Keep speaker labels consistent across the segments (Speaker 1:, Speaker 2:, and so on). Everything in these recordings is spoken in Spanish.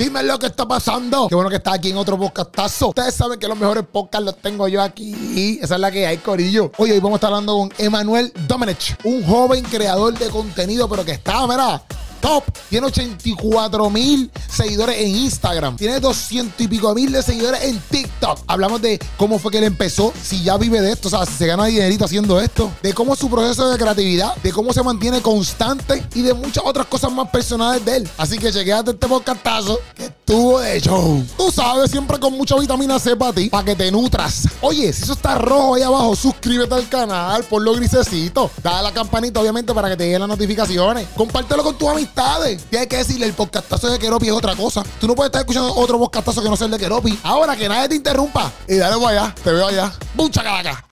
Speaker 1: Dime lo que está pasando. Qué bueno que está aquí en otro podcastazo. Ustedes saben que los mejores podcasts los tengo yo aquí. Esa es la que hay, Corillo. Oye, hoy vamos a estar hablando con Emanuel Domenech, un joven creador de contenido, pero que está, mira, top. Tiene 84 mil seguidores en Instagram. Tiene 200 y pico mil de seguidores en TikTok. Hablamos de cómo fue que él empezó, si ya vive de esto, o sea, si se gana dinerito haciendo esto, de cómo es su proceso de creatividad, de cómo se mantiene constante y de muchas otras cosas más personales de él. Así que chequeate este podcastazo que estuvo de show. Tú sabes, siempre con mucha vitamina C para ti, para que te nutras. Oye, si eso está rojo ahí abajo, suscríbete al canal, ponlo grisecito, dale a la campanita, obviamente, para que te lleguen las notificaciones. Compártelo con tus amigos amistades. Tienes que decirle, el podcastazo de Keropi es otra cosa. Tú no puedes estar escuchando otro podcastazo que no sea el de Keropi. Ahora que nadie te interrumpa. Y dale para allá. Te veo allá. ¡Mucha caraca!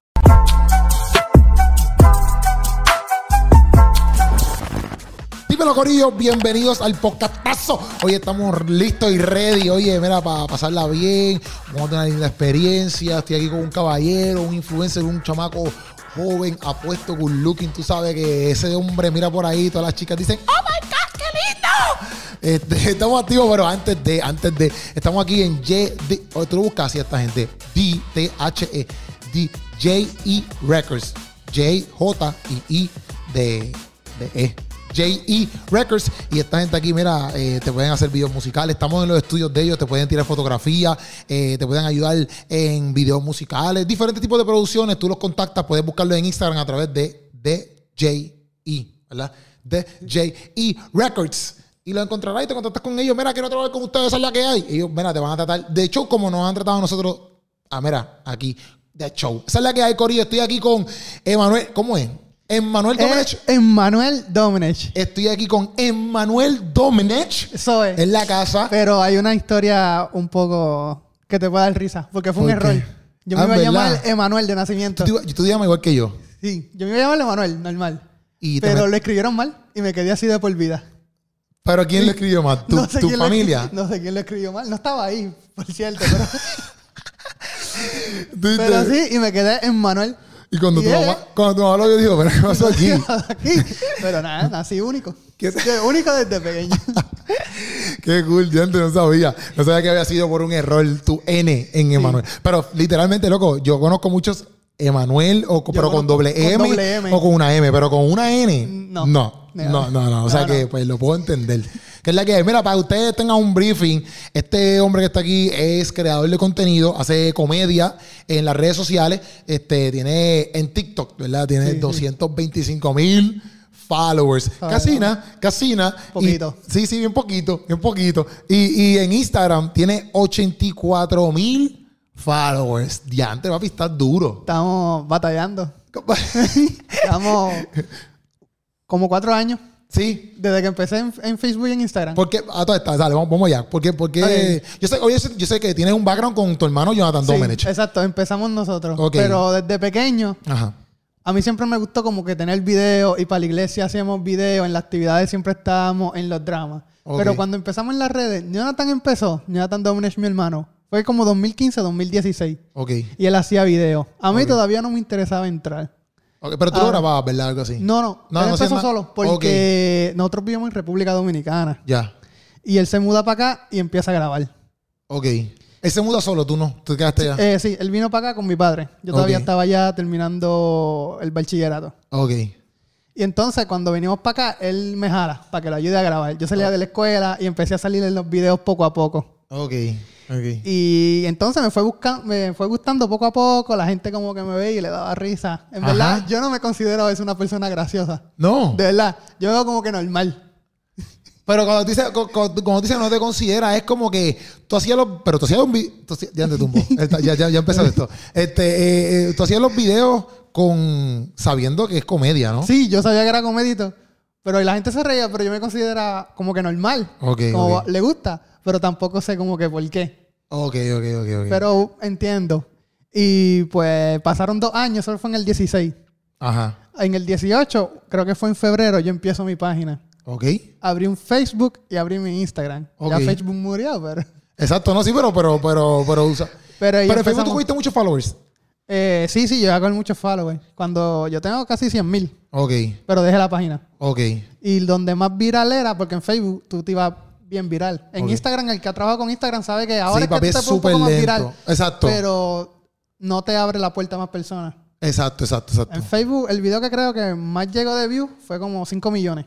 Speaker 1: Dímelo, Corillo, bienvenidos al podcastazo. Hoy estamos listos y ready. Oye, mira, para pasarla bien, vamos a tener una linda experiencia. Estoy aquí con un caballero, un influencer, un chamaco joven, apuesto, good looking. Tú sabes que ese hombre mira por ahí, todas las chicas dicen, ¡Oh my God, qué lindo! Este, estamos activos, pero antes de, antes de, estamos aquí en JD, oh, tú lo buscas así a esta gente, D-T-H-E, D-J-E E Records, J-J-I-I de, de E. JE Records. Y esta gente aquí, mira, eh, te pueden hacer videos musicales. Estamos en los estudios de ellos, te pueden tirar fotografías, eh, te pueden ayudar en videos musicales, diferentes tipos de producciones. Tú los contactas, puedes buscarlo en Instagram a través de DJE, ¿verdad? DJE Records. Y lo encontrarás y te contactas con ellos. Mira, quiero trabajar con ustedes, esa es la que hay. Ellos, mira, te van a tratar. De hecho, como nos han tratado nosotros, ah, mira, aquí, de show. Esa es la que hay, Corillo. Estoy aquí con Emanuel. ¿Cómo es? Emmanuel Domenech.
Speaker 2: Eh, Emmanuel Domenech.
Speaker 1: Estoy aquí con Emmanuel Domenech
Speaker 2: Eso es.
Speaker 1: en la casa.
Speaker 2: Pero hay una historia un poco que te puede dar risa, porque fue un
Speaker 1: ¿Por qué?
Speaker 2: error. Yo me
Speaker 1: Ah,
Speaker 2: iba a
Speaker 1: ¿verdad?
Speaker 2: llamar Emanuel de nacimiento.
Speaker 1: Tú, tú te llamas igual que yo.
Speaker 2: Sí, yo me iba a llamar Emanuel, normal.
Speaker 1: Y te
Speaker 2: Pero
Speaker 1: met-
Speaker 2: lo escribieron mal y me quedé así de por vida.
Speaker 1: ¿Pero quién lo escribió más? ¿Tu,
Speaker 2: No sé
Speaker 1: tu
Speaker 2: quién lo
Speaker 1: familia?
Speaker 2: escri- no sé quién lo escribió mal. No estaba ahí, por cierto. Pero,
Speaker 1: Tú-
Speaker 2: pero
Speaker 1: tú-
Speaker 2: sí, y me quedé Emanuel.
Speaker 1: Y cuando tu,
Speaker 2: Yeah.
Speaker 1: mamá, cuando tu mamá lo vio, dijo, ¿pero qué pasó aquí?
Speaker 2: Aquí. Pero nada, nací único.
Speaker 1: ¿Qué-
Speaker 2: Yo, único desde pequeño.
Speaker 1: Qué cool, yo antes no sabía. No sabía que había sido por un error tu N en Emanuel. Pero literalmente, loco, yo conozco muchos Emanuel, o, con-
Speaker 2: Yo
Speaker 1: pero con
Speaker 2: conozco-
Speaker 1: doble,
Speaker 2: con
Speaker 1: M,
Speaker 2: doble M.
Speaker 1: o con una M, pero con una N.
Speaker 2: No.
Speaker 1: No, no, no. no. O sea
Speaker 2: No, no.
Speaker 1: que pues lo puedo entender. Que es la que hay. Mira, para que ustedes tengan un briefing, este hombre que está aquí es creador de contenido, hace comedia en las redes sociales, este tiene en TikTok, ¿verdad? Tiene
Speaker 2: Sí, sí.
Speaker 1: 225 mil followers.
Speaker 2: Ah,
Speaker 1: Casina, Casina. y-
Speaker 2: Poquito.
Speaker 1: Sí, sí, bien poquito, bien poquito. Y, y en Instagram tiene 84 mil followers. Diante, papi, está duro.
Speaker 2: Estamos batallando. Estamos como cuatro años.
Speaker 1: sí.
Speaker 2: Desde que empecé en, en Facebook y en Instagram.
Speaker 1: Porque, a todas estas, dale, vamos, vamos allá. Porque, porque
Speaker 2: Ok.
Speaker 1: yo, sé, oye, yo sé- yo sé que tienes un background con tu hermano Jonathan
Speaker 2: Sí,
Speaker 1: Domenech.
Speaker 2: exacto, empezamos nosotros.
Speaker 1: Ok.
Speaker 2: Pero desde pequeño,
Speaker 1: Ajá.
Speaker 2: a mí siempre me gustó como que tener videos y para la iglesia hacíamos videos, en las actividades siempre estábamos en los dramas.
Speaker 1: Ok.
Speaker 2: Pero cuando empezamos en las redes, Jonathan empezó, Jonathan Domenech, mi hermano, fue como 2015, 2016.
Speaker 1: Ok.
Speaker 2: Y él hacía videos. A mí todavía no me interesaba entrar.
Speaker 1: Ok, Pero tú lo
Speaker 2: Ahora-
Speaker 1: grababas, ¿verdad? Algo así.
Speaker 2: Ah. No, no,
Speaker 1: No,
Speaker 2: él
Speaker 1: no hacía
Speaker 2: empezó
Speaker 1: nada.
Speaker 2: solo porque nosotros vivimos en República Dominicana.
Speaker 1: Ya.
Speaker 2: Y él se muda para acá y empieza a grabar.
Speaker 1: Ok. Él se muda solo, tú no. Tú quedaste allá.
Speaker 2: Eh, sí, él vino para acá con mi padre. Yo todavía
Speaker 1: Ok.
Speaker 2: estaba ya terminando el bachillerato.
Speaker 1: ok.
Speaker 2: Y entonces, cuando venimos para acá, él me jala para que lo ayude a grabar. Yo salía de la escuela y empecé a salir en los videos poco a poco.
Speaker 1: Ok. Ok.
Speaker 2: Y entonces me fue, buscando, me fue gustando poco a poco. La gente como que me ve y le daba risa. En
Speaker 1: Ajá.
Speaker 2: verdad, yo no me considero a veces una persona graciosa.
Speaker 1: No.
Speaker 2: De verdad, yo veo como que normal.
Speaker 1: Pero cuando te dice, cu- cu- cuando, te dice no te considera, es como que tú hacías los. Pero tú hacías un vi- tú hacías- Ya te tumbo. Esta- ya, ya, ya empezó esto. Este, eh, eh, tú hacías los videos con. sabiendo que es comedia, ¿no?
Speaker 2: Sí, yo sabía que era comedito. Pero la gente se reía, pero yo me considera como que normal.
Speaker 1: Ok,
Speaker 2: como
Speaker 1: ok.
Speaker 2: le gusta, pero tampoco sé como que por qué.
Speaker 1: Ok, ok, ok, ok.
Speaker 2: Pero entiendo. Y pues pasaron dos años, solo fue en el 16.
Speaker 1: Ajá.
Speaker 2: En el 18, creo que fue en febrero, yo empiezo mi página.
Speaker 1: Ok.
Speaker 2: Abrí un Facebook y abrí mi Instagram.
Speaker 1: Ok.
Speaker 2: Ya Facebook murió, pero...
Speaker 1: Exacto, no, sí, pero, pero, pero, pero usa.
Speaker 2: Pero, ahí
Speaker 1: Pero en Facebook
Speaker 2: empezamos.
Speaker 1: tú cogiste muchos followers.
Speaker 2: Eh, sí, sí, yo hago muchos followers. Cuando yo tengo casi 100 mil,
Speaker 1: Ok,
Speaker 2: pero dejé la página.
Speaker 1: ok.
Speaker 2: Y donde más viral era, porque en Facebook tú te ibas bien viral. En
Speaker 1: Ok.
Speaker 2: Instagram, el que ha trabajado con Instagram sabe que ahora
Speaker 1: Sí,
Speaker 2: es que
Speaker 1: papi,
Speaker 2: tú te
Speaker 1: es
Speaker 2: pones un poco
Speaker 1: súper
Speaker 2: más
Speaker 1: lento.
Speaker 2: viral.
Speaker 1: Exacto.
Speaker 2: Pero no te abre la puerta a más personas.
Speaker 1: Exacto, exacto, exacto.
Speaker 2: En Facebook, el video que creo que más llegó de views fue como 5 millones.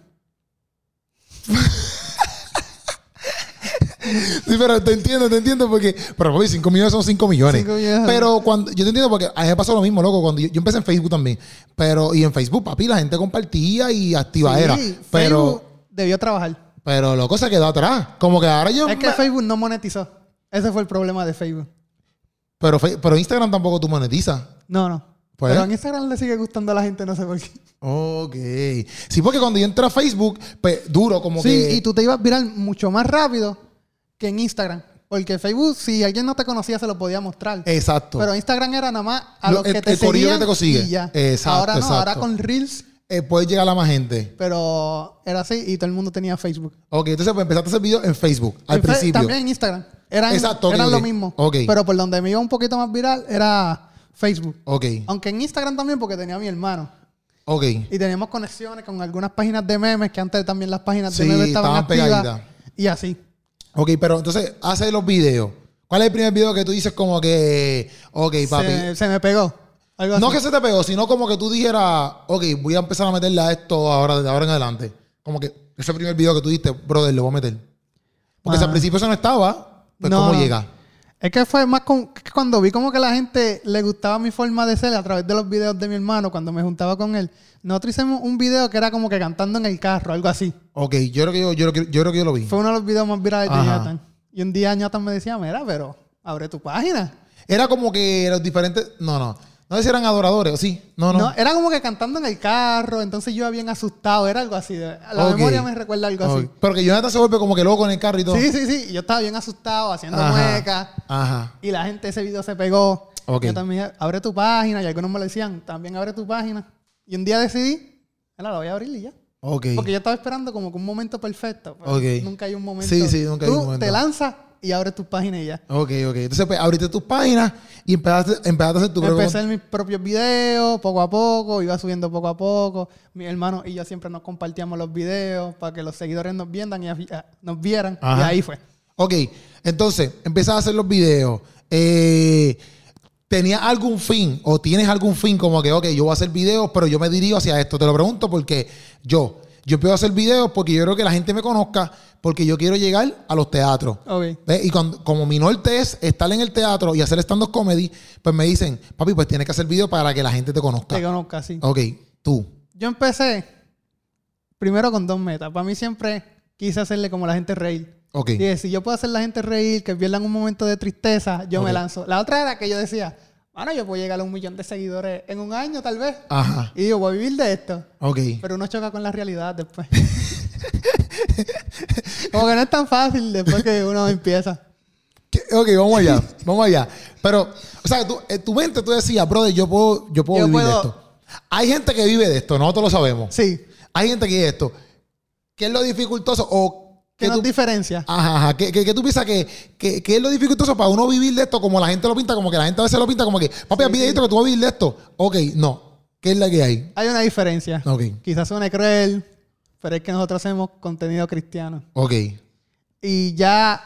Speaker 1: Sí, pero te entiendo, te entiendo porque. Pero, papi, 5 millones son 5 millones.
Speaker 2: Cinco millones.
Speaker 1: Pero cuando. Yo te entiendo porque a mí me pasó lo mismo, loco. Cuando yo, yo empecé en Facebook también. Pero. Y en Facebook, papi, la gente compartía y activa era.
Speaker 2: Sí,
Speaker 1: Pero.
Speaker 2: Facebook debió trabajar.
Speaker 1: Pero, loco, se quedó atrás. Como que ahora yo.
Speaker 2: Es que Facebook no monetizó. Ese fue el problema de Facebook.
Speaker 1: Pero, fe- pero Instagram tampoco tú monetizas.
Speaker 2: No, no.
Speaker 1: Pues-
Speaker 2: Pero en Instagram le sigue gustando a la gente, no sé por qué.
Speaker 1: Ok. Sí, porque cuando yo entré a Facebook, pues, duro, como
Speaker 2: Sí,
Speaker 1: que.
Speaker 2: y tú te ibas viral mucho más rápido que en Instagram. Porque Facebook, si alguien no te conocía, se lo podía mostrar.
Speaker 1: Exacto.
Speaker 2: Pero Instagram era nada más a
Speaker 1: Lo-
Speaker 2: los que
Speaker 1: el-
Speaker 2: te
Speaker 1: el corillo
Speaker 2: seguían
Speaker 1: que te consigue.
Speaker 2: y ya.
Speaker 1: Exacto,
Speaker 2: ahora no,
Speaker 1: exacto.
Speaker 2: ahora con Reels,
Speaker 1: Eh, puede llegar a más gente.
Speaker 2: pero era así y todo el mundo tenía Facebook.
Speaker 1: Ok, entonces pues, empezaste a hacer videos en Facebook al
Speaker 2: En Fe-
Speaker 1: principio.
Speaker 2: También en Instagram. Eran,
Speaker 1: Exacto, ok,
Speaker 2: eran
Speaker 1: ok.
Speaker 2: lo mismo.
Speaker 1: Ok.
Speaker 2: Pero por donde me iba un poquito más viral era Facebook.
Speaker 1: Ok,
Speaker 2: Aunque en Instagram también porque tenía a mi hermano.
Speaker 1: ok.
Speaker 2: Y teníamos conexiones con algunas páginas de memes, que antes también las páginas de
Speaker 1: Sí,
Speaker 2: memes estaban,
Speaker 1: estaban
Speaker 2: activas.
Speaker 1: pegaditas.
Speaker 2: Y así.
Speaker 1: Ok, pero entonces, hace los videos. ¿Cuál es el primer video que tú dices como que, ok, papi?
Speaker 2: Se, se me pegó. Algo
Speaker 1: No
Speaker 2: así.
Speaker 1: que se te pegó, sino como que tú dijeras, ok, voy a empezar a meterle a esto ahora, de ahora en adelante. Como que ese primer video que tú diste, brother, lo voy a meter. Porque si
Speaker 2: Ah.
Speaker 1: al principio eso no estaba, pues
Speaker 2: No,
Speaker 1: ¿cómo
Speaker 2: no.
Speaker 1: llega?
Speaker 2: Es que fue más con, que cuando vi como que la gente le gustaba mi forma de ser a través de los videos de mi hermano cuando me juntaba con él. Nosotros hicimos un video que era como que cantando en el carro, algo así.
Speaker 1: Ok, yo creo que yo, yo creo que- yo creo que yo lo vi.
Speaker 2: Fue uno de los videos más virales
Speaker 1: Ajá.
Speaker 2: de Jonathan. Y un día Jonathan me decía, mira, pero abre tu página.
Speaker 1: Era como que los diferentes. No, no. No sé si eran adoradores o sí. No, no.
Speaker 2: No, era como que cantando en el carro, entonces yo iba bien asustado, era algo así. de- La
Speaker 1: Ok.
Speaker 2: memoria me recuerda algo así.
Speaker 1: Ok. Pero que Jonathan se vuelve como que loco en el carro y todo.
Speaker 2: Sí, sí, sí. y Yo estaba bien asustado, haciendo
Speaker 1: Ajá.
Speaker 2: muecas.
Speaker 1: Ajá.
Speaker 2: Y la gente, ese video se pegó.
Speaker 1: Ok.
Speaker 2: Yo también, abre tu página. Y algunos me lo decían, también abre tu página. Y un día decidí, "Mira, la voy a abrir y ya.
Speaker 1: Ok.
Speaker 2: Porque yo estaba esperando como que un momento perfecto. pero
Speaker 1: Ok.
Speaker 2: Nunca hay un momento.
Speaker 1: Sí, sí, nunca hay
Speaker 2: Tú
Speaker 1: un momento.
Speaker 2: te lanzas y abres tu página y ya.
Speaker 1: Ok, ok. Entonces, pues, abriste tus páginas y empezaste, empezaste a hacer tu propio.
Speaker 2: Empecé en mis propios videos, poco a poco, iba subiendo poco a poco. Mi hermano y yo siempre nos compartíamos los videos para que los seguidores nos vieran y afi- nos vieran.
Speaker 1: Ajá.
Speaker 2: Y ahí fue.
Speaker 1: Ok. Entonces, empezaste a hacer los videos. Eh, ¿Tenías algún fin o tienes algún fin como que, ok, yo voy a hacer videos, pero yo me dirijo hacia esto? Te lo pregunto porque yo, yo empiezo a hacer videos porque yo creo que la gente me conozca, porque yo quiero llegar a los teatros.
Speaker 2: Ok.
Speaker 1: ¿Ves? Y cuando- como mi norte es estar en el teatro y hacer stand-up comedy, pues me dicen, papi, pues tienes que hacer video para que la gente te conozca.
Speaker 2: Te conozco así.
Speaker 1: Ok, tú.
Speaker 2: Yo empecé primero con dos metas. Para mí siempre quise hacerle como la gente reír.
Speaker 1: Ok.
Speaker 2: Dije, si yo puedo hacer la gente reír, que pierdan un momento de tristeza, yo
Speaker 1: Ok.
Speaker 2: me lanzo. La otra era que yo decía, bueno, yo puedo llegar a un millón de seguidores en un año tal vez.
Speaker 1: Ajá.
Speaker 2: Y digo, voy a vivir de esto.
Speaker 1: Ok.
Speaker 2: Pero uno choca con la realidad después. como que no es tan fácil después que uno empieza.
Speaker 1: ¿Qué? Ok, vamos allá. vamos allá. Pero, o sea, tú- en tu mente tú decías, brother, yo puedo, yo puedo
Speaker 2: Yo
Speaker 1: vivir de
Speaker 2: puedo-
Speaker 1: esto. Hay gente que vive de esto, nosotros lo sabemos.
Speaker 2: Sí,
Speaker 1: Hay gente que vive de esto. ¿Qué es lo dificultoso o
Speaker 2: que
Speaker 1: qué
Speaker 2: nos
Speaker 1: tú,
Speaker 2: diferencia.
Speaker 1: ajá, ajá, ¿Qué- qué- qué tú piensas que, que- que es lo dificultoso para uno vivir de esto? Como la gente lo pinta, como que la gente a veces lo pinta como que, papi, pide esto que tú vas a vivir de esto. Ok, no. ¿Qué es la que hay?
Speaker 2: Hay una diferencia.
Speaker 1: Ok.
Speaker 2: Quizás suene cruel, pero es que nosotros hacemos contenido cristiano.
Speaker 1: Ok,
Speaker 2: y ya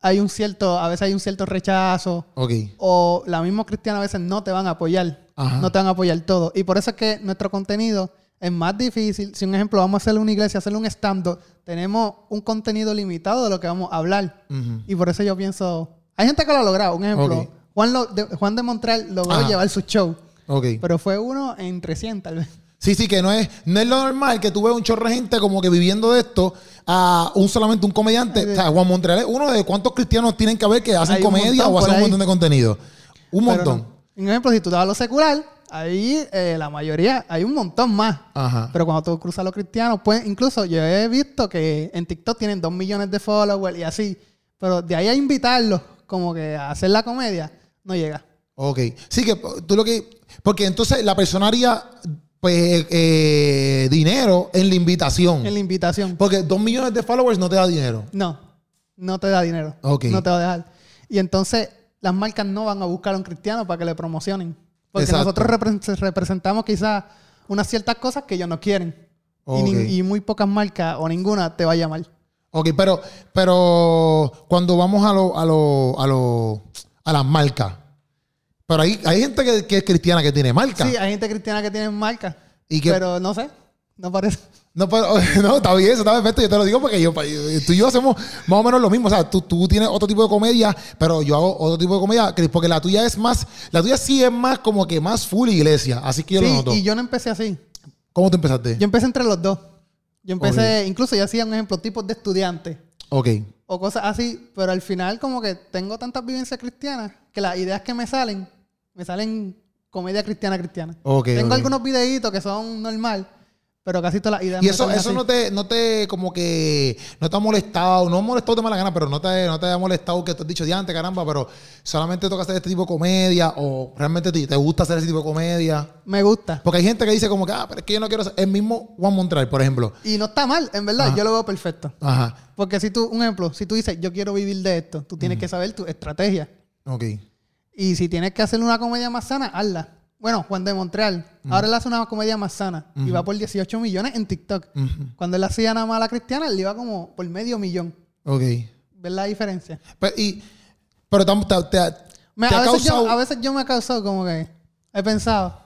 Speaker 2: hay un cierto, a veces hay un cierto rechazo
Speaker 1: ok.
Speaker 2: o la misma cristiana a veces no te van a apoyar,
Speaker 1: Ajá.
Speaker 2: no te van a apoyar todo. Y por eso es que nuestro contenido es más difícil. Si un ejemplo, vamos a hacerle una iglesia, hacerle un stand-up, tenemos un contenido limitado de lo que vamos a hablar.
Speaker 1: Ujú.
Speaker 2: Y por eso yo pienso, hay gente que lo ha logrado, un ejemplo.
Speaker 1: Ok.
Speaker 2: Juan, lo- de, Juan de Montreal logró
Speaker 1: Ajá.
Speaker 2: llevar su show,
Speaker 1: Ok.
Speaker 2: pero fue uno en 300 tal vez.
Speaker 1: Sí, sí, que no es, no es lo normal que tú veas un chorro de gente como que viviendo de esto a un solamente un comediante. O sea, Juan Montreal es uno de cuántos cristianos tienen que haber que hacen
Speaker 2: Hay un
Speaker 1: comedia
Speaker 2: montón
Speaker 1: o hacen
Speaker 2: por
Speaker 1: un
Speaker 2: ahí.
Speaker 1: montón de contenido. Un
Speaker 2: Pero
Speaker 1: montón.
Speaker 2: no. Un ejemplo, si tú te vas a lo secular, ahí eh, la mayoría, hay un montón más.
Speaker 1: Ajá.
Speaker 2: Pero cuando tú cruzas a los cristianos, pues incluso yo he visto que en TikTok tienen dos millones de followers y así. Pero de ahí a invitarlos como que a hacer la comedia, no llega.
Speaker 1: Ok. Sí, que tú lo que. Porque entonces la persona haría pues, eh, dinero en la invitación.
Speaker 2: En la invitación.
Speaker 1: Porque dos millones de followers no te da dinero.
Speaker 2: No, no te da dinero.
Speaker 1: Ok.
Speaker 2: No te va a dejar. Y entonces las marcas no van a buscar a un cristiano para que le promocionen. Porque
Speaker 1: Exacto.
Speaker 2: nosotros repre- representamos quizás unas ciertas cosas que ellos no quieren. Y,
Speaker 1: Ok.
Speaker 2: nin- y muy pocas marcas o ninguna te va a llamar.
Speaker 1: Ok, pero, pero cuando vamos a lo, a lo, a lo, a las marcas. Pero hay, hay gente que, que es cristiana que tiene marca.
Speaker 2: Sí, hay gente cristiana que tiene marca.
Speaker 1: ¿Y qué-
Speaker 2: Pero no sé, no parece.
Speaker 1: No, pero- no, está bien, eso está perfecto. Yo te lo digo porque yo, tú y yo hacemos más o menos lo mismo. O sea, tú, tú tienes otro tipo de comedia, pero yo hago otro tipo de comedia. Chris, Porque la tuya es más, la tuya sí es más como que más full iglesia. Así que yo lo
Speaker 2: Sí,
Speaker 1: noto.
Speaker 2: y yo no empecé así.
Speaker 1: ¿Cómo tú empezaste?
Speaker 2: Yo empecé entre los dos. Yo empecé, incluso yo hacía un ejemplo, tipos de estudiantes
Speaker 1: ok.
Speaker 2: o cosas así, pero al final como que tengo tantas vivencias cristianas que las ideas que me salen, me salen comedia cristiana cristiana.
Speaker 1: Ok,
Speaker 2: tengo
Speaker 1: ok.
Speaker 2: algunos videitos que son normal, pero casi todas las ideas
Speaker 1: Y
Speaker 2: me
Speaker 1: eso,
Speaker 2: salen
Speaker 1: eso
Speaker 2: así.
Speaker 1: no te, no te como que no te ha molestado, no ha molestado de mala gana, pero no te, no te ha molestado que te has dicho de antes, caramba, pero solamente toca hacer este tipo de comedia, o realmente te, te gusta hacer ese tipo de comedia.
Speaker 2: Me gusta.
Speaker 1: Porque hay gente que dice como que, ah, pero es que yo no quiero hacer. El mismo Juan Montreal, por ejemplo.
Speaker 2: Y no está mal, en verdad, yo lo veo perfecto.
Speaker 1: Ajá.
Speaker 2: Porque si tú, un ejemplo, si tú dices, yo quiero vivir de esto, tú tienes que saber tu estrategia.
Speaker 1: Ok.
Speaker 2: Y si tienes que hacer una comedia más sana, hazla. Bueno, Juan de Montreal, ahora él hace una comedia más sana y va por 18 millones en TikTok. Cuando él hacía nada más a la cristiana, él iba como por medio millón.
Speaker 1: Ok.
Speaker 2: ¿Ves la diferencia?
Speaker 1: Pero, y, pero tam- te, te ha-
Speaker 2: Me-
Speaker 1: te
Speaker 2: a,
Speaker 1: ha
Speaker 2: veces
Speaker 1: causado...
Speaker 2: yo, a veces yo me he causado como que he pensado,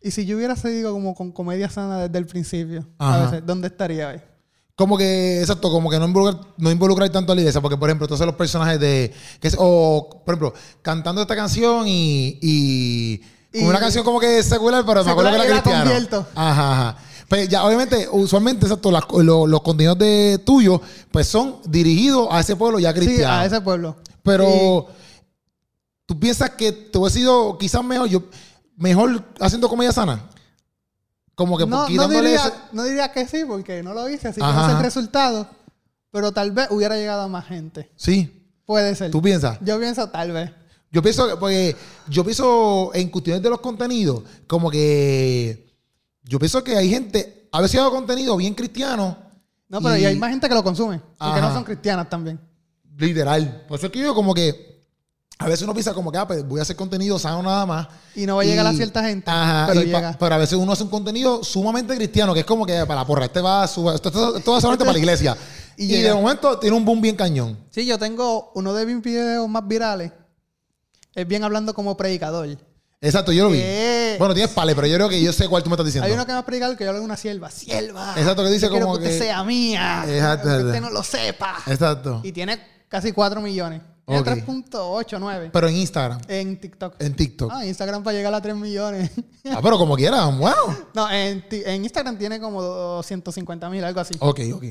Speaker 2: y si yo hubiera seguido como con comedia sana desde el principio, a
Speaker 1: Ajá.
Speaker 2: veces, ¿dónde estaría hoy?
Speaker 1: Como que, exacto, como que no involucrar, no involucrar tanto a la iglesia, porque por ejemplo, entonces los personajes de, que es- o por ejemplo, cantando esta canción y, y, como
Speaker 2: Y-
Speaker 1: una canción como que secular, pero me acuerdo que
Speaker 2: Secular
Speaker 1: era
Speaker 2: y la
Speaker 1: cristiana.
Speaker 2: convierto.
Speaker 1: Ajá, ajá. Pues ya, obviamente, usualmente, exacto, las- lo- los contenidos de tuyos, pues son dirigidos a ese pueblo ya cristiano.
Speaker 2: Sí, a ese pueblo.
Speaker 1: Pero tú piensas que te hubiera sido quizás mejor, yo, mejor haciendo comedia sana. Como que
Speaker 2: no, no,
Speaker 1: quitándole
Speaker 2: diría,
Speaker 1: ese-
Speaker 2: no diría que sí, porque no lo hice, así que
Speaker 1: Ajá,
Speaker 2: no sé el
Speaker 1: ajá.
Speaker 2: resultado. Pero tal vez hubiera llegado a más gente.
Speaker 1: Sí,
Speaker 2: Puede ser.
Speaker 1: tú piensas.
Speaker 2: Yo pienso tal vez.
Speaker 1: Yo pienso que, porque yo pienso en cuestiones de los contenidos, como que yo pienso que hay gente, a veces hago contenido bien cristiano,
Speaker 2: No, pero
Speaker 1: Y-
Speaker 2: y hay más gente que lo consume. Porque no
Speaker 1: Ajá.
Speaker 2: son cristianas también.
Speaker 1: literal. Por eso es que yo como que, a veces uno piensa como que, ah, pues voy a hacer contenido sano nada más.
Speaker 2: Y no va a llegar a cierta gente.
Speaker 1: Ajá,
Speaker 2: pero
Speaker 1: y pa-
Speaker 2: llega.
Speaker 1: pero a veces uno hace un contenido sumamente cristiano, que es como que para la porra, este va a su, esto, esto- esto va solamente para la iglesia.
Speaker 2: Y
Speaker 1: Y, de
Speaker 2: llega.
Speaker 1: momento tiene un boom bien cañón.
Speaker 2: Sí, yo tengo uno de mis videos más virales. Es bien hablando como predicador.
Speaker 1: Exacto, yo lo vi.
Speaker 2: ¿Qué?
Speaker 1: Bueno, tienes pale, pero yo creo que yo sé cuál tú me estás diciendo.
Speaker 2: Hay uno que me ha predicado que yo hablo de una sierva. ¡Sierva!
Speaker 1: Exacto, que dice
Speaker 2: yo quiero
Speaker 1: como
Speaker 2: que usted
Speaker 1: que-
Speaker 2: sea mía.
Speaker 1: Exacto,
Speaker 2: Que usted
Speaker 1: exacto.
Speaker 2: no lo sepa.
Speaker 1: Exacto.
Speaker 2: Y tiene casi 4 millones. Tiene
Speaker 1: Ok.
Speaker 2: 3.89
Speaker 1: Pero en Instagram,
Speaker 2: en TikTok.
Speaker 1: en TikTok.
Speaker 2: Ah, Instagram para llegar a 3 millones.
Speaker 1: Ah, pero como quieras, bueno.
Speaker 2: no, en, ti- en Instagram tiene como 150 mil, algo así.
Speaker 1: Ok, ok.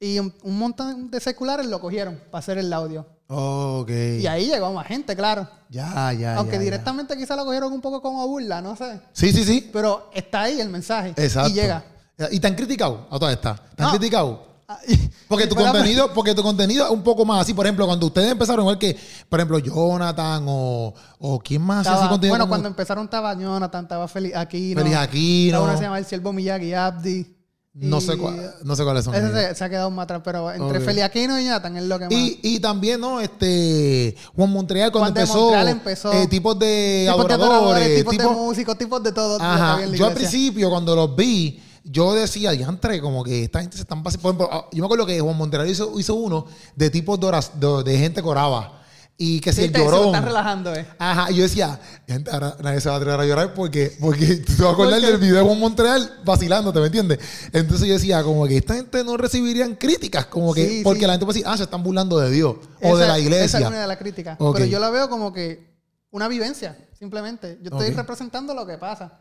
Speaker 2: Y un, un montón de seculares lo cogieron para hacer el audio.
Speaker 1: Ok.
Speaker 2: Y ahí llegó más gente, claro.
Speaker 1: Ya, ya.
Speaker 2: Aunque
Speaker 1: ya, ya.
Speaker 2: directamente quizá lo cogieron un poco como burla, no sé.
Speaker 1: Sí, sí, sí.
Speaker 2: Pero está ahí el mensaje.
Speaker 1: Exacto. Eh,
Speaker 2: Y llega.
Speaker 1: Y tan criticado a todas estas. Tan
Speaker 2: No.
Speaker 1: criticado.
Speaker 2: Ah, y-
Speaker 1: Porque
Speaker 2: y
Speaker 1: tu
Speaker 2: fue la-
Speaker 1: contenido, porque tu contenido es un poco más así. Por ejemplo, cuando ustedes empezaron, igual que, por ejemplo, Jonathan o, o quién más hace
Speaker 2: estaba-
Speaker 1: ese contenido.
Speaker 2: bueno,
Speaker 1: como-
Speaker 2: cuando empezaron estaba Jonathan, estaba Feliz Aquino.
Speaker 1: Feliz Aquino.
Speaker 2: Estaba uno que se llama El Siervo Miyagi Abdi.
Speaker 1: no,
Speaker 2: Y
Speaker 1: sé cuál, no sé cuáles son.
Speaker 2: Ese
Speaker 1: ellos.
Speaker 2: se, se ha quedado más atrás, pero entre
Speaker 1: Ok.
Speaker 2: Feliz Aquino y Jonathan es lo que más.
Speaker 1: Y, eh, y también, ¿no? Este. Juan Montreal, cuando
Speaker 2: Juan de
Speaker 1: empezó.
Speaker 2: Montreal empezó.
Speaker 1: eh, tipos de
Speaker 2: tipos de adoradores,
Speaker 1: adoradores.
Speaker 2: tipos
Speaker 1: tipos-
Speaker 2: de músicos, tipos de todo. lo que
Speaker 1: Ajá.
Speaker 2: había en la
Speaker 1: Yo al
Speaker 2: iglesia.
Speaker 1: principio, cuando los vi, yo decía, diantre, como que esta gente se están pasando. Por ejemplo, ah, yo me acuerdo que Juan Montreal hizo, hizo uno de tipos de, oras- de, de gente que oraba. Y que si el
Speaker 2: Viste, Se lo
Speaker 1: llorón.
Speaker 2: están relajando, eh.
Speaker 1: Ajá, y yo decía, gente, ahora nadie se va a atrever a llorar porque, porque tú te vas a acordar
Speaker 2: Porque-
Speaker 1: del video con Montreal vacilándote, ¿me entiendes? Entonces yo decía, como que esta gente no recibirían críticas, como que,
Speaker 2: Sí,
Speaker 1: porque
Speaker 2: sí.
Speaker 1: la gente puede decir, ah, se están burlando de Dios o de
Speaker 2: Esa-
Speaker 1: la iglesia.
Speaker 2: Esa es una de las críticas.
Speaker 1: Ok.
Speaker 2: Pero yo la veo como que una vivencia, simplemente. Yo estoy
Speaker 1: Ok.
Speaker 2: representando lo que pasa.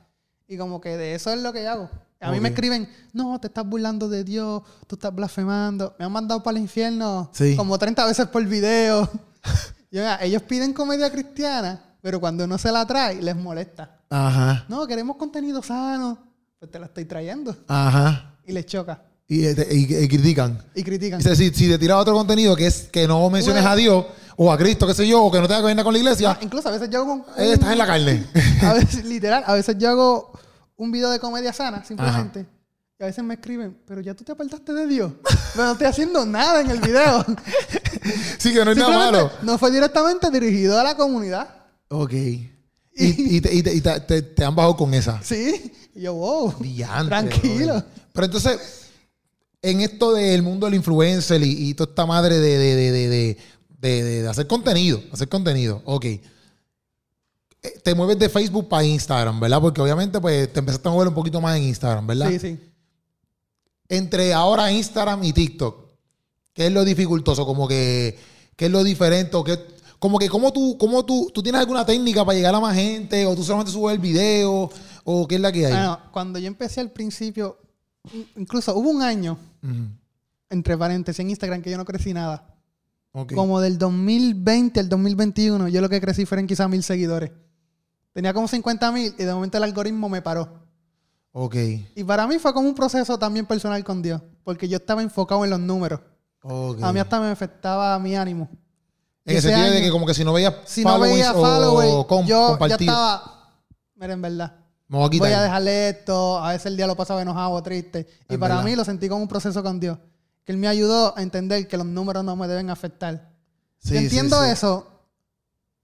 Speaker 2: Y como que de eso es lo que yo hago. A mí
Speaker 1: Ok.
Speaker 2: me escriben, no, te estás burlando de Dios, tú estás blasfemando. Me han mandado para el infierno
Speaker 1: Sí.
Speaker 2: como 30 veces por video. Y, oiga, ellos piden comedia cristiana, pero cuando no se la trae, les molesta.
Speaker 1: Ajá,
Speaker 2: No, queremos contenido sano. Pues te la estoy trayendo.
Speaker 1: ajá.
Speaker 2: Y les choca.
Speaker 1: Y, este, y- y critican.
Speaker 2: Y critican.
Speaker 1: Dice, si, si te tiras otro contenido que es que no menciones
Speaker 2: Una-
Speaker 1: a Dios o a Cristo, qué sé yo, o que no tenga que ver nada con la iglesia,
Speaker 2: Ah, Incluso a veces yo hago un-
Speaker 1: eh, estás en la carne.
Speaker 2: A veces, literal, a veces yo hago un video de comedia sana, simplemente. Y a veces me escriben, pero ya tú te apartaste de Dios. Pero no estoy haciendo nada en el video.
Speaker 1: sí, que no es nada malo.
Speaker 2: Simplemente no fue directamente dirigido a la comunidad.
Speaker 1: Ok. Y, y te, y te- y te- te- te han bajado con esa.
Speaker 2: Sí. Y yo, wow.
Speaker 1: Diantre,
Speaker 2: Tranquilo.
Speaker 1: brother. Pero entonces, en esto del mundo del influencer y, y toda esta madre de, de, de, de, de- de- de- de hacer contenido, hacer contenido, ok. Eh, Te mueves de Facebook para Instagram, ¿verdad? Porque obviamente pues te empezaste a mover un poquito más en Instagram, ¿verdad?
Speaker 2: Sí, sí.
Speaker 1: Entre ahora Instagram y TikTok, ¿qué es lo dificultoso? Como que, ¿qué es lo diferente? O qué- como que, ¿cómo tú, cómo tú, tú tienes alguna técnica para llegar a más gente? ¿O tú solamente subes el video? ¿O qué es la que hay?
Speaker 2: Bueno, cuando yo empecé al principio, in- incluso hubo un año,
Speaker 1: Ujú.
Speaker 2: entre paréntesis, en Instagram que yo no crecí nada.
Speaker 1: Ok.
Speaker 2: Como del 2020 al 2021, yo lo que crecí fueron quizás mil seguidores. Tenía como 50 mil y de momento el algoritmo me paró.
Speaker 1: Ok.
Speaker 2: Y para mí fue como un proceso también personal con Dios, porque yo estaba enfocado en los números.
Speaker 1: ok.
Speaker 2: A mí hasta me afectaba mi ánimo.
Speaker 1: En el
Speaker 2: Ese
Speaker 1: sentido de
Speaker 2: año-
Speaker 1: que como que si no veías
Speaker 2: si no veía
Speaker 1: followers
Speaker 2: followers,
Speaker 1: o com-
Speaker 2: yo
Speaker 1: compartido,
Speaker 2: ya estaba. Mira, en verdad.
Speaker 1: me voy a quitar.
Speaker 2: Voy a dejarle esto. A veces el día lo pasaba enojado, triste. Y
Speaker 1: En
Speaker 2: para
Speaker 1: verdad.
Speaker 2: mí lo sentí como un proceso con Dios. Que Él me ayudó a entender que los números no me deben afectar.
Speaker 1: Sí,
Speaker 2: Yo
Speaker 1: sí,
Speaker 2: entiendo
Speaker 1: sí.
Speaker 2: eso.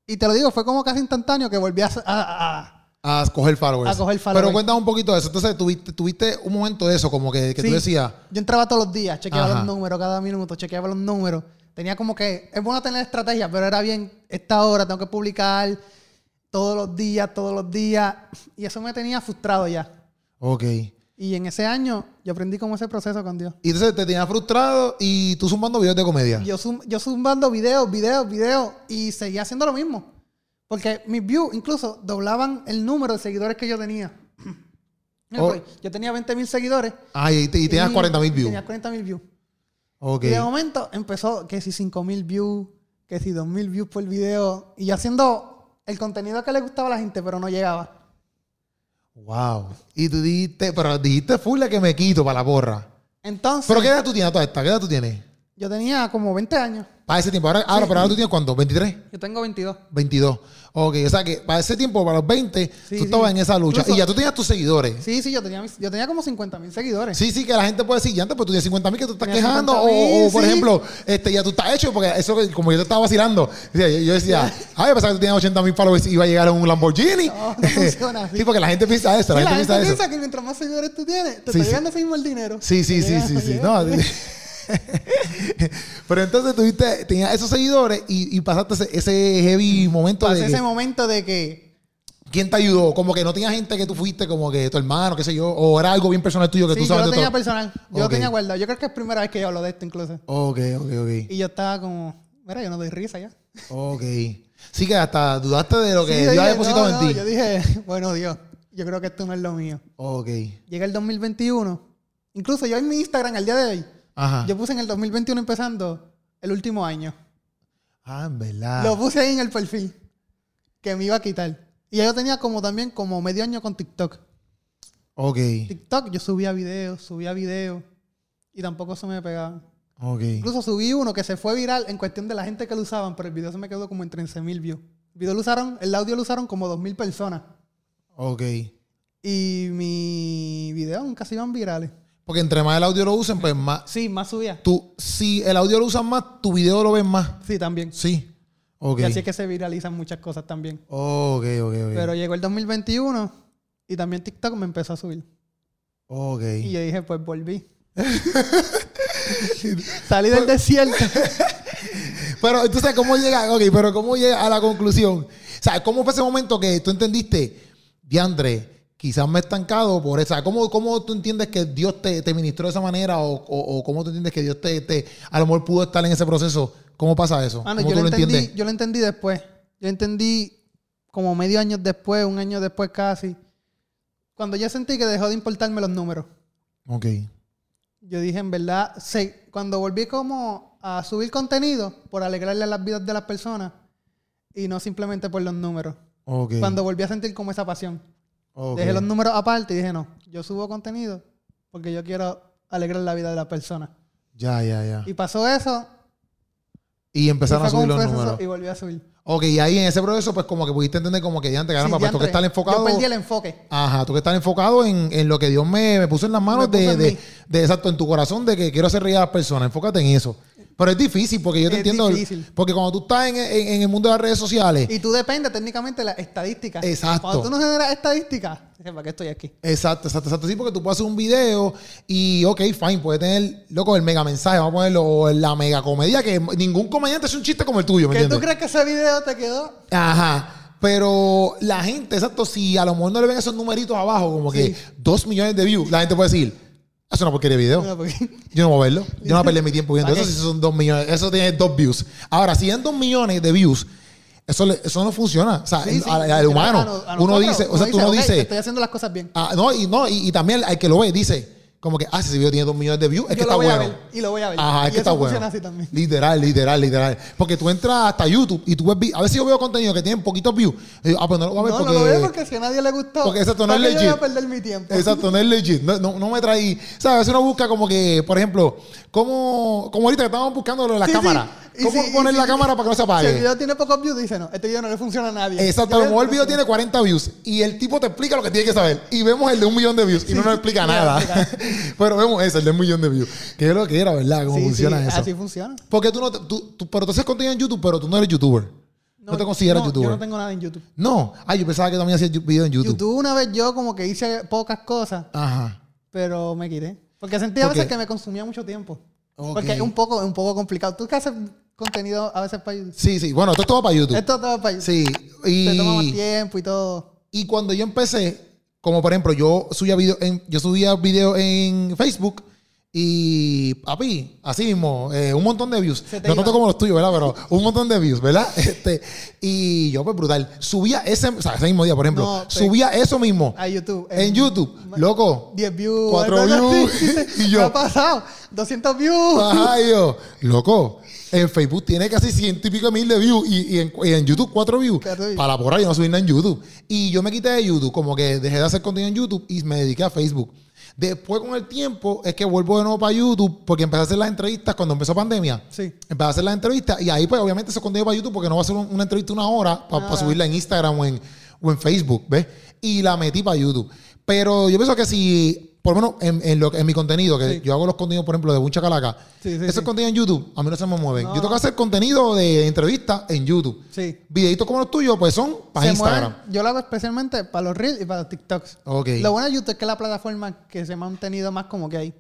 Speaker 2: Y te lo digo, fue como casi instantáneo que volví a. a- a- a-
Speaker 1: A coger followers.
Speaker 2: A coger followers.
Speaker 1: Pero cuéntame un poquito de eso. Entonces tuviste, tuviste un momento de eso, como que, que
Speaker 2: Sí.
Speaker 1: tú decías,
Speaker 2: Yo entraba todos los días, chequeaba
Speaker 1: Ajá.
Speaker 2: los números cada minuto, chequeaba los números. Tenía como que. Es bueno tener estrategia, pero era bien. Esta hora tengo que publicar todos los días, todos los días. Y eso me tenía frustrado ya.
Speaker 1: ok. Y
Speaker 2: Y en ese año yo aprendí como ese proceso con Dios.
Speaker 1: entonces te tenías frustrado y tú zumbando videos de comedia.
Speaker 2: Yo, zum- yo zumbando videos, videos, videos y seguía haciendo lo mismo. Porque mis views incluso doblaban el número de seguidores que yo tenía. Mira,
Speaker 1: Oh.
Speaker 2: pues, Yo tenía 20 mil seguidores.
Speaker 1: Ah, y, te- y tenías 40 mil views.
Speaker 2: Tenía 40 mil views.
Speaker 1: ok.
Speaker 2: Y de momento empezó que si 5 mil views, que si 2 mil views por video. Y yo haciendo el contenido que le gustaba a la gente, pero no llegaba.
Speaker 1: Wow. Y tú dijiste, pero dijiste full la que me quito para la porra.
Speaker 2: Entonces,
Speaker 1: Pero ¿qué edad tú tienes a toda esta? ¿Qué edad tú tienes?
Speaker 2: yo tenía como 20 años.
Speaker 1: Para ese tiempo. Ahora, ahora, pero ahora tú tienes cuánto? ¿23?
Speaker 2: Yo tengo 22.
Speaker 1: 22. Ok, o sea que para ese tiempo, para los 20,
Speaker 2: Sí,
Speaker 1: tú estabas
Speaker 2: sí.
Speaker 1: en esa lucha.
Speaker 2: Incluso-
Speaker 1: y ya tú tenías tus seguidores.
Speaker 2: Sí, sí, yo tenía, mis- yo tenía como 50 mil seguidores.
Speaker 1: Sí, sí, que la gente puede decir, ya antes, pues tú tienes 50 mil que tú estás
Speaker 2: Tenía
Speaker 1: quejando. O,
Speaker 2: 50.000,
Speaker 1: o, por
Speaker 2: sí.
Speaker 1: ejemplo, este, ya tú estás hecho, porque eso, que- como yo te estaba vacilando, decía, yo, yo decía, ay, yo pensaba que tú tenías 80 mil followers y iba a llegar en un Lamborghini.
Speaker 2: No, no funciona así.
Speaker 1: sí, porque la gente piensa eso, la
Speaker 2: Sí,
Speaker 1: gente piensa eso.
Speaker 2: que mientras más seguidores tú tienes, te
Speaker 1: Sí,
Speaker 2: está
Speaker 1: sí.
Speaker 2: llegando ese mismo el dinero.
Speaker 1: Sí, sí,
Speaker 2: Te
Speaker 1: sí,
Speaker 2: llega-
Speaker 1: sí, sí.
Speaker 2: llega.
Speaker 1: No, pero entonces tuviste, tenías esos seguidores y, y pasaste ese, ese heavy momento
Speaker 2: Pasé
Speaker 1: de que-
Speaker 2: ese momento de que
Speaker 1: ¿Quién te ayudó? Como que no tenía gente que tú fuiste, como que tu hermano, qué sé yo, o era algo bien personal tuyo que
Speaker 2: sí,
Speaker 1: tú
Speaker 2: yo
Speaker 1: sabes
Speaker 2: lo
Speaker 1: de
Speaker 2: tenía
Speaker 1: todo.
Speaker 2: personal, yo lo
Speaker 1: Ok.
Speaker 2: tenía guardado. Yo creo que es la primera vez que yo hablo de esto incluso.
Speaker 1: Ok, ok, ok.
Speaker 2: Y yo estaba como, mira, yo no doy risa ya.
Speaker 1: Ok. Sí que hasta dudaste de lo que
Speaker 2: Sí,
Speaker 1: Dios
Speaker 2: yo dije,
Speaker 1: ha depositado
Speaker 2: no,
Speaker 1: en
Speaker 2: no,
Speaker 1: ti.
Speaker 2: Yo dije, bueno, Dios, yo creo que esto no es lo mío.
Speaker 1: Ok.
Speaker 2: Llega el 2021. Incluso yo en mi Instagram al día de hoy,
Speaker 1: Ajá.
Speaker 2: yo puse en el 2021 empezando el último año.
Speaker 1: Ah, en verdad.
Speaker 2: Lo puse ahí en el perfil que me iba a quitar. Y ya yo tenía como también como medio año con TikTok.
Speaker 1: Ok.
Speaker 2: TikTok yo subía videos, subía videos y tampoco se me pegaba.
Speaker 1: Ok.
Speaker 2: Incluso subí uno que se fue viral en cuestión de la gente que lo usaban, pero el video se me quedó como en 13 mil views. El video lo usaron, el audio lo usaron como 2 mil personas.
Speaker 1: Ok.
Speaker 2: Y mi video nunca se iban virales.
Speaker 1: Porque entre más el audio lo usen, pues más.
Speaker 2: Sí, más subía.
Speaker 1: Tú, si el audio lo usan más, tu video lo ven más.
Speaker 2: Sí, también.
Speaker 1: Sí. Ok.
Speaker 2: Y así es que se viralizan muchas cosas también.
Speaker 1: Ok, ok, ok.
Speaker 2: Pero llegó el 2021 y también TikTok me empezó a subir.
Speaker 1: ok.
Speaker 2: Y yo dije, pues volví. Salí del desierto.
Speaker 1: Pero entonces, ¿cómo llega? Ok, pero ¿cómo llega a la conclusión? O sea, ¿cómo fue ese momento que tú entendiste, diantre, quizás me he estancado por esa? ¿Cómo, cómo tú entiendes que Dios te, te ministró de esa manera? O, o- o cómo tú entiendes que Dios te, te- a lo mejor pudo estar en ese proceso? ¿Cómo pasa eso?
Speaker 2: Ah, no,
Speaker 1: ¿Cómo
Speaker 2: yo
Speaker 1: tú
Speaker 2: lo entendí,
Speaker 1: entiendes?
Speaker 2: yo lo entendí después. Yo entendí como medio año después, un año después casi. Cuando yo sentí que dejó de importarme los números.
Speaker 1: Ok.
Speaker 2: Yo dije, en verdad, se- cuando volví como a subir contenido por alegrarle las vidas de las personas y no simplemente por los números.
Speaker 1: Ok.
Speaker 2: Cuando volví a sentir como esa pasión.
Speaker 1: ok.
Speaker 2: Dejé los números aparte y dije, no, yo subo contenido porque yo quiero alegrar la vida de las personas.
Speaker 1: Ya, ya, ya.
Speaker 2: Y pasó eso.
Speaker 1: Y
Speaker 2: y
Speaker 1: empezaron
Speaker 2: fue
Speaker 1: a subir
Speaker 2: como un
Speaker 1: los
Speaker 2: proceso
Speaker 1: números.
Speaker 2: Y volví a subir.
Speaker 1: Ok, y ahí en ese proceso, pues como que pudiste entender como que diantre, caramba,
Speaker 2: Sí,
Speaker 1: pues tú que
Speaker 2: diantre.
Speaker 1: estás enfocado.
Speaker 2: Yo perdí el enfoque.
Speaker 1: Ajá, tú que estás enfocado en, en lo que Dios me, me puso en las manos
Speaker 2: Me puso
Speaker 1: de,
Speaker 2: en
Speaker 1: de,
Speaker 2: mí.
Speaker 1: de- exacto, en tu corazón de que quiero hacer reír a las personas. Enfócate en eso. Pero es difícil porque yo te
Speaker 2: Es
Speaker 1: entiendo.
Speaker 2: difícil.
Speaker 1: Porque cuando tú estás en, en- en el mundo de las redes sociales.
Speaker 2: Y tú dependes técnicamente de las estadísticas.
Speaker 1: Exacto.
Speaker 2: Cuando tú no generas estadísticas, dices, ¿para qué estoy aquí?
Speaker 1: Exacto, exacto, exacto. Sí, porque tú puedes hacer un video y, ok, fine, puede tener, loco, el mega mensaje, vamos a ponerlo, o la mega comedia, que ningún comediante hace un chiste como el tuyo, ¿me
Speaker 2: ¿Qué tú
Speaker 1: entiendes?
Speaker 2: crees que ese video te quedó?
Speaker 1: Ajá. Pero la gente, exacto, si a lo mejor no le ven esos numeritos abajo, como que
Speaker 2: Sí.
Speaker 1: dos millones de views, la gente puede decir, es una porquería de video.
Speaker 2: Bueno, porque-
Speaker 1: Yo no voy a verlo. Yo no voy a perder mi tiempo viendo
Speaker 2: ¿Para
Speaker 1: eso.
Speaker 2: qué?
Speaker 1: Si son dos millones, eso tiene dos views. Ahora, si en dos millones de views, eso, le- eso no funciona. O sea,
Speaker 2: Sí, sí.
Speaker 1: al, al- al humano,
Speaker 2: A no- a
Speaker 1: uno
Speaker 2: nosotros,
Speaker 1: dice, o sea, tú no
Speaker 2: "Ok,
Speaker 1: dices,
Speaker 2: Estoy haciendo las cosas bien.
Speaker 1: ah, no, y, no y, y también al que lo ve dice, como que, ah, si ese video tiene dos millones de views, ah, es que
Speaker 2: Yo
Speaker 1: está
Speaker 2: lo voy
Speaker 1: bueno.
Speaker 2: a ver y lo voy a ver.
Speaker 1: Ajá,
Speaker 2: y
Speaker 1: es que
Speaker 2: eso
Speaker 1: está bueno.
Speaker 2: funciona así también.
Speaker 1: Literal, literal, literal. Porque tú entras hasta YouTube y tú ves, vi- a veces yo veo contenido que tiene poquitos views. Y yo, ah, pues no lo voy a ver
Speaker 2: No,
Speaker 1: porque.
Speaker 2: no lo veo porque si a nadie le gustó.
Speaker 1: Porque exacto, no
Speaker 2: ¿para
Speaker 1: es
Speaker 2: qué Yo voy
Speaker 1: legit.
Speaker 2: a perder mi tiempo.
Speaker 1: Exacto, no es legit. No, no, no me traí. ¿Sabes? A veces uno busca como que, por ejemplo, como, como ahorita que estábamos buscando lo de la
Speaker 2: Sí, sí.
Speaker 1: cámara.
Speaker 2: Y
Speaker 1: ¿Cómo
Speaker 2: si- y
Speaker 1: poner
Speaker 2: si-
Speaker 1: la cámara para que no se
Speaker 2: Si el
Speaker 1: apague?
Speaker 2: video tiene pocos views, dice, no, este video no le funciona a nadie.
Speaker 1: Exacto, a lo mejor el video tiene 40 views y el tipo te explica lo que tiene que saber. Y vemos el de un millón de views y no nos explica
Speaker 2: sí,
Speaker 1: nada.
Speaker 2: mira.
Speaker 1: Pero vemos ese, el de un millón de views. Que es lo que era, ¿verdad? Cómo
Speaker 2: Sí, sí,
Speaker 1: funciona eso.
Speaker 2: Así funciona.
Speaker 1: Porque tú no. te- Tú, tú- pero tú haces contenido en YouTube, pero tú no eres youtuber. No, te consideras
Speaker 2: no,
Speaker 1: youtuber.
Speaker 2: Yo no tengo nada en YouTube.
Speaker 1: No. Ah, yo pensaba que también hacías yu- videos en YouTube.
Speaker 2: YouTube. una vez yo como que hice pocas cosas,
Speaker 1: Ajá.
Speaker 2: pero me quité. Porque sentía a
Speaker 1: Ok.
Speaker 2: veces que me consumía mucho tiempo.
Speaker 1: Ok.
Speaker 2: Porque es un poco, es un poco complicado. Tú que haces contenido a veces para YouTube.
Speaker 1: Sí, sí. Bueno, esto es todo para YouTube.
Speaker 2: Esto todo para YouTube.
Speaker 1: Sí. Y,
Speaker 2: Te toma más tiempo y todo.
Speaker 1: y cuando yo empecé, como por ejemplo, yo subía video en, yo subía video en Facebook y papi, así mismo, eh, un montón de views.
Speaker 2: Se te
Speaker 1: No
Speaker 2: iba.
Speaker 1: tanto como los tuyos, ¿verdad? Pero un montón de views, ¿verdad? Este, y yo, pues brutal. Subía ese, o sea, ese mismo día, por ejemplo.
Speaker 2: No, pues,
Speaker 1: subía eso mismo
Speaker 2: A YouTube.
Speaker 1: en YouTube. Loco.
Speaker 2: 10 views.
Speaker 1: Cuatro
Speaker 2: algo así.
Speaker 1: views. Y yo- Ah.
Speaker 2: ¿Qué ha pasado? 200 views.
Speaker 1: Ajá, y yo, loco, en Facebook tiene casi ciento y pico mil de views y, y en, y en YouTube cuatro views.
Speaker 2: Cuatro views.
Speaker 1: Para por ahí no subir nada en YouTube. Y yo me quité de YouTube, como que dejé de hacer contenido en YouTube y me dediqué a Facebook. Después con el tiempo es que vuelvo de nuevo para YouTube porque empecé a hacer las entrevistas cuando empezó pandemia.
Speaker 2: Sí.
Speaker 1: Empecé a hacer las entrevistas y ahí pues obviamente eso es contenido para YouTube porque no va a ser un- una entrevista una hora para
Speaker 2: Nada.
Speaker 1: subirla en Instagram o en, o en Facebook, ¿ves? Y la metí para YouTube. Pero yo pienso que si, por lo menos en, en lo- en mi contenido, que
Speaker 2: Sí.
Speaker 1: yo hago los contenidos, por ejemplo, de Buncha Calaca,
Speaker 2: Sí, sí,
Speaker 1: esos
Speaker 2: sí.
Speaker 1: contenidos en YouTube a mí no se me mueven.
Speaker 2: No.
Speaker 1: Yo tengo que hacer contenido de entrevistas en YouTube.
Speaker 2: Sí.
Speaker 1: Videitos como los tuyos, pues son para
Speaker 2: Se
Speaker 1: Instagram.
Speaker 2: mueven- yo lo hago especialmente para los Reels y para los TikToks.
Speaker 1: Ok.
Speaker 2: Lo bueno de YouTube es que es la plataforma que se me ha mantenido más como que ahí.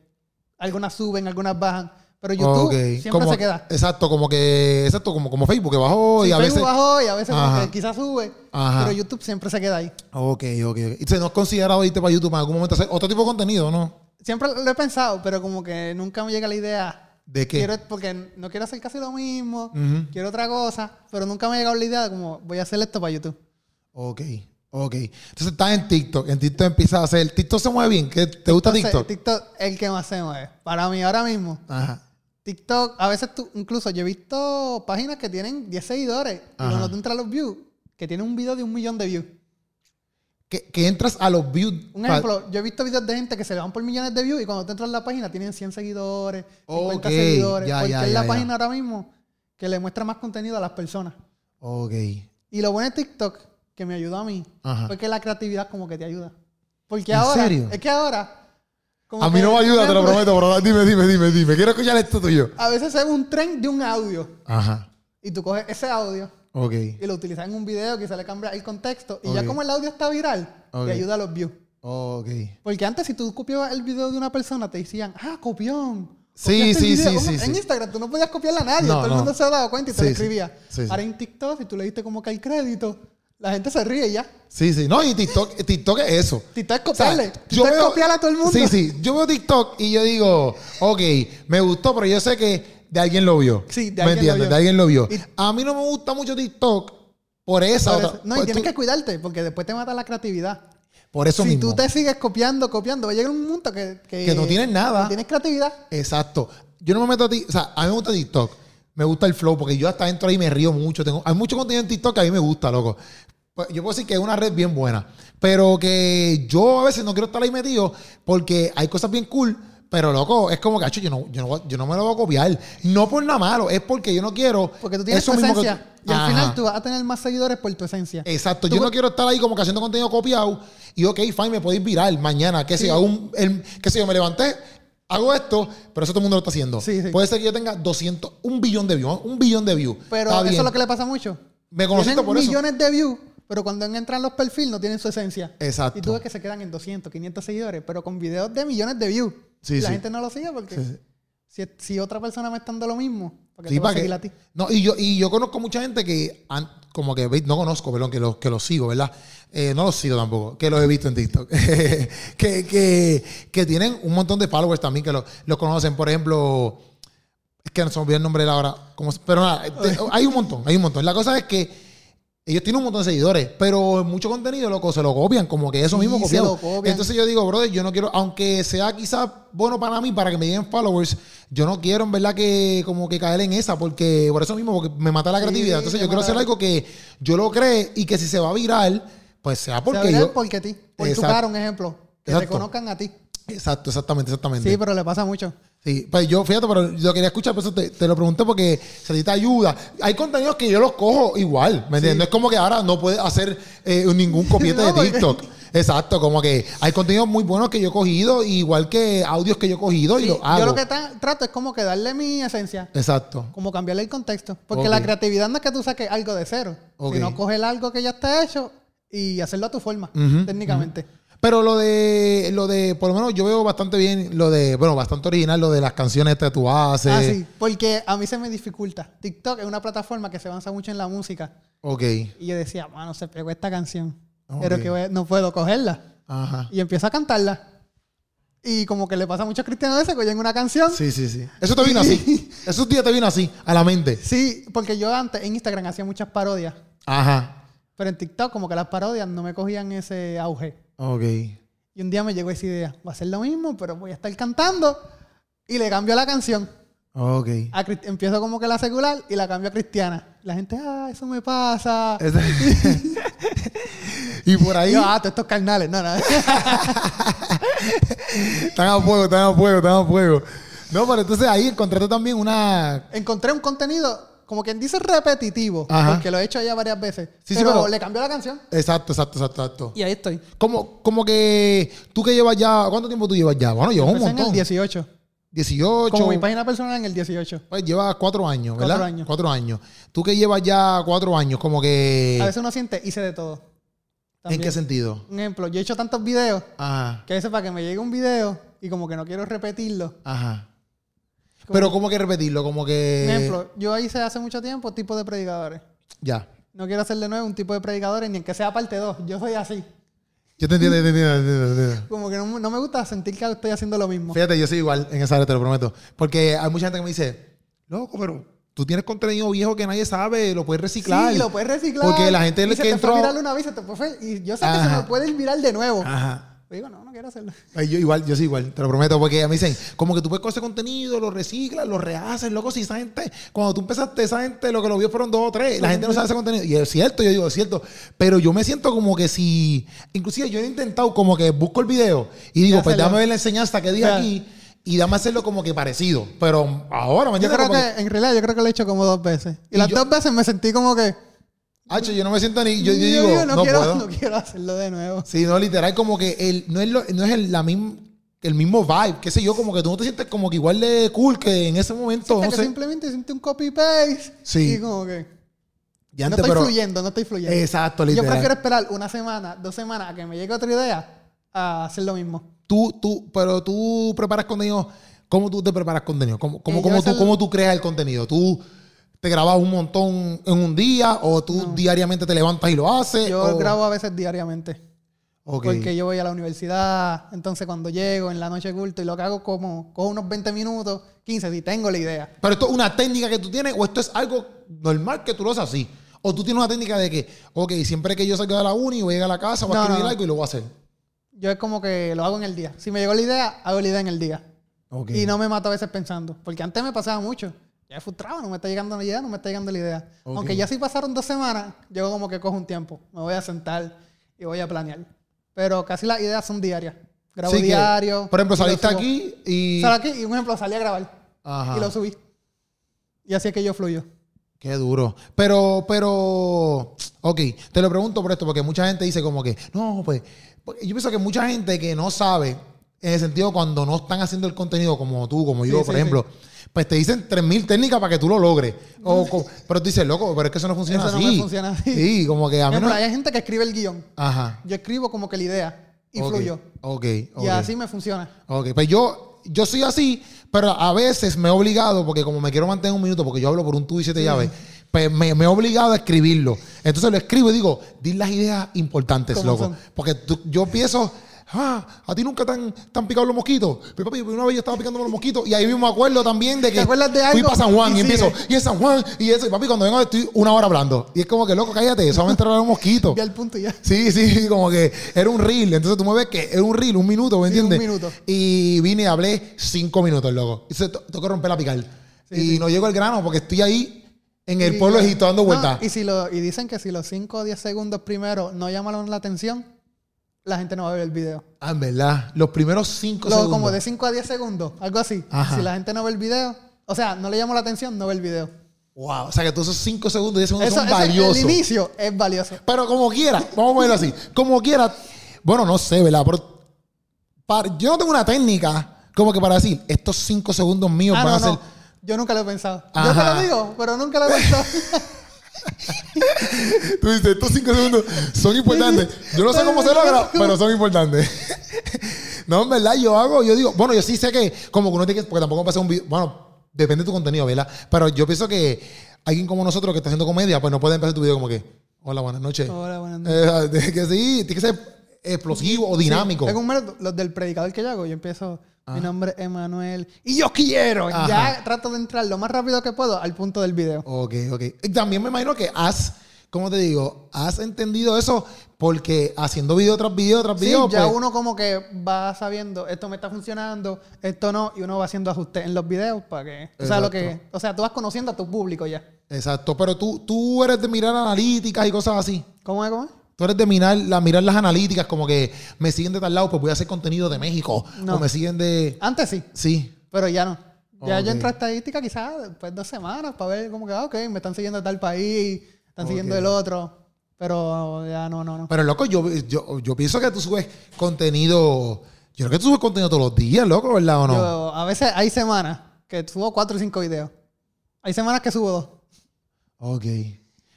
Speaker 2: Algunas suben, algunas bajan. Pero YouTube
Speaker 1: Ok.
Speaker 2: siempre
Speaker 1: Como-
Speaker 2: se queda.
Speaker 1: Exacto, como que, exacto, como, como Facebook que bajó
Speaker 2: Sí,
Speaker 1: y a
Speaker 2: Facebook
Speaker 1: veces.
Speaker 2: bajó y a veces como
Speaker 1: Ajá.
Speaker 2: que quizás sube.
Speaker 1: Ajá.
Speaker 2: Pero YouTube siempre se queda ahí.
Speaker 1: Ok, ok, ok. ¿Y se nos considerado irte para YouTube en algún momento hacer otro tipo de contenido, no?
Speaker 2: Siempre lo he pensado, pero como que nunca me llega la idea.
Speaker 1: ¿De qué?
Speaker 2: Quiero, porque no quiero hacer casi lo mismo.
Speaker 1: Ujú.
Speaker 2: Quiero otra cosa. Pero nunca me ha llegado la idea de como voy a hacer esto para YouTube.
Speaker 1: Ok, ok. Entonces estás en TikTok. En TikTok empiezas a hacer. TikTok se mueve bien. ¿Qué, ¿Te gusta
Speaker 2: Entonces,
Speaker 1: TikTok?
Speaker 2: TikTok es el que más se mueve. Para mí ahora mismo.
Speaker 1: Ajá.
Speaker 2: TikTok, a veces tú, incluso yo he visto páginas que tienen 10 seguidores y
Speaker 1: Ajá.
Speaker 2: cuando tú entras a los views, que tienen un video de un millón de views.
Speaker 1: Que, que entras a los views.
Speaker 2: Un
Speaker 1: pa-
Speaker 2: ejemplo, yo he visto videos de gente que se le van por millones de views y cuando tú entras a la página tienen 100 seguidores, 50
Speaker 1: Ok,
Speaker 2: seguidores,
Speaker 1: ya,
Speaker 2: porque
Speaker 1: ya,
Speaker 2: es la
Speaker 1: ya, ya.
Speaker 2: página ahora mismo que le muestra más contenido a las personas.
Speaker 1: Ok.
Speaker 2: Y lo bueno de TikTok, que me ayudó a mí,
Speaker 1: Ajá.
Speaker 2: fue que la creatividad como que te ayuda. Porque
Speaker 1: ¿En
Speaker 2: ahora,
Speaker 1: serio?
Speaker 2: es que ahora... como
Speaker 1: A mí
Speaker 2: que,
Speaker 1: no me ayuda,
Speaker 2: por
Speaker 1: te lo prometo,
Speaker 2: ejemplo,
Speaker 1: pero dime, dime, dime, dime. Quiero escuchar esto tuyo.
Speaker 2: A veces se ve un tren de un audio
Speaker 1: Ajá.
Speaker 2: y tú coges ese audio
Speaker 1: Ok.
Speaker 2: y lo utilizas en un video, quizá le cambia el contexto. Y
Speaker 1: Ok.
Speaker 2: ya como el audio está viral,
Speaker 1: Ok.
Speaker 2: te ayuda a los views.
Speaker 1: Ok.
Speaker 2: Porque antes, si tú copiabas el video de una persona, te decían, ah, copión.
Speaker 1: Sí,
Speaker 2: copiaste el
Speaker 1: sí,
Speaker 2: video".
Speaker 1: sí,
Speaker 2: Como
Speaker 1: sí,
Speaker 2: En
Speaker 1: sí.
Speaker 2: Instagram tú no podías copiarla a nadie,
Speaker 1: No,
Speaker 2: todo el
Speaker 1: no.
Speaker 2: mundo se ha dado cuenta y te lo
Speaker 1: Sí, sí.
Speaker 2: escribía.
Speaker 1: Sí, sí.
Speaker 2: Ahora en TikTok, si tú le diste como que el crédito, la gente se ríe y ya.
Speaker 1: Sí, sí. No, y TikTok, TikTok es eso.
Speaker 2: TikTok es
Speaker 1: O sea,
Speaker 2: copiarle. TikTok es copiarle a todo el mundo.
Speaker 1: Sí, sí. Yo veo TikTok y yo digo, ok, me gustó, pero yo sé que de alguien lo vio.
Speaker 2: Sí,
Speaker 1: ¿Me
Speaker 2: de alguien lo
Speaker 1: entiendes?
Speaker 2: vio.
Speaker 1: De alguien lo vio.
Speaker 2: Y-
Speaker 1: A mí no me gusta mucho TikTok por esa
Speaker 2: Por
Speaker 1: otra.
Speaker 2: eso- no,
Speaker 1: por
Speaker 2: y
Speaker 1: Pues
Speaker 2: tienes
Speaker 1: tú-
Speaker 2: que cuidarte, porque después te mata la creatividad.
Speaker 1: Por eso
Speaker 2: si
Speaker 1: mismo.
Speaker 2: tú te sigues copiando, copiando, va a llegar un punto que... Que,
Speaker 1: Que no tienes nada.
Speaker 2: No tienes creatividad.
Speaker 1: Exacto. Yo no me meto a ti. O sea, a mí me gusta TikTok. Me gusta el flow porque yo hasta entro ahí y me río mucho. Tengo, hay mucho contenido en TikTok que a mí me gusta, loco. Pues, Yo puedo decir que es una red bien buena. Pero que yo a veces no quiero estar ahí metido porque hay cosas bien cool. Pero, loco, es como que, "Acho, yo no, yo, no, voy- yo no me lo voy a copiar. No por nada malo, es porque yo no quiero.
Speaker 2: Porque tú tienes
Speaker 1: eso
Speaker 2: tu
Speaker 1: mismo que-
Speaker 2: esencia. Y al
Speaker 1: Ajá. Eh,
Speaker 2: final tú vas a tener más seguidores por tu esencia.
Speaker 1: Exacto,
Speaker 2: Tú
Speaker 1: yo
Speaker 2: pu-
Speaker 1: no quiero estar ahí como que haciendo contenido copiado y ok, fine, me podéis virar mañana, que si
Speaker 2: Sí.
Speaker 1: hago un, el- qué sé yo, me levanté Hago esto, pero eso todo el mundo lo está haciendo.
Speaker 2: Sí, sí.
Speaker 1: Puede ser que yo tenga 200, un billón de views. Un billón de views.
Speaker 2: Pero
Speaker 1: Está
Speaker 2: eso
Speaker 1: bien.
Speaker 2: es lo que le pasa mucho.
Speaker 1: Me conociste
Speaker 2: Tienen
Speaker 1: por eso.
Speaker 2: millones de views, pero cuando entran los perfiles no tienen su esencia.
Speaker 1: Exacto.
Speaker 2: Y tú ves que se quedan en 200, 500 seguidores, pero con videos de millones de views.
Speaker 1: Sí,
Speaker 2: Y la
Speaker 1: sí.
Speaker 2: gente no lo sigue porque Si, si otra persona me está dando lo mismo, porque
Speaker 1: Sí,
Speaker 2: te va a
Speaker 1: para que-
Speaker 2: seguir a ti.
Speaker 1: No, y yo, y yo conozco mucha gente que han- como que ve- no conozco, perdón, que los que los sigo, ¿verdad? Eh, no los sigo tampoco, que los he visto en TikTok. que, que, que tienen un montón de followers también que los, los conocen. Por ejemplo, es que no se me olvidó el nombre de la hora. Como, se- pero nada, te- hay un montón, hay un montón. La cosa es que ellos tienen un montón de seguidores, pero mucho contenido, loco, se lo copian, como que eso
Speaker 2: Sí,
Speaker 1: mismo
Speaker 2: se
Speaker 1: copiado.
Speaker 2: lo copian.
Speaker 1: Entonces, entonces yo digo, brother, yo no quiero, aunque sea quizás bueno para mí, para que me lleguen followers, yo no quiero en verdad que como que caer en esa, porque por eso mismo, porque me mata la
Speaker 2: Sí,
Speaker 1: creatividad.
Speaker 2: sí,
Speaker 1: Entonces
Speaker 2: te
Speaker 1: yo quiero
Speaker 2: mata
Speaker 1: hacer
Speaker 2: la-
Speaker 1: algo que yo lo cree y que si se va a viral, pues sea porque
Speaker 2: se verán
Speaker 1: yo.
Speaker 2: porque ti. Por tu
Speaker 1: Exacto.
Speaker 2: cara, un ejemplo. Que
Speaker 1: Exacto.
Speaker 2: te conozcan a ti.
Speaker 1: Exacto, exactamente, exactamente.
Speaker 2: Sí, pero le pasa mucho.
Speaker 1: Sí, pues yo, fíjate, pero yo quería escuchar, por eso te, te lo pregunté porque si a ti te ayuda. Hay contenidos que yo los cojo igual, ¿me entiendes? No es como que ahora no puedes hacer eh, ningún copiete
Speaker 2: No, pues.
Speaker 1: de
Speaker 2: porque-
Speaker 1: TikTok. Exacto, como que hay contenidos muy buenos que yo he cogido, igual que audios que yo he cogido y
Speaker 2: Sí,
Speaker 1: los hago.
Speaker 2: yo lo que tra- trato es como que darle mi esencia,
Speaker 1: Exacto.
Speaker 2: como cambiarle el contexto. Porque
Speaker 1: Ok.
Speaker 2: la creatividad no es que tú saques algo de cero,
Speaker 1: Ok.
Speaker 2: sino coger algo que ya está hecho y hacerlo a tu forma,
Speaker 1: Ujú,
Speaker 2: técnicamente.
Speaker 1: Pero lo de, lo de, por lo menos yo veo bastante bien lo de, bueno, bastante original lo de las canciones que tú haces.
Speaker 2: Ah, sí, porque a mí se me dificulta. TikTok es una plataforma que se avanza mucho en la música.
Speaker 1: Ok.
Speaker 2: Y yo decía, mano, se pegó esta canción,
Speaker 1: Ok.
Speaker 2: pero que voy- no puedo cogerla.
Speaker 1: Ajá.
Speaker 2: Y empiezo a cantarla. Y como que le pasa mucho a Cristiano ese, que oyen una canción.
Speaker 1: Sí, sí, sí. Eso te vino así. Esos días te vino así, a la mente.
Speaker 2: Sí, porque yo antes en Instagram hacía muchas parodias.
Speaker 1: Ajá.
Speaker 2: Pero en TikTok, como que las parodias no me cogían ese auge.
Speaker 1: Ok.
Speaker 2: Y un día me llegó esa idea. Va a ser lo mismo, pero voy a estar cantando. Y le cambio la canción.
Speaker 1: Ok.
Speaker 2: A Crist- empiezo como que la secular y la cambio a cristiana. La gente, ah, eso me pasa.
Speaker 1: Este- y por ahí
Speaker 2: Y yo, ah, todos estos carnales. No, no.
Speaker 1: están a fuego, están a fuego, están a fuego. No, pero entonces ahí encontraste también una.
Speaker 2: Encontré un contenido, como quien dice, repetitivo.
Speaker 1: Ajá.
Speaker 2: Porque lo he hecho ya varias veces.
Speaker 1: Sí, sí,
Speaker 2: pero
Speaker 1: pero-
Speaker 2: le cambió la canción
Speaker 1: Exacto, exacto, exacto, exacto.
Speaker 2: y ahí estoy.
Speaker 1: Como, como que tú que llevas ya. ¿Cuánto tiempo tú llevas ya? Bueno, llevas un
Speaker 2: Empecé en
Speaker 1: montón.
Speaker 2: el 18.
Speaker 1: 18.
Speaker 2: Como mi página personal en el 18.
Speaker 1: pues llevas cuatro años, ¿verdad?
Speaker 2: Cuatro años.
Speaker 1: Cuatro años. Tú que llevas ya cuatro años, como que.
Speaker 2: A veces uno siente, hice de todo.
Speaker 1: Eh. ¿En
Speaker 2: También.
Speaker 1: qué sentido?
Speaker 2: Un ejemplo, yo he hecho tantos videos
Speaker 1: Ajá.
Speaker 2: que a veces para que me llegue un video y como que no quiero repetirlo.
Speaker 1: Ajá.
Speaker 2: Como-
Speaker 1: Pero como que repetirlo, como que.
Speaker 2: Un ejemplo, yo hice hace mucho tiempo tipo de predicadores.
Speaker 1: Ya.
Speaker 2: No quiero hacer de nuevo un tipo de predicadores ni en que sea parte 2. Yo soy así.
Speaker 1: Yo te entiendo, te entiendo, te entiendo. Te entiendo.
Speaker 2: Como que no, no me gusta sentir que estoy haciendo lo mismo.
Speaker 1: Fíjate, yo soy igual en esa área, te lo prometo. Porque hay mucha gente que me dice, loco, pero tú tienes contenido viejo que nadie sabe, lo puedes reciclar.
Speaker 2: Sí, lo puedes reciclar.
Speaker 1: Porque la gente
Speaker 2: y
Speaker 1: que
Speaker 2: se te
Speaker 1: entró-
Speaker 2: fue viral una vez, se te fue- y yo sé que
Speaker 1: Ajá.
Speaker 2: se me puede ir viral de nuevo.
Speaker 1: Ajá.
Speaker 2: Yo digo, no, no quiero hacerlo.
Speaker 1: Ay, Yo igual, yo soy igual, te lo prometo, porque me dicen, como que tú puedes coger ese contenido, lo reciclas, lo rehaces, loco, si esa gente, cuando tú empezaste, esa gente lo que lo vio fueron dos o tres, la gente no sabe ese contenido, y es cierto, yo digo, es cierto, pero yo me siento como que si, inclusive yo he intentado como que busco el video y digo,
Speaker 2: Ya
Speaker 1: pues
Speaker 2: se lo-
Speaker 1: dame ver la enseñanza que dije
Speaker 2: Ya.
Speaker 1: aquí y dame hacerlo como que parecido, pero ahora, ¿me
Speaker 2: Yo
Speaker 1: entiendes?
Speaker 2: creo
Speaker 1: Como que-
Speaker 2: que, en realidad, yo creo que lo he hecho como dos veces. Y,
Speaker 1: Y
Speaker 2: las
Speaker 1: yo-
Speaker 2: dos veces me sentí como que.
Speaker 1: Hacho, yo no me siento ni. Yo, yo digo, no,
Speaker 2: quiero,
Speaker 1: puedo.
Speaker 2: no quiero hacerlo de nuevo.
Speaker 1: Sí, no, literal, como que el, no es, lo- no es el, la misma, el mismo vibe, qué sé yo, como que tú no te sientes como que igual de cool que en ese momento,
Speaker 2: Hasta
Speaker 1: no
Speaker 2: que
Speaker 1: sé.
Speaker 2: simplemente siente un copy paste.
Speaker 1: Sí.
Speaker 2: Y como que.
Speaker 1: Ya
Speaker 2: no
Speaker 1: antes,
Speaker 2: estoy
Speaker 1: pero-
Speaker 2: fluyendo, no estoy fluyendo.
Speaker 1: Exacto,
Speaker 2: yo
Speaker 1: literal.
Speaker 2: prefiero esperar una semana, dos semanas a que me llegue otra idea a hacer lo mismo.
Speaker 1: Tú, tú, pero tú preparas contenido. ¿Cómo tú te preparas contenido? ¿Cómo, cómo,
Speaker 2: Eh, yo
Speaker 1: cómo
Speaker 2: a
Speaker 1: tú,
Speaker 2: veces-
Speaker 1: cómo tú creas el contenido? ¿Tú te grabas un montón en un día o tú diariamente te levantas y lo haces?
Speaker 2: Yo
Speaker 1: o-
Speaker 2: grabo a veces diariamente.
Speaker 1: Eh, oh. Ok.
Speaker 2: Porque yo voy a la universidad, entonces cuando llego en la noche culto y lo que hago como cojo unos 20 minutos, 15, si tengo la idea.
Speaker 1: Pero esto es una técnica que tú tienes o esto es algo normal que tú lo haces así. O tú tienes una técnica de que, ok, siempre que yo salga de la uni, voy a llegar a la casa, voy a
Speaker 2: No,
Speaker 1: escribir
Speaker 2: no, no.
Speaker 1: algo y lo voy a hacer.
Speaker 2: Yo es como que lo hago en el día. Si me llegó la idea, hago la idea en el día.
Speaker 1: Ok.
Speaker 2: Y no me mato a veces pensando. Porque antes me pasaba mucho. Ya me frustraba, no me está llegando la idea, no me está llegando la idea.
Speaker 1: Ok.
Speaker 2: Aunque ya sí pasaron dos semanas, yo como que cojo un tiempo. Me voy a sentar y voy a planear. Pero casi las ideas son diarias. Grabo
Speaker 1: Así que,
Speaker 2: diario.
Speaker 1: por ejemplo,
Speaker 2: y lo
Speaker 1: saliste
Speaker 2: subo.
Speaker 1: aquí y.
Speaker 2: Salí aquí y, un ejemplo, salí a grabar.
Speaker 1: Ajá.
Speaker 2: Y lo subí. Y así es que yo fluyo.
Speaker 1: Qué duro. Pero, pero, ok, te pues, lo pregunto por esto, porque mucha gente dice como que, no, pues, porque yo pienso que mucha gente que no sabe en el sentido cuando no están haciendo el contenido como tú, como yo,
Speaker 2: Sí,
Speaker 1: por
Speaker 2: sí,
Speaker 1: ejemplo. Pues te dicen 3.000 técnicas para que tú lo logres. O, co- pero tú dices, loco, pero es que eso no funciona
Speaker 2: Eso no
Speaker 1: así.
Speaker 2: me funciona así.
Speaker 1: Sí, como que a mí
Speaker 2: Por
Speaker 1: no...
Speaker 2: ejemplo, hay gente que escribe el guión.
Speaker 1: Ajá.
Speaker 2: Yo escribo como que la idea y
Speaker 1: Ok,
Speaker 2: fluyo.
Speaker 1: Ok, ok.
Speaker 2: Y así me funciona.
Speaker 1: Ok, pues yo, yo soy así, pero a veces me he obligado, porque como me quiero mantener un minuto, porque yo hablo por un tubo y siete llaves, pues me, me he obligado a escribirlo. Entonces lo escribo y digo, di las ideas importantes,
Speaker 2: ¿Cómo
Speaker 1: loco.
Speaker 2: son?
Speaker 1: Porque tú- yo pienso, ah, a ti nunca te han, te han picado los mosquitos. Pero papi, una vez yo estaba picando los mosquitos y ahí mismo me acuerdo también de que
Speaker 2: acuerdas de
Speaker 1: fui
Speaker 2: algo?
Speaker 1: para San Juan y,
Speaker 2: Y sigue.
Speaker 1: empiezo, y es San Juan, y eso, y papi, cuando vengo estoy una hora hablando. Y es como que, loco, cállate, solamente hablar de un mosquito.
Speaker 2: Ve al punto y ya.
Speaker 1: Sí, sí, como que era un reel. Entonces tú me ves que era un reel, un minuto, ¿me
Speaker 2: Sí, un
Speaker 1: entiendes?
Speaker 2: minuto.
Speaker 1: Y vine y hablé cinco minutos, loco. Y se to- tocó romper la pical. y no llego al grano porque estoy ahí en el
Speaker 2: Y-
Speaker 1: pueblo Egipto dando
Speaker 2: No,
Speaker 1: vueltas.
Speaker 2: y, si lo, y dicen que si los 5 o 10 segundos primero no llamaron la atención, la gente no va a ver el video.
Speaker 1: Ah, en verdad. Los primeros cinco
Speaker 2: Lo-
Speaker 1: segundos.
Speaker 2: como de 5 a 10 segundos, algo así.
Speaker 1: Ajá.
Speaker 2: Si la gente no ve el video, o sea, no le llamó la atención, no ve el video.
Speaker 1: Wow. O sea que todos esos cinco segundos, diez segundos
Speaker 2: Eso,
Speaker 1: son
Speaker 2: ese-
Speaker 1: valiosos.
Speaker 2: el inicio es valioso.
Speaker 1: Pero como quiera, vamos a verlo así. Como quiera, bueno, no sé, ¿verdad? Pero para- yo no tengo una técnica como que para decir, estos cinco segundos míos
Speaker 2: Ah,
Speaker 1: van
Speaker 2: no,
Speaker 1: a ser.
Speaker 2: no. Yo nunca lo he pensado. Yo te
Speaker 1: Ajá.
Speaker 2: lo digo, pero nunca lo he pensado.
Speaker 1: Tú dices, estos cinco segundos son importantes. Yo no sé cómo se logra, pero son importantes. No, en verdad, yo hago, yo digo, bueno, yo sí sé que, como que uno tiene que, porque tampoco pasa un video, bueno, depende de tu contenido, ¿verdad? Pero yo pienso que alguien como nosotros que está haciendo comedia, pues no puede empezar tu video como que, hola, buenas noches.
Speaker 2: Hola, buenas noches.
Speaker 1: Eh, tiene que sí, tiene que ser explosivo o dinámico. Ah.
Speaker 2: Es como un- los del predicador que yo hago. Yo empiezo, mi nombre es Emanuel y yo quiero.
Speaker 1: Ajá.
Speaker 2: Ya trato de entrar lo más rápido que puedo al punto del video.
Speaker 1: Ok, ok. Y también me imagino que has, ¿cómo te digo? Has entendido eso porque haciendo video tras video tras
Speaker 2: Sí,
Speaker 1: video,
Speaker 2: ya
Speaker 1: pues,
Speaker 2: uno como que va sabiendo, esto me está funcionando, esto no, y uno va haciendo ajustes en los videos para que... O sea, lo que,
Speaker 1: Exacto.
Speaker 2: o sea, tú vas conociendo a tu público ya.
Speaker 1: Exacto, pero tú, tú eres de mirar analíticas y cosas así.
Speaker 2: ¿Cómo es? ¿Cómo es?
Speaker 1: Tú eres de mirar, la, mirar las analíticas, como que me siguen de tal lado, pues voy a hacer contenido de México.
Speaker 2: No.
Speaker 1: O me siguen de.
Speaker 2: Antes sí,
Speaker 1: Sí.
Speaker 2: pero ya no. Ya
Speaker 1: Ok.
Speaker 2: yo entro a estadística quizás después de dos semanas para ver como que, ah, ok, me están siguiendo de tal país, están siguiendo
Speaker 1: Ok.
Speaker 2: el otro, pero ya no, no, no.
Speaker 1: Pero loco, yo, yo, yo pienso que tú subes contenido. Yo creo que tú subes contenido todos los días, loco, ¿verdad o no?
Speaker 2: Yo, a veces hay semanas que subo cuatro o cinco videos. Hay semanas que subo dos.
Speaker 1: Ok.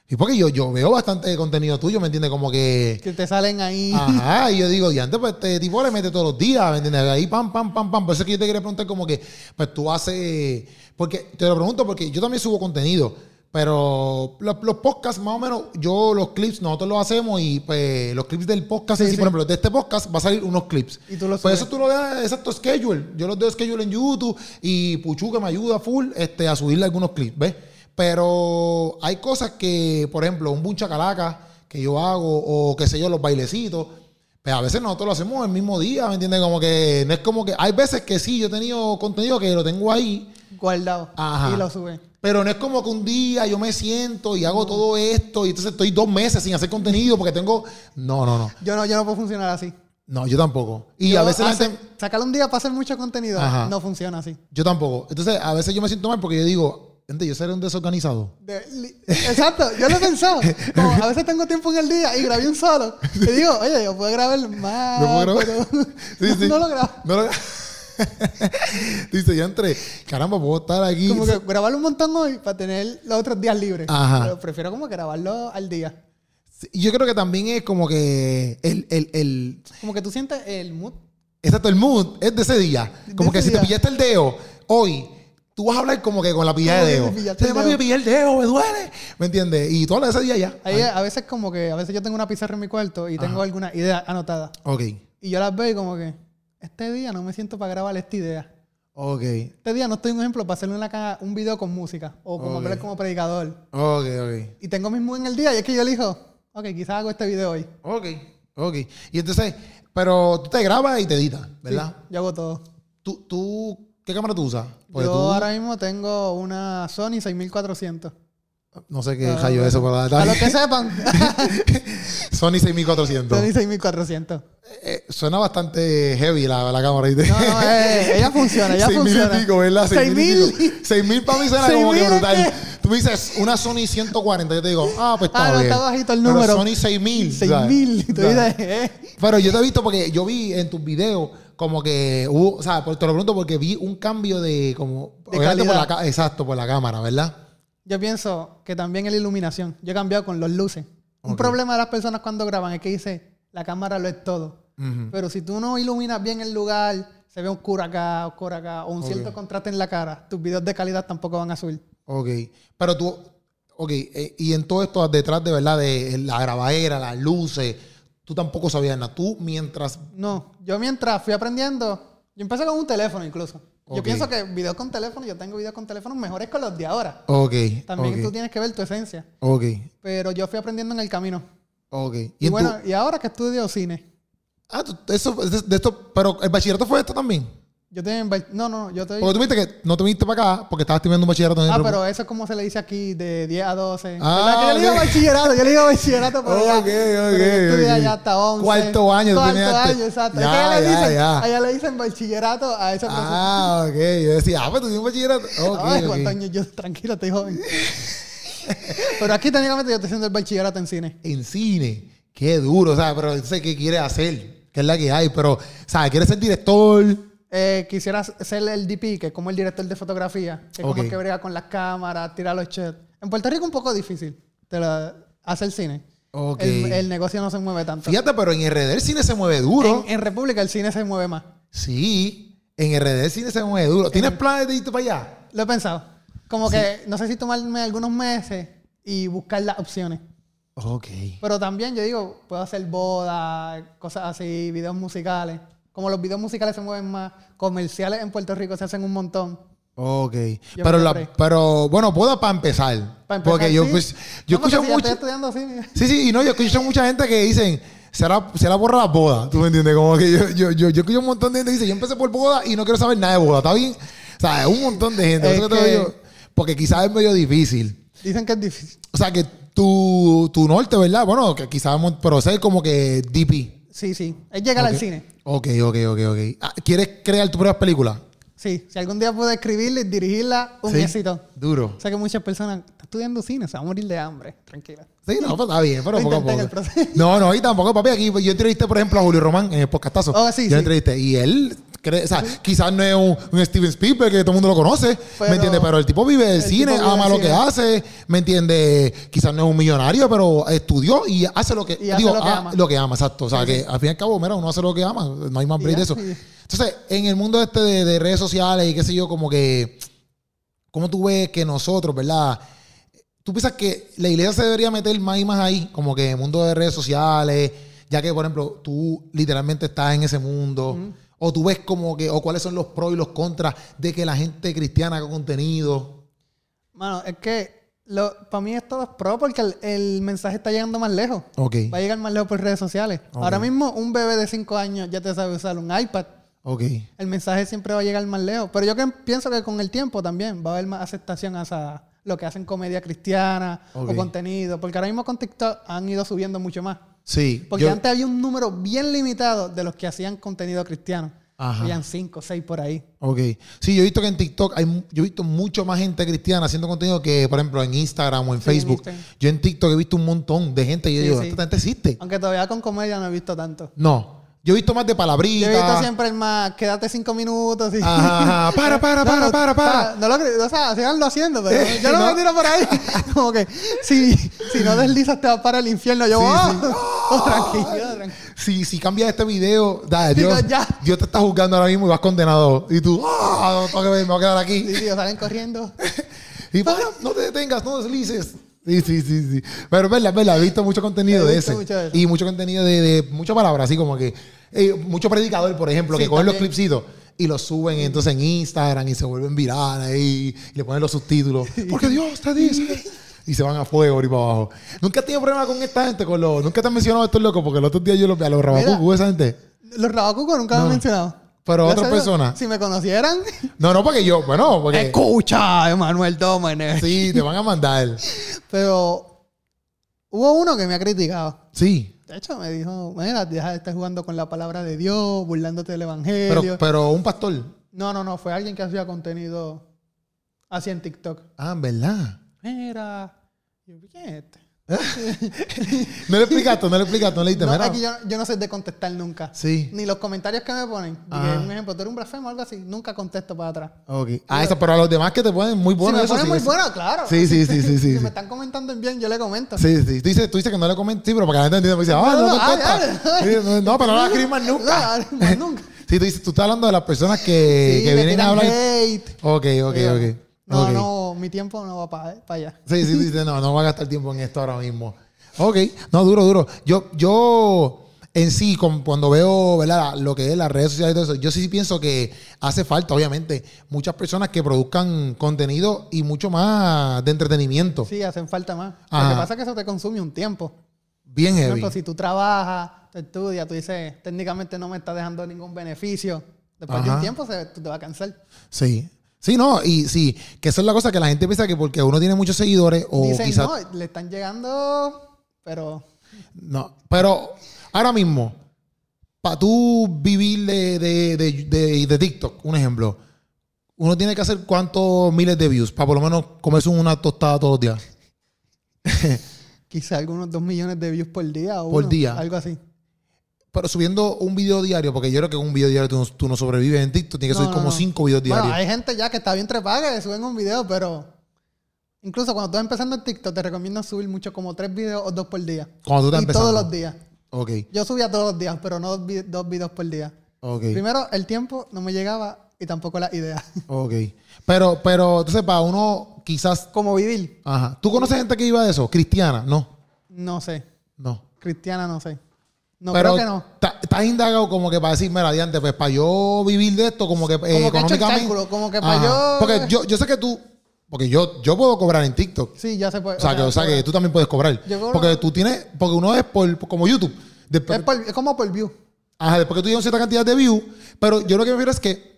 Speaker 1: Y porque yo, yo veo bastante contenido tuyo, ¿me entiendes? Como que.
Speaker 2: Que te salen ahí.
Speaker 1: Ajá, y yo digo, y antes, pues este tipo le mete todos los días, ¿me entiendes? Ahí pam, pam, pam, pam. Por eso es que yo te quería preguntar, como que, pues tú haces. Porque te lo pregunto, porque yo también subo contenido, pero los, los podcasts, más o menos, yo los clips, nosotros los hacemos y pues los clips del podcast, en sí,
Speaker 2: sí.
Speaker 1: por ejemplo, de este podcast va a salir unos clips.
Speaker 2: Y tú los
Speaker 1: Pues
Speaker 2: subes.
Speaker 1: eso tú lo dejas exacto schedule. Yo los dejo schedule en YouTube y Puchu que me ayuda full este, a subirle algunos clips, ¿ves? Pero hay cosas que, por ejemplo, un buncha calaca que yo hago o qué sé yo, los bailecitos. Pues a veces nosotros lo hacemos el mismo día, ¿me entiendes? Como que no es como que. Hay veces que sí, yo he tenido contenido que lo tengo ahí,
Speaker 2: guardado.
Speaker 1: Ajá.
Speaker 2: Y lo suben.
Speaker 1: pero no es como que un día yo me siento y hago todo esto y entonces estoy dos meses sin hacer contenido porque tengo. No, no, no.
Speaker 2: Yo no, yo no puedo funcionar así.
Speaker 1: No, yo tampoco. Y
Speaker 2: Yo
Speaker 1: a veces la
Speaker 2: hacer-
Speaker 1: gente-
Speaker 2: sacar un día para hacer mucho contenido
Speaker 1: Ajá.
Speaker 2: no funciona así.
Speaker 1: Yo tampoco. Entonces, a veces yo me siento mal porque yo digo, gente, yo seré un desorganizado.
Speaker 2: De- li- exacto, yo lo he pensado. Como a veces tengo tiempo en el día y grabé un solo. Y digo, oye, yo puedo grabar más.
Speaker 1: ¿No puedo grabar?
Speaker 2: Ah, pero
Speaker 1: Sí, sí.
Speaker 2: No lo grabo.
Speaker 1: No lo- Dice, ya entre, caramba, puedo estar aquí.
Speaker 2: Como que grabar un montón hoy para tener los otros días libres.
Speaker 1: Ajá.
Speaker 2: Pero prefiero como grabarlo al día.
Speaker 1: Sí, Yo creo que también es como que el, el, el,
Speaker 2: Como que tú sientes el mood.
Speaker 1: exacto, el mood es de ese día. Como
Speaker 2: De
Speaker 1: que
Speaker 2: ese
Speaker 1: si te
Speaker 2: día.
Speaker 1: pillaste el dedo hoy, tú vas a hablar como que con la pilla
Speaker 2: Como
Speaker 1: de
Speaker 2: que
Speaker 1: dedo.
Speaker 2: me pillaste
Speaker 1: Se
Speaker 2: el
Speaker 1: papi, me
Speaker 2: dedo".
Speaker 1: pillé el dedo, me duele. ¿Me entiendes? Y tú hablas de ese día ya.
Speaker 2: Ahí, a veces como que, a veces yo tengo una pizarra en mi cuarto y tengo alguna idea anotada.
Speaker 1: Ok,
Speaker 2: Y yo las veo y como que, este día no me siento para grabar esta idea.
Speaker 1: ok,
Speaker 2: Este día no estoy, un ejemplo, para hacerle una, ca- un video con música o como
Speaker 1: Ok.
Speaker 2: hablar como predicador.
Speaker 1: ok, ok.
Speaker 2: Y tengo mis moods en el día y es que yo elijo, ok, quizás hago este video hoy.
Speaker 1: Ok, ok. Y entonces, pero tú te grabas y te editas, ¿verdad?
Speaker 2: Sí, yo hago todo.
Speaker 1: ¿Tú, tú, ¿Qué cámara tú usas? Porque
Speaker 2: yo
Speaker 1: Pues tú,
Speaker 2: ahora mismo tengo una Sony 6400.
Speaker 1: no sé qué rayo es eso, pero
Speaker 2: A Ah, los que sepan,
Speaker 1: Sony 6400.
Speaker 2: Sony 6400.
Speaker 1: Eh, suena bastante heavy la, la cámara. ¿viste?
Speaker 2: No, no, eh, ella funciona, ella
Speaker 1: 6.000
Speaker 2: funciona.
Speaker 1: y pico, ¿verdad? 6.000 y
Speaker 2: 6.000.
Speaker 1: pico. 6.000 para mí suena como
Speaker 2: 6.000
Speaker 1: que
Speaker 2: es
Speaker 1: brutal.
Speaker 2: que-
Speaker 1: Tú me dices una Sony 140, yo te digo, ah, pues está
Speaker 2: Ah, no,
Speaker 1: bien.
Speaker 2: está bajito el
Speaker 1: Pero
Speaker 2: número.
Speaker 1: Sony 6.000. ¿sabes?
Speaker 2: 6000. y tú
Speaker 1: ¿sabes?
Speaker 2: dices, eh.
Speaker 1: Pero yo te he visto porque yo vi en tus videos como que hubo, o sea, por- te lo pregunto porque vi un cambio de como
Speaker 2: De
Speaker 1: obviamente por la
Speaker 2: calidad.
Speaker 1: ca- exacto, por la cámara, ¿verdad?
Speaker 2: Yo pienso que también en la iluminación. Yo he cambiado con los luces. Un
Speaker 1: Ok.
Speaker 2: problema de las personas cuando graban es que dice, la cámara lo es todo.
Speaker 1: Ujú.
Speaker 2: Pero si tú no iluminas bien el lugar, se ve oscuro acá, oscuro acá, o un
Speaker 1: Ok.
Speaker 2: cierto contraste en la cara, tus videos de calidad tampoco van a subir.
Speaker 1: Ok. Pero tú, ok, eh, y en todo esto detrás de verdad, de eh, la grabadera, las luces, tú tampoco sabías nada. Tú mientras.
Speaker 2: No, yo mientras fui aprendiendo, yo empecé con un teléfono incluso. Yo
Speaker 1: Ok.
Speaker 2: pienso que videos con teléfono, yo tengo videos con teléfono mejores que los de ahora.
Speaker 1: Ok.
Speaker 2: También
Speaker 1: ok,
Speaker 2: tú tienes que ver tu esencia.
Speaker 1: Ok.
Speaker 2: Pero yo fui aprendiendo en el camino.
Speaker 1: Ok.
Speaker 2: Y,
Speaker 1: en tu-
Speaker 2: bueno, y ahora que estudio cine,
Speaker 1: ah, tú- eso, de, de esto, pero el bachillerato fue esto también.
Speaker 2: yo estoy en... ba- No, no, no, yo estoy...
Speaker 1: Porque tú viste que no te viniste para acá porque estabas teniendo un bachillerato en el
Speaker 2: Ah,
Speaker 1: República.
Speaker 2: pero eso es como se le dice aquí, de 10 a 12.
Speaker 1: pues Ah,
Speaker 2: ¿Verdad que yo le digo
Speaker 1: ok.
Speaker 2: bachillerato, yo le digo bachillerato, pero
Speaker 1: Ok,
Speaker 2: ya-
Speaker 1: ok,
Speaker 2: pero yo estudié
Speaker 1: ok.
Speaker 2: allá hasta 11.
Speaker 1: Cuarto año, tú
Speaker 2: Cuarto
Speaker 1: tenías te-
Speaker 2: año, exacto.
Speaker 1: Ya,
Speaker 2: es que allá, le
Speaker 1: ya,
Speaker 2: dicen,
Speaker 1: ya.
Speaker 2: allá le dicen bachillerato a esa persona.
Speaker 1: Ah, ok. Yo decía, ah, pues tú tienes un bachillerato. Ok,
Speaker 2: Ay,
Speaker 1: ok.
Speaker 2: cuántos años yo, tranquilo, estoy joven. pero aquí técnicamente yo estoy haciendo el bachillerato en cine.
Speaker 1: en cine. Qué duro, ¿sabes? Pero sé qué quiere hacer, que es la que hay, pero, ¿sabes? Quiere ser director.
Speaker 2: Eh, quisiera ser el DP, que es como el director de fotografía, que es como
Speaker 1: Ok.
Speaker 2: el que brega con las cámaras, tira los shots. En Puerto Rico es un poco difícil te la- hacer cine.
Speaker 1: Ok.
Speaker 2: El, el negocio no se mueve tanto.
Speaker 1: Fíjate, pero en RD el cine se mueve duro.
Speaker 2: En, en República el cine se mueve más.
Speaker 1: Sí, en RD el cine se mueve duro. ¿Tienes planes de irte para allá?
Speaker 2: Lo he pensado. Como que no sé si tomarme algunos meses y buscar las opciones.
Speaker 1: Ok.
Speaker 2: Pero también yo digo, puedo hacer bodas, cosas así, videos musicales. Como los videos musicales se mueven más, comerciales en Puerto Rico se hacen un montón.
Speaker 1: Ok.
Speaker 2: Yo
Speaker 1: Pero,
Speaker 2: me
Speaker 1: la-
Speaker 2: compré.
Speaker 1: pero, bueno, boda para empezar.
Speaker 2: Para empezar,
Speaker 1: Porque yo,
Speaker 2: sí.
Speaker 1: pues, yo
Speaker 2: No, porque
Speaker 1: escucho
Speaker 2: si ya
Speaker 1: mucho.
Speaker 2: Estoy estudiando cine.
Speaker 1: Sí, sí, y no, yo escucho mucha gente que dicen, será, será por la boda. ¿Tú me entiendes? Como que yo, yo, yo, yo escucho un montón de gente que dice, yo empecé por boda y no quiero saber nada de boda. ¿Está bien? O sea, es un montón de gente.
Speaker 2: Es
Speaker 1: Eso que te
Speaker 2: que-
Speaker 1: digo, porque quizás es medio difícil.
Speaker 2: Dicen que es difícil.
Speaker 1: O sea, que tu, tu norte, ¿verdad? Bueno, que quizás, mon- pero ser como que DP.
Speaker 2: Sí, sí. Es llegar
Speaker 1: Ok.
Speaker 2: al cine.
Speaker 1: Ok, ok, ok, ok. Ah, ¿Quieres crear tus propias películas?
Speaker 2: Sí. Si algún día puedo escribirla y dirigirla, un
Speaker 1: Sí.
Speaker 2: éxito.
Speaker 1: Duro.
Speaker 2: Sé que muchas personas están estudiando cine, se van a morir de hambre. Tranquila.
Speaker 1: Sí, no, pues está bien, pero
Speaker 2: Lo
Speaker 1: poco a
Speaker 2: intenté en el
Speaker 1: poco.
Speaker 2: proceso.
Speaker 1: No, no, y tampoco, papi. Aquí yo entrevisté, por ejemplo, a Julio Román en el podcastazo.
Speaker 2: Ah, sí,
Speaker 1: yo
Speaker 2: sí.
Speaker 1: lo entrevisté. Y él, cree, o sea, quizás no es un, un Steven Spielberg que todo el mundo lo conoce,
Speaker 2: Pero-
Speaker 1: ¿me entiendes? Pero el tipo vive del
Speaker 2: el
Speaker 1: cine,
Speaker 2: tipo vive
Speaker 1: ama
Speaker 2: del
Speaker 1: lo que
Speaker 2: cine.
Speaker 1: hace, ¿me entiendes? Quizás no es un millonario, pero estudió y hace lo que,
Speaker 2: Y hace
Speaker 1: digo,
Speaker 2: lo que
Speaker 1: ah,
Speaker 2: ama.
Speaker 1: lo que ama, exacto. O sea, que al fin y al cabo, mira, uno hace lo que ama, no hay más
Speaker 2: Y
Speaker 1: break de
Speaker 2: ya,
Speaker 1: eso.
Speaker 2: y-
Speaker 1: Entonces, en el mundo este de, de redes sociales y qué sé yo, como que, ¿cómo tú ves que nosotros, verdad? ¿Tú piensas que la iglesia se debería meter más y más ahí? Como que en el mundo de redes sociales, ya que, por ejemplo, tú literalmente estás en ese mundo. O tú ves como que, o cuáles son los pros y los contras de que la gente cristiana haga contenido.
Speaker 2: Mano, es que para mí es todo pro porque el, el mensaje está llegando más lejos.
Speaker 1: Ok,
Speaker 2: Va a llegar más lejos por redes sociales.
Speaker 1: Ok.
Speaker 2: Ahora mismo un bebé de 5 años ya te sabe usar un iPad.
Speaker 1: ok,
Speaker 2: El mensaje siempre va a llegar más lejos. Pero yo que pienso que con el tiempo también va a haber más aceptación hacia lo que hacen comedia cristiana
Speaker 1: Ok.
Speaker 2: o contenido. Porque ahora mismo con TikTok han ido subiendo mucho más.
Speaker 1: sí.
Speaker 2: Porque
Speaker 1: yo-
Speaker 2: antes había un número bien limitado de los que hacían contenido cristiano.
Speaker 1: Ajá.
Speaker 2: Habían 5, 6 por ahí.
Speaker 1: Ok. Sí, yo he visto que en TikTok hay, mu- yo he visto mucho más gente cristiana haciendo contenido que, por ejemplo, en Instagram o en
Speaker 2: Sí, en
Speaker 1: Facebook.
Speaker 2: Instagram.
Speaker 1: yo en TikTok he visto un montón de gente y yo
Speaker 2: Sí,
Speaker 1: digo,
Speaker 2: sí.
Speaker 1: ¿esta gente existe?
Speaker 2: Aunque todavía con comedia no he visto tanto.
Speaker 1: No. Yo he visto más de
Speaker 2: Yo he visto
Speaker 1: palabritas.
Speaker 2: siempre el más, quédate cinco minutos y...
Speaker 1: Ajá, ajá. Para, para,
Speaker 2: No,
Speaker 1: para,
Speaker 2: no,
Speaker 1: para, para.
Speaker 2: No lo creo, o sea, siganlo haciendo, pero yo no,
Speaker 1: no.
Speaker 2: me tiro por ahí. Como que, si, si no deslizas te vas para el infierno. Yo,
Speaker 1: Sí,
Speaker 2: "Oh".
Speaker 1: sí.
Speaker 2: Oh, tranquilo, tranquilo.
Speaker 1: Si, si cambias este video, da, Dios,
Speaker 2: Digo, ya.
Speaker 1: Dios te está juzgando ahora mismo y vas condenado. Y tú, ah, no, tengo que ver, me voy a quedar aquí.
Speaker 2: Sí, sí, salen corriendo.
Speaker 1: Y para, no te detengas, no deslices. Sí, sí, sí, sí. Pero verdad, verdad, he visto mucho contenido
Speaker 2: He
Speaker 1: de
Speaker 2: visto
Speaker 1: ese.
Speaker 2: mucho de eso.
Speaker 1: y mucho contenido de, de muchas palabras, así como que. eh, mucho predicador, por ejemplo,
Speaker 2: Sí,
Speaker 1: que cogen los
Speaker 2: también.
Speaker 1: clipsitos y los suben entonces en Instagram y se vuelven virales ahí, y le ponen los subtítulos. Porque Dios te dice. Y se van a fuego y para abajo. Nunca he tenido problema con esta gente, con los. Nunca te han mencionado a estos locos, porque el otro día yo los vi a los rabacucu, esa gente.
Speaker 2: Los rabacucos nunca
Speaker 1: No.
Speaker 2: me han mencionado.
Speaker 1: Pero
Speaker 2: Gracias
Speaker 1: otra
Speaker 2: a Dios,
Speaker 1: persona.
Speaker 2: Si me conocieran,
Speaker 1: No, no, porque yo, bueno, porque.
Speaker 2: escucha, Emanuel Dómenes.
Speaker 1: Sí, te van a mandar.
Speaker 2: Pero hubo uno que me ha criticado.
Speaker 1: Sí.
Speaker 2: De hecho, me dijo, mira, deja de estar jugando con la palabra de Dios, burlándote del evangelio.
Speaker 1: Pero, pero un pastor.
Speaker 2: No, no, no, fue alguien que hacía contenido así en TikTok.
Speaker 1: Ah, en verdad.
Speaker 2: Mira, yo, ¿quién es este?
Speaker 1: No le explicaste, no le explicaste, no le dijiste,
Speaker 2: No,
Speaker 1: mira.
Speaker 2: aquí yo, yo no sé de contestar nunca.
Speaker 1: Sí. Ah.
Speaker 2: Ni los comentarios que me ponen. Dije,
Speaker 1: Ajá.
Speaker 2: un ejemplo, tú eres un blasfemo o algo así. Nunca contesto para atrás.
Speaker 1: Ok. Ah, eso, pero a los demás que te ponen muy bueno.
Speaker 2: si me
Speaker 1: eso
Speaker 2: ponen
Speaker 1: sí,
Speaker 2: muy
Speaker 1: eso.
Speaker 2: bueno, claro.
Speaker 1: Sí, sí, sí, sí, sí.
Speaker 2: Si me
Speaker 1: sí.
Speaker 2: están comentando en bien, yo le comento.
Speaker 1: Sí, sí. Tú dices, tú dices que no le comenté, pero para que la gente entienda, pues dice, ah,
Speaker 2: No,
Speaker 1: no,
Speaker 2: no,
Speaker 1: no,
Speaker 2: ay,
Speaker 1: contesta.
Speaker 2: ay, ay.
Speaker 1: Sí, no, no, pero no la escribí más nunca.
Speaker 2: No, más nunca.
Speaker 1: Sí, tú dices, tú estás hablando de las personas que,
Speaker 2: Sí,
Speaker 1: que
Speaker 2: me
Speaker 1: vienen a
Speaker 2: tiran
Speaker 1: hablar.
Speaker 2: hate.
Speaker 1: Ok, ok,
Speaker 2: Digo,
Speaker 1: ok.
Speaker 2: No,
Speaker 1: ok.
Speaker 2: no, mi tiempo no va para, allá.
Speaker 1: Sí, sí, dice, no, no voy a gastar tiempo en esto ahora mismo. Ok, no, duro, duro. Yo, yo en sí, con- cuando veo ¿verdad? lo que es las redes sociales y todo eso, yo sí pienso que hace falta, obviamente, muchas personas que produzcan contenido y mucho más de entretenimiento.
Speaker 2: Sí, hacen falta más. Lo
Speaker 1: Ajá.
Speaker 2: que pasa es que eso te consume un tiempo.
Speaker 1: Bien
Speaker 2: Por
Speaker 1: heavy.
Speaker 2: ejemplo, si tú trabajas, te estudias, tú dices, técnicamente no me está dejando ningún beneficio. Después de
Speaker 1: Ajá.
Speaker 2: un tiempo se, tú te vas a cansar.
Speaker 1: Sí. Sí, no, y sí, que esa es la cosa que la gente piensa que porque uno tiene muchos seguidores o
Speaker 2: Dicen,
Speaker 1: quizás.
Speaker 2: no, le están llegando, pero
Speaker 1: No, pero ahora mismo, para tú vivir de, de, de- de- de TikTok, un ejemplo, uno tiene que hacer cuántos miles de views para por lo menos comerse una tostada todos los días.
Speaker 2: quizá algunos dos millones de views por día o
Speaker 1: Por
Speaker 2: uno,
Speaker 1: día.
Speaker 2: algo así.
Speaker 1: Pero subiendo un video diario, porque yo creo que un video diario tú no, tú no sobrevives en TikTok, tienes que
Speaker 2: No,
Speaker 1: subir
Speaker 2: no,
Speaker 1: como
Speaker 2: no.
Speaker 1: cinco videos
Speaker 2: Bueno,
Speaker 1: diarios.
Speaker 2: hay gente ya que está bien trepada que suben un video, pero incluso cuando estás empezando en TikTok te recomiendo subir mucho como tres videos o dos por día.
Speaker 1: Cuando tú estás
Speaker 2: y
Speaker 1: empezando.
Speaker 2: todos los días.
Speaker 1: Ok,
Speaker 2: Yo subía todos los días, pero no dos, vi- dos videos por día.
Speaker 1: ok,
Speaker 2: Primero, el tiempo no me llegaba y tampoco las ideas.
Speaker 1: ok. Pero, pero, entonces, para uno quizás...
Speaker 2: Como vivir,
Speaker 1: Ajá. ¿Tú conoces gente que iba de eso? Cristiana, no,
Speaker 2: no sé.
Speaker 1: no.
Speaker 2: Cristiana, no sé. No
Speaker 1: pero
Speaker 2: creo que no.
Speaker 1: ta- Estás indagado como que para decir, mira, diante, pues para yo vivir de esto, como que eh,
Speaker 2: que he hecho el
Speaker 1: económicamente.
Speaker 2: cálculo, como que para
Speaker 1: Ajá.
Speaker 2: yo-
Speaker 1: Porque yo, yo sé que tú, porque yo, yo puedo cobrar en TikTok.
Speaker 2: Sí, ya se puede.
Speaker 1: O sea, que, o sea, que tú también puedes cobrar.
Speaker 2: Yo cobro-
Speaker 1: Porque tú tienes, porque uno es por, por- como YouTube. Después,
Speaker 2: es, por- es como por view.
Speaker 1: ajá, después que tú tienes cierta cantidad de views, pero yo lo que me refiero es que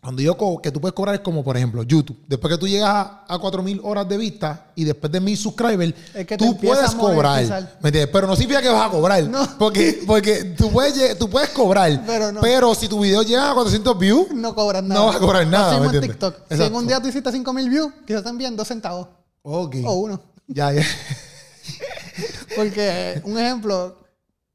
Speaker 1: cuando yo co- que tú puedes cobrar es como, por ejemplo, YouTube. Después que tú llegas a, a 4.000 horas de vista y después de 1.000 subscribers,
Speaker 2: Es que te
Speaker 1: tú
Speaker 2: empieza
Speaker 1: puedes
Speaker 2: a
Speaker 1: cobrar.
Speaker 2: monetizar.
Speaker 1: ¿Me entiendes? Pero no significa que vas a cobrar.
Speaker 2: No.
Speaker 1: Porque, porque tú, puedes, lle- tú puedes cobrar.
Speaker 2: Pero no.
Speaker 1: si tu video llega a 400 views,
Speaker 2: No cobras
Speaker 1: No
Speaker 2: nada.
Speaker 1: vas a cobrar nada,
Speaker 2: Así
Speaker 1: ¿me
Speaker 2: mismo en
Speaker 1: entiendes?
Speaker 2: TikTok. Si en
Speaker 1: Exacto.
Speaker 2: un día tú hiciste 5000 views, quizás te envíen dos centavos
Speaker 1: ok.
Speaker 2: o uno.
Speaker 1: Ya, ya.
Speaker 2: Porque, eh, un ejemplo,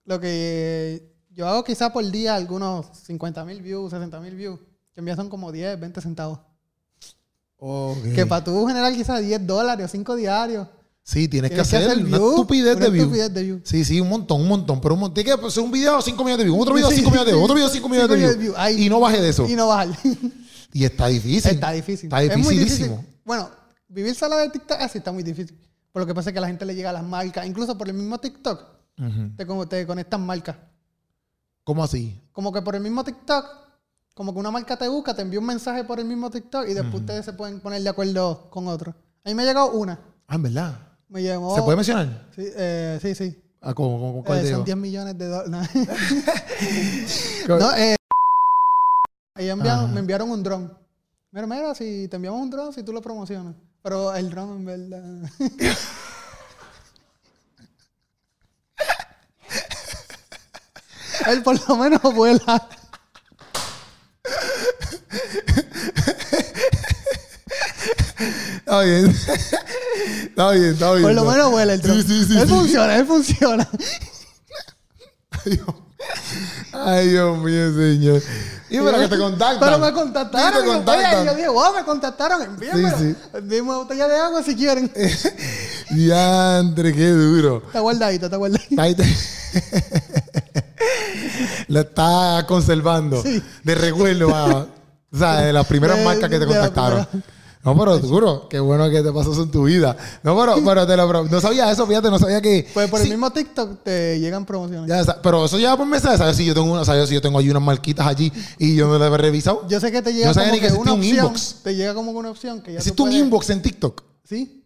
Speaker 2: lo que yo hago quizás por día algunos 50 mil views, 60 mil views, que en día son como 10, 20 centavos.
Speaker 1: Ok.
Speaker 2: Que para tú generar quizás 10 dólares o 5 diarios,
Speaker 1: Sí, tienes,
Speaker 2: tienes
Speaker 1: que hacer, una
Speaker 2: view,
Speaker 1: estupidez
Speaker 2: una
Speaker 1: de views.
Speaker 2: estupidez de views.
Speaker 1: Sí, sí, un montón, un montón. Pero un montón. Tiene que hacer un video 5 millones de views, otro video
Speaker 2: Sí,
Speaker 1: 5 millones de
Speaker 2: sí,
Speaker 1: views, otro video 5 millones
Speaker 2: cinco
Speaker 1: de
Speaker 2: millones de
Speaker 1: views.
Speaker 2: views. Ahí.
Speaker 1: Y no bajes de eso.
Speaker 2: y no bajar.
Speaker 1: Y está difícil.
Speaker 2: está difícil.
Speaker 1: Está
Speaker 2: Es muy
Speaker 1: dificilísimo.
Speaker 2: difícil. Bueno, vivir sala de TikTok así está muy difícil. Por lo que pasa es que a la gente le llega a las marcas. Incluso por el mismo TikTok
Speaker 1: Ujú.
Speaker 2: te, como- te conectan marcas.
Speaker 1: ¿Cómo así?
Speaker 2: Como que por el mismo TikTok, como que una marca te busca, te envía un mensaje por el mismo TikTok y después ustedes se pueden poner de acuerdo con otro. A mí me ha llegado una.
Speaker 1: Ah, en verdad.
Speaker 2: Me llegó.
Speaker 1: ¿Se puede mencionar?
Speaker 2: Sí, eh, sí. sí.
Speaker 1: Ah, ¿cómo, cómo, cómo, cuál
Speaker 2: Oh. Eh,
Speaker 1: te
Speaker 2: son
Speaker 1: digo?
Speaker 2: 10 millones de dólares.
Speaker 1: ¿Cuál?
Speaker 2: no, eh, ellos enviaron-
Speaker 1: Ajá.
Speaker 2: me enviaron un dron. Mira, mira, si te enviamos un dron, si tú lo promocionas. Pero el dron, en verdad. Él por lo menos vuela.
Speaker 1: Está bien. está bien, está bien.
Speaker 2: Por lo
Speaker 1: está-
Speaker 2: menos vuela el dron.
Speaker 1: Sí, sí, sí.
Speaker 2: él
Speaker 1: sí.
Speaker 2: funciona, él funciona.
Speaker 1: Ay, Dios mío, señor. Y para que te contactan.
Speaker 2: Pero me
Speaker 1: Sí,
Speaker 2: contactaron.
Speaker 1: te
Speaker 2: y yo,
Speaker 1: contactan.
Speaker 2: oye, yo dije, wow, me contactaron. Envíenmelo.
Speaker 1: Sí,
Speaker 2: Envíenme una botella de agua si quieren.
Speaker 1: Diantre, qué duro.
Speaker 2: Está guardadito, está guardadito.
Speaker 1: Ahí te- La está conservando.
Speaker 2: Sí.
Speaker 1: De recuerdo a. O sea, de las primeras
Speaker 2: De-
Speaker 1: marcas que te
Speaker 2: de la
Speaker 1: contactaron. No, pero seguro, qué bueno que te pasó eso en tu vida. No, pero, pero te lo pro- no sabía eso, fíjate, no sabía que.
Speaker 2: Pues por
Speaker 1: Sí,
Speaker 2: el mismo TikTok te llegan promociones.
Speaker 1: ya sa- pero eso ya por mensaje, ¿sabes? Si yo tengo una, ¿sabes? Si yo tengo ahí unas marquitas allí y yo no las he revisado.
Speaker 2: Yo sé que te llega
Speaker 1: Yo sabía
Speaker 2: como
Speaker 1: ni
Speaker 2: que,
Speaker 1: que existía
Speaker 2: una
Speaker 1: un
Speaker 2: opción.
Speaker 1: inbox.
Speaker 2: Te llega como que una opción que ya tú
Speaker 1: Existe un
Speaker 2: puedes-
Speaker 1: inbox en TikTok.
Speaker 2: Sí,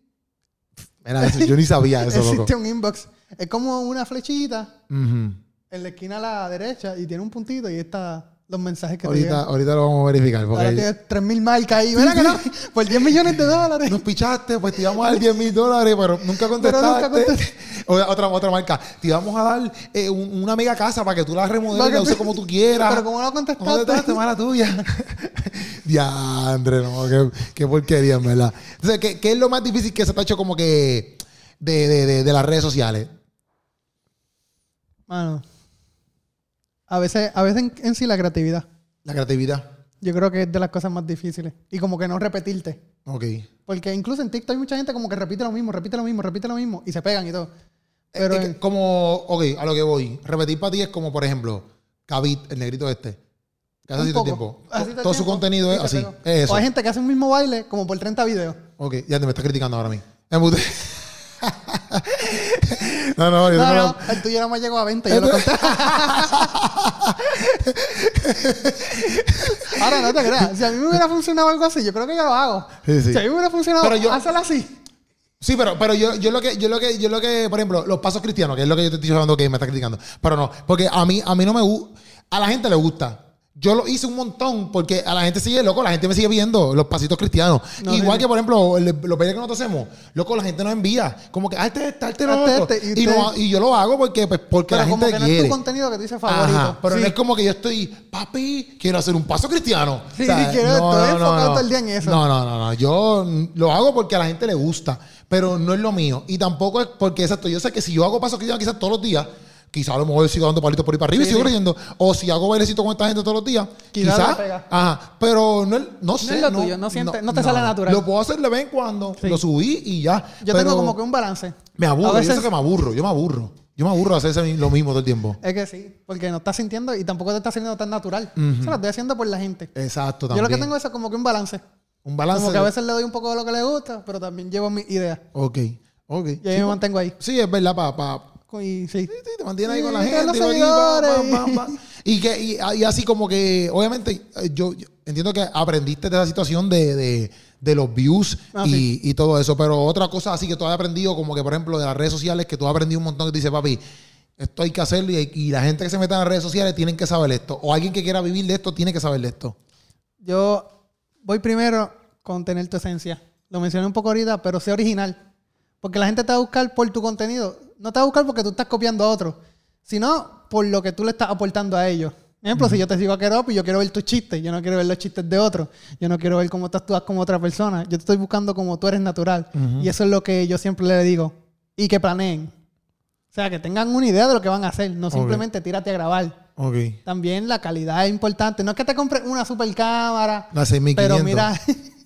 Speaker 1: Mira, eso, yo ni sabía eso, loco.
Speaker 2: existe un inbox. Es como una flechita
Speaker 1: Ujú.
Speaker 2: en la esquina a la derecha y tiene un puntito y está los mensajes que te
Speaker 1: ahorita,
Speaker 2: llegan.
Speaker 1: ahorita lo vamos a verificar. Porque
Speaker 2: Ahora tienes 3.000 marcas ahí. Mira que no, por 10 millones de dólares.
Speaker 1: Nos pichaste, pues te íbamos a dar 10 mil dólares, pero nunca contestaste.
Speaker 2: Pero nunca contesté.
Speaker 1: otra, otra, otra marca, te íbamos a dar eh, un- una mega casa para que tú la remodeles,
Speaker 2: Para que
Speaker 1: la uses
Speaker 2: tú-
Speaker 1: como tú quieras.
Speaker 2: Pero como no
Speaker 1: ¿Cómo te
Speaker 2: contestaste.
Speaker 1: trataste mala tuya? Diandre, no, qué, qué porquería, en verdad. Entonces, ¿qué, qué es lo más difícil que se te ha hecho como que de, de- de- de las redes sociales?
Speaker 2: Mano. A veces, a veces en, en sí la creatividad.
Speaker 1: La creatividad.
Speaker 2: Yo creo que es de las cosas más difíciles. Y como que no repetirte.
Speaker 1: Ok.
Speaker 2: Porque incluso en TikTok hay mucha gente como que repite lo mismo, repite lo mismo, repite lo mismo. Y se pegan y todo. Pero
Speaker 1: Es que
Speaker 2: en-
Speaker 1: como, ok, a lo que voy. Repetir para ti es como, por ejemplo, Kavit, el negrito este. Que hace
Speaker 2: un
Speaker 1: así todo el
Speaker 2: poco.
Speaker 1: tiempo.
Speaker 2: Así
Speaker 1: To-
Speaker 2: todo el
Speaker 1: todo su
Speaker 2: tiempo.
Speaker 1: contenido es
Speaker 2: Sí,
Speaker 1: así.
Speaker 2: te pego.
Speaker 1: Es eso.
Speaker 2: O hay gente que hace un mismo baile como por 30 videos.
Speaker 1: Ok, ya te me estás criticando ahora a mí. Me muté. no, no, yo
Speaker 2: No,
Speaker 1: no,
Speaker 2: no, el tuyo nada más llegó a 20, yo lo conté. Ahora no te creas, si a mí me hubiera funcionado algo así, yo creo que yo lo hago.
Speaker 1: Sí, sí.
Speaker 2: Si a mí me hubiera funcionado,
Speaker 1: Pero yo-
Speaker 2: hazlo así.
Speaker 1: Sí, pero, pero yo, yo lo que, yo lo que, yo lo que, por ejemplo, los pasos cristianos, que es lo que yo te estoy hablando que me está criticando. Pero no, porque a mí, a mí no me gusta, a la gente le gusta. Yo lo hice un montón porque a la gente sigue loco, la gente me sigue viendo los pasitos cristianos.
Speaker 2: No,
Speaker 1: Igual
Speaker 2: sí, sí.
Speaker 1: que, por ejemplo, el- los bailes que nosotros hacemos, loco, la gente nos envía. Como que, hazte este, hazte
Speaker 2: Hazte
Speaker 1: este,
Speaker 2: este,
Speaker 1: y,
Speaker 2: y
Speaker 1: no-
Speaker 2: ustedes-
Speaker 1: y yo lo hago porque, pues, porque
Speaker 2: Pero
Speaker 1: la
Speaker 2: como
Speaker 1: gente
Speaker 2: que no es
Speaker 1: quiere.
Speaker 2: tu contenido que tú dices
Speaker 1: Ajá,
Speaker 2: favorito.
Speaker 1: pero
Speaker 2: Sí.
Speaker 1: no es como que yo estoy, papi, quiero hacer un paso cristiano.
Speaker 2: Sí, quiero- estoy enfocado todo el día en eso.
Speaker 1: No, no, no, no. Yo mm, lo hago porque a la gente le gusta, pero no es lo mío. Y tampoco es porque, exacto, yo sé que si yo hago pasos cristianos quizás todos los días, quizás a lo mejor sigo dando palitos por ahí para arriba y
Speaker 2: Sí,
Speaker 1: sigo
Speaker 2: sí.
Speaker 1: creyendo. O si hago bailecito con esta gente todos los días,
Speaker 2: Quizás
Speaker 1: quizás.
Speaker 2: la pega.
Speaker 1: Ajá, pero no, es- no sé.
Speaker 2: es lo tuyo, no siente- no te sale natural.
Speaker 1: Lo puedo hacer de vez en cuando,
Speaker 2: Sí.
Speaker 1: lo subí y ya.
Speaker 2: Yo
Speaker 1: pero
Speaker 2: tengo como que un balance.
Speaker 1: Me aburro,
Speaker 2: A veces-
Speaker 1: yo sé que me aburro, yo me aburro. Yo me aburro de hacer ese- lo mismo todo el tiempo.
Speaker 2: Es que sí, porque no estás sintiendo y tampoco te está saliendo tan natural. Se lo estoy haciendo por la gente.
Speaker 1: Exacto,
Speaker 2: Yo
Speaker 1: también.
Speaker 2: lo que tengo es como que un balance.
Speaker 1: Un balance.
Speaker 2: Como que a
Speaker 1: de-
Speaker 2: veces le doy un poco de lo que le gusta, pero también llevo mis ideas.
Speaker 1: Ok, ok.
Speaker 2: Y ahí
Speaker 1: Sí, pues.
Speaker 2: me mantengo ahí.
Speaker 1: sí, es verdad, pa, pa.
Speaker 2: Y sí.
Speaker 1: Sí, te mantiene ahí
Speaker 2: Sí,
Speaker 1: con la
Speaker 2: que
Speaker 1: gente.
Speaker 2: los
Speaker 1: y lo aquí, pa, pa,
Speaker 2: seguidores.
Speaker 1: pa, pa. Y que y, y así como que, obviamente, eh, yo, yo entiendo que aprendiste de la situación de, de, de los views
Speaker 2: Ah,
Speaker 1: y,
Speaker 2: sí.
Speaker 1: y todo eso, pero otra cosa así que tú has aprendido, como que por ejemplo de las redes sociales, que tú has aprendido un montón que te dice, papi, esto hay que hacerlo y, y la gente que se meta en las redes sociales tienen que saber esto, o alguien que quiera vivir de esto tiene que saber de esto.
Speaker 2: Yo voy primero con tener tu esencia. Lo mencioné un poco ahorita, pero sé original. Porque la gente te va a buscar por tu contenido. No te va a buscar porque tú estás copiando a otro, sino por lo que tú le estás aportando a ellos. Por ejemplo, si yo te sigo a Kerop y yo quiero ver tus chistes, yo no quiero ver los chistes de otro, yo no quiero ver cómo tú actúas como otra persona, yo te estoy buscando como tú eres natural. Y eso es lo que yo siempre le digo. Y que planeen. O sea, que tengan una idea de lo que van a hacer, no simplemente tírate a grabar.
Speaker 1: Ok.
Speaker 2: También la calidad es importante. No es que te compres una super cámara.
Speaker 1: La 6500.
Speaker 2: Pero mira.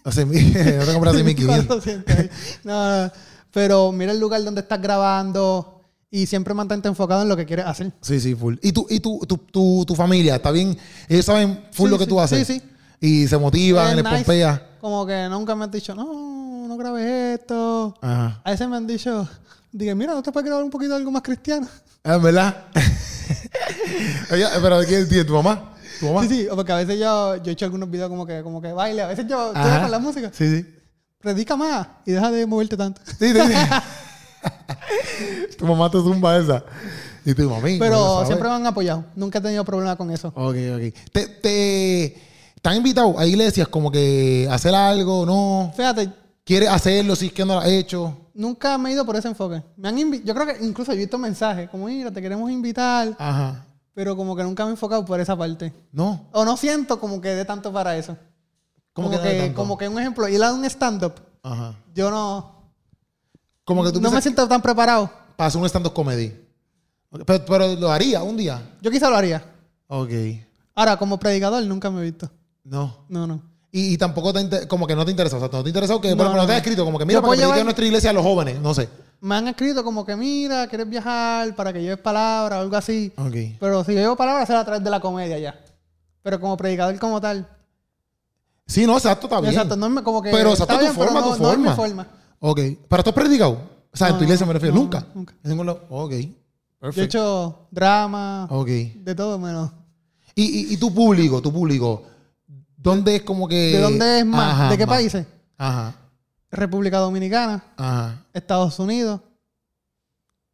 Speaker 1: La 6.000, no te compras 6.500.
Speaker 2: 400 ahí. no, no. Pero mira el lugar donde estás grabando y siempre mantente enfocado en lo que quieres hacer.
Speaker 1: Sí, sí, full. ¿Y tu, y tu, tu, tu, tu familia? ¿Está bien? Ellos saben full
Speaker 2: Sí,
Speaker 1: lo que
Speaker 2: sí,
Speaker 1: tú haces.
Speaker 2: sí, sí.
Speaker 1: Y se motivan,
Speaker 2: Es
Speaker 1: les
Speaker 2: nice.
Speaker 1: pompea.
Speaker 2: Como que nunca me han dicho, no, no grabes esto.
Speaker 1: Ajá.
Speaker 2: A veces me han dicho, dije, mira, no te puedes grabar un poquito de algo más cristiano.
Speaker 1: Ah, ¿Verdad? Oye, pero ¿quién tiene? ¿Tu mamá? ¿Tu mamá?
Speaker 2: Sí, sí, porque a veces yo, yo he hecho algunos videos como que, como que baile. A veces yo estoy
Speaker 1: Ajá.
Speaker 2: con la música.
Speaker 1: Sí, sí.
Speaker 2: Predica más y deja de moverte tanto.
Speaker 1: Sí, sí, sí. tu mamá te zumba esa. Y tu mami. no lo
Speaker 2: Pero
Speaker 1: sabe.
Speaker 2: siempre me han apoyado. Nunca he tenido problema con eso.
Speaker 1: Ok, ok. ¿Te, te, te han invitado a iglesias como que a hacer algo? ¿No?
Speaker 2: Fíjate,
Speaker 1: ¿Quieres hacerlo si es que no lo has hecho?
Speaker 2: nunca me he ido por ese enfoque. Me han invi- yo creo que incluso yo he visto mensajes como, mira, te queremos invitar,
Speaker 1: Ajá.
Speaker 2: pero como que nunca me he enfocado por esa parte.
Speaker 1: ¿No?
Speaker 2: O no siento como que dé tanto para eso.
Speaker 1: ¿Cómo
Speaker 2: Como,
Speaker 1: que no de
Speaker 2: que,
Speaker 1: tanto?
Speaker 2: como que un ejemplo, ir a un stand-up,
Speaker 1: Ajá.
Speaker 2: yo no,
Speaker 1: Como que tú
Speaker 2: no me
Speaker 1: piensas
Speaker 2: siento tan preparado.
Speaker 1: para hacer un stand-up comedy. Ok, Pero, pero lo haría un día.
Speaker 2: Yo quizá lo haría.
Speaker 1: Ok.
Speaker 2: Ahora, como predicador, nunca me he visto.
Speaker 1: No.
Speaker 2: No, no.
Speaker 1: Y, y tampoco te inter- como que no te interesa. O sea, no te interesa que,
Speaker 2: No,
Speaker 1: por ejemplo, no,
Speaker 2: no,
Speaker 1: te has
Speaker 2: no.
Speaker 1: escrito como que
Speaker 2: Yo
Speaker 1: mira, para
Speaker 2: puedo
Speaker 1: que predique
Speaker 2: llevar-
Speaker 1: en nuestra iglesia a los jóvenes. No sé.
Speaker 2: Me han escrito como que, mira, quieres viajar para que lleves palabra o algo así.
Speaker 1: Ok.
Speaker 2: Pero si yo llevo palabra, será a través de la comedia ya. Pero como predicador como tal.
Speaker 1: Sí, no, exacto, está bien.
Speaker 2: Exacto, no es como que...
Speaker 1: Pero
Speaker 2: está
Speaker 1: exacto, tu
Speaker 2: bien, pero
Speaker 1: forma,
Speaker 2: no-
Speaker 1: tu
Speaker 2: no es mi
Speaker 1: forma.
Speaker 2: forma.
Speaker 1: Ok. ¿Pero tú has predicado? O sea, en tu
Speaker 2: No,
Speaker 1: iglesia me refiero.
Speaker 2: no,
Speaker 1: ¿Nunca?
Speaker 2: nunca.
Speaker 1: En ningún lado. Ok.
Speaker 2: Yo he
Speaker 1: Perfecto.
Speaker 2: hecho drama,
Speaker 1: Ok. ¿Y,
Speaker 2: de todo menos.
Speaker 1: y, y tu público? ¿Tu público? ¿Dónde es como que...?
Speaker 2: ¿De dónde es más?
Speaker 1: Ajá,
Speaker 2: ¿De qué
Speaker 1: más.
Speaker 2: países?
Speaker 1: Ajá.
Speaker 2: República Dominicana,
Speaker 1: Ajá.
Speaker 2: Estados Unidos,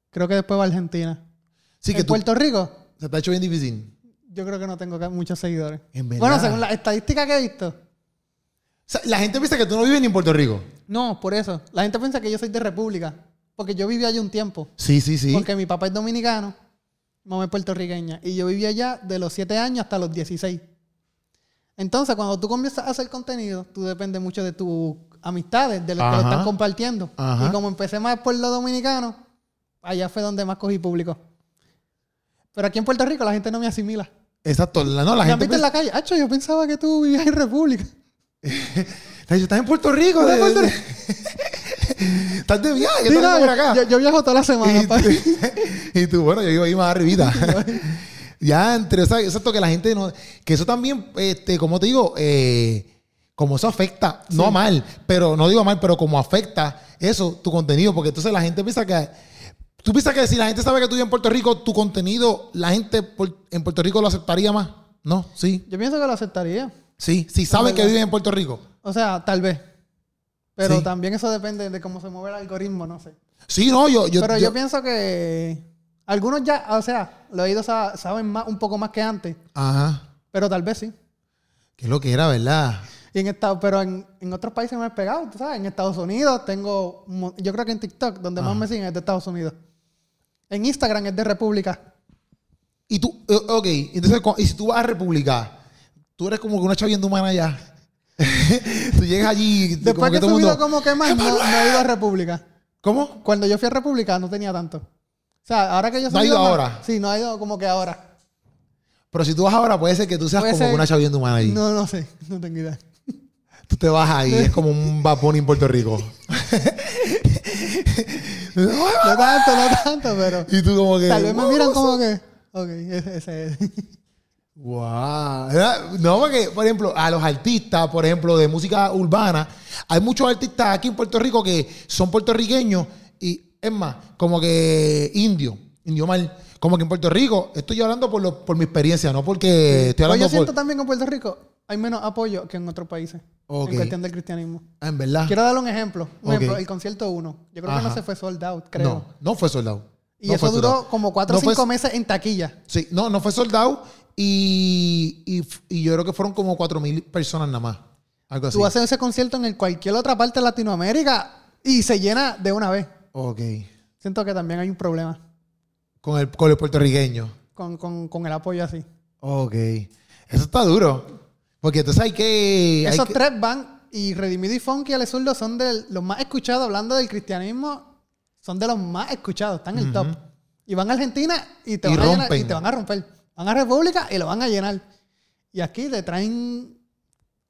Speaker 2: creo que después va Argentina.
Speaker 1: Sí, que
Speaker 2: en
Speaker 1: tú...
Speaker 2: Puerto Rico,
Speaker 1: Se te ha hecho bien difícil.
Speaker 2: yo creo que no tengo ca- muchos seguidores.
Speaker 1: En
Speaker 2: Bueno,
Speaker 1: verdad.
Speaker 2: según las estadísticas que he visto.
Speaker 1: O sea, la gente piensa que tú no vives ni en Puerto Rico.
Speaker 2: No, por eso. La gente piensa que yo soy de República, porque yo viví allí un tiempo.
Speaker 1: Sí, sí, sí.
Speaker 2: Porque mi papá es dominicano, mi mamá es puertorriqueña. Y yo viví allá de los 7 años hasta los 16. Entonces, cuando tú comienzas a hacer contenido, tú dependes mucho de tu amistades de los que
Speaker 1: Ajá.
Speaker 2: lo están compartiendo.
Speaker 1: Ajá.
Speaker 2: Y como empecé más por los dominicanos, allá fue donde más cogí público. Pero aquí en Puerto Rico la gente no me asimila.
Speaker 1: Exacto. La, no, la
Speaker 2: me han
Speaker 1: gente. pues,
Speaker 2: visto en la calle. Hacho, yo pensaba que tú vivías en República.
Speaker 1: piensa, Estás en Puerto Rico.
Speaker 2: Estás en
Speaker 1: de-
Speaker 2: Puerto
Speaker 1: de- Estás de viaje.
Speaker 2: Sí,
Speaker 1: estás
Speaker 2: no,
Speaker 1: por acá.
Speaker 2: Yo, yo viajo toda la semana.
Speaker 1: y,
Speaker 2: pa.
Speaker 1: tú- y tú, bueno, yo iba ahí más arribita. ya entre, o sea, exacto, que la gente no. Que eso también, este, como te digo, eh, como eso afecta, no mal, pero no digo mal, pero como afecta eso, tu contenido, porque entonces la gente piensa que. Tú piensas que si la gente sabe que tú vives en Puerto Rico, tu contenido, la gente por- en Puerto Rico lo aceptaría más. No, sí,
Speaker 2: Yo pienso que lo aceptaría.
Speaker 1: sí, sí, saben que
Speaker 2: verdad.
Speaker 1: viven en Puerto Rico.
Speaker 2: O sea, tal vez. Pero
Speaker 1: Sí.
Speaker 2: también eso depende de cómo se mueve el algoritmo, no sé.
Speaker 1: Sí, no, yo. yo,
Speaker 2: Pero yo,
Speaker 1: yo-
Speaker 2: pienso que algunos ya, o sea, los oídos sa- saben más, un poco más que antes,
Speaker 1: Ajá.
Speaker 2: pero tal vez sí.
Speaker 1: Que es lo que era, ¿verdad?
Speaker 2: Y en Estados, pero en, en otros países me he pegado, tú sabes, en Estados Unidos tengo, un mo- yo creo que en TikTok, donde más
Speaker 1: Ajá.
Speaker 2: me siguen es de Estados Unidos. En Instagram es de República.
Speaker 1: Y tú, eh, ok, entonces, cu- y si tú vas a República, tú eres como que una chavienda humana allá. tú llegas allí, y como que
Speaker 2: Después que he
Speaker 1: todo el
Speaker 2: subido
Speaker 1: mundo.
Speaker 2: como que más, no, no he ido a República.
Speaker 1: ¿Cómo?
Speaker 2: Cuando yo fui a República no tenía tanto. O sea, ahora que yo he
Speaker 1: No ha ido
Speaker 2: subido más-
Speaker 1: ahora.
Speaker 2: Sí, no ha ido como que ahora.
Speaker 1: Pero si tú vas ahora, puede ser que tú seas
Speaker 2: Puede
Speaker 1: como
Speaker 2: ser-
Speaker 1: una chavienda humana allí.
Speaker 2: No, no sé, no tengo idea.
Speaker 1: Tú te vas ahí, es como un vapón en Puerto Rico.
Speaker 2: No tanto, no tanto, pero
Speaker 1: y tú, como que.
Speaker 2: tal vez me
Speaker 1: "Wow,
Speaker 2: miran
Speaker 1: eso-
Speaker 2: como que, ok, ese, ese es. Pues
Speaker 1: Wow. ¿Verdad? Eh, No, porque, por ejemplo, a los artistas, por ejemplo, de música urbana, hay muchos artistas aquí en Puerto Rico que son puertorriqueños y, es más, como que indio, indio mal. Como que en Puerto Rico, estoy hablando por, lo- por mi experiencia, no porque estoy
Speaker 2: Pero
Speaker 1: hablando
Speaker 2: Pues yo siento
Speaker 1: por.
Speaker 2: también que en Puerto Rico hay menos apoyo que en otros países
Speaker 1: Ok.
Speaker 2: en cuestión del cristianismo.
Speaker 1: Ah, en verdad.
Speaker 2: Quiero darle un ejemplo. Un
Speaker 1: Ok.
Speaker 2: ejemplo, el concierto 1. Yo creo que
Speaker 1: Ajá.
Speaker 2: no se fue sold out, creo.
Speaker 1: No, no fue soldado.
Speaker 2: Y eso duró como 4 o 5
Speaker 1: meses.
Speaker 2: meses en taquilla.
Speaker 1: Sí, no, no fue soldado y, y, y yo creo que fueron como 4 mil personas nada más. Algo así.
Speaker 2: Tú haces ese concierto en el cualquier otra parte de Latinoamérica y se llena de una vez.
Speaker 1: Ok.
Speaker 2: Siento que también hay un problema
Speaker 1: Con el, con el puertorriqueño.
Speaker 2: con, con- con el apoyo así.
Speaker 1: Ok. Eso está duro. Porque entonces hay que. hay
Speaker 2: Esos
Speaker 1: que-
Speaker 2: tres van y Redimido y Funky Ale Zurdo son de los más escuchados, hablando del cristianismo, son de los más escuchados, están en el top. Y van a Argentina y te,
Speaker 1: Y
Speaker 2: van a llenar,
Speaker 1: rompen.
Speaker 2: y te van a romper. Van a República y lo van a llenar. Y aquí te traen...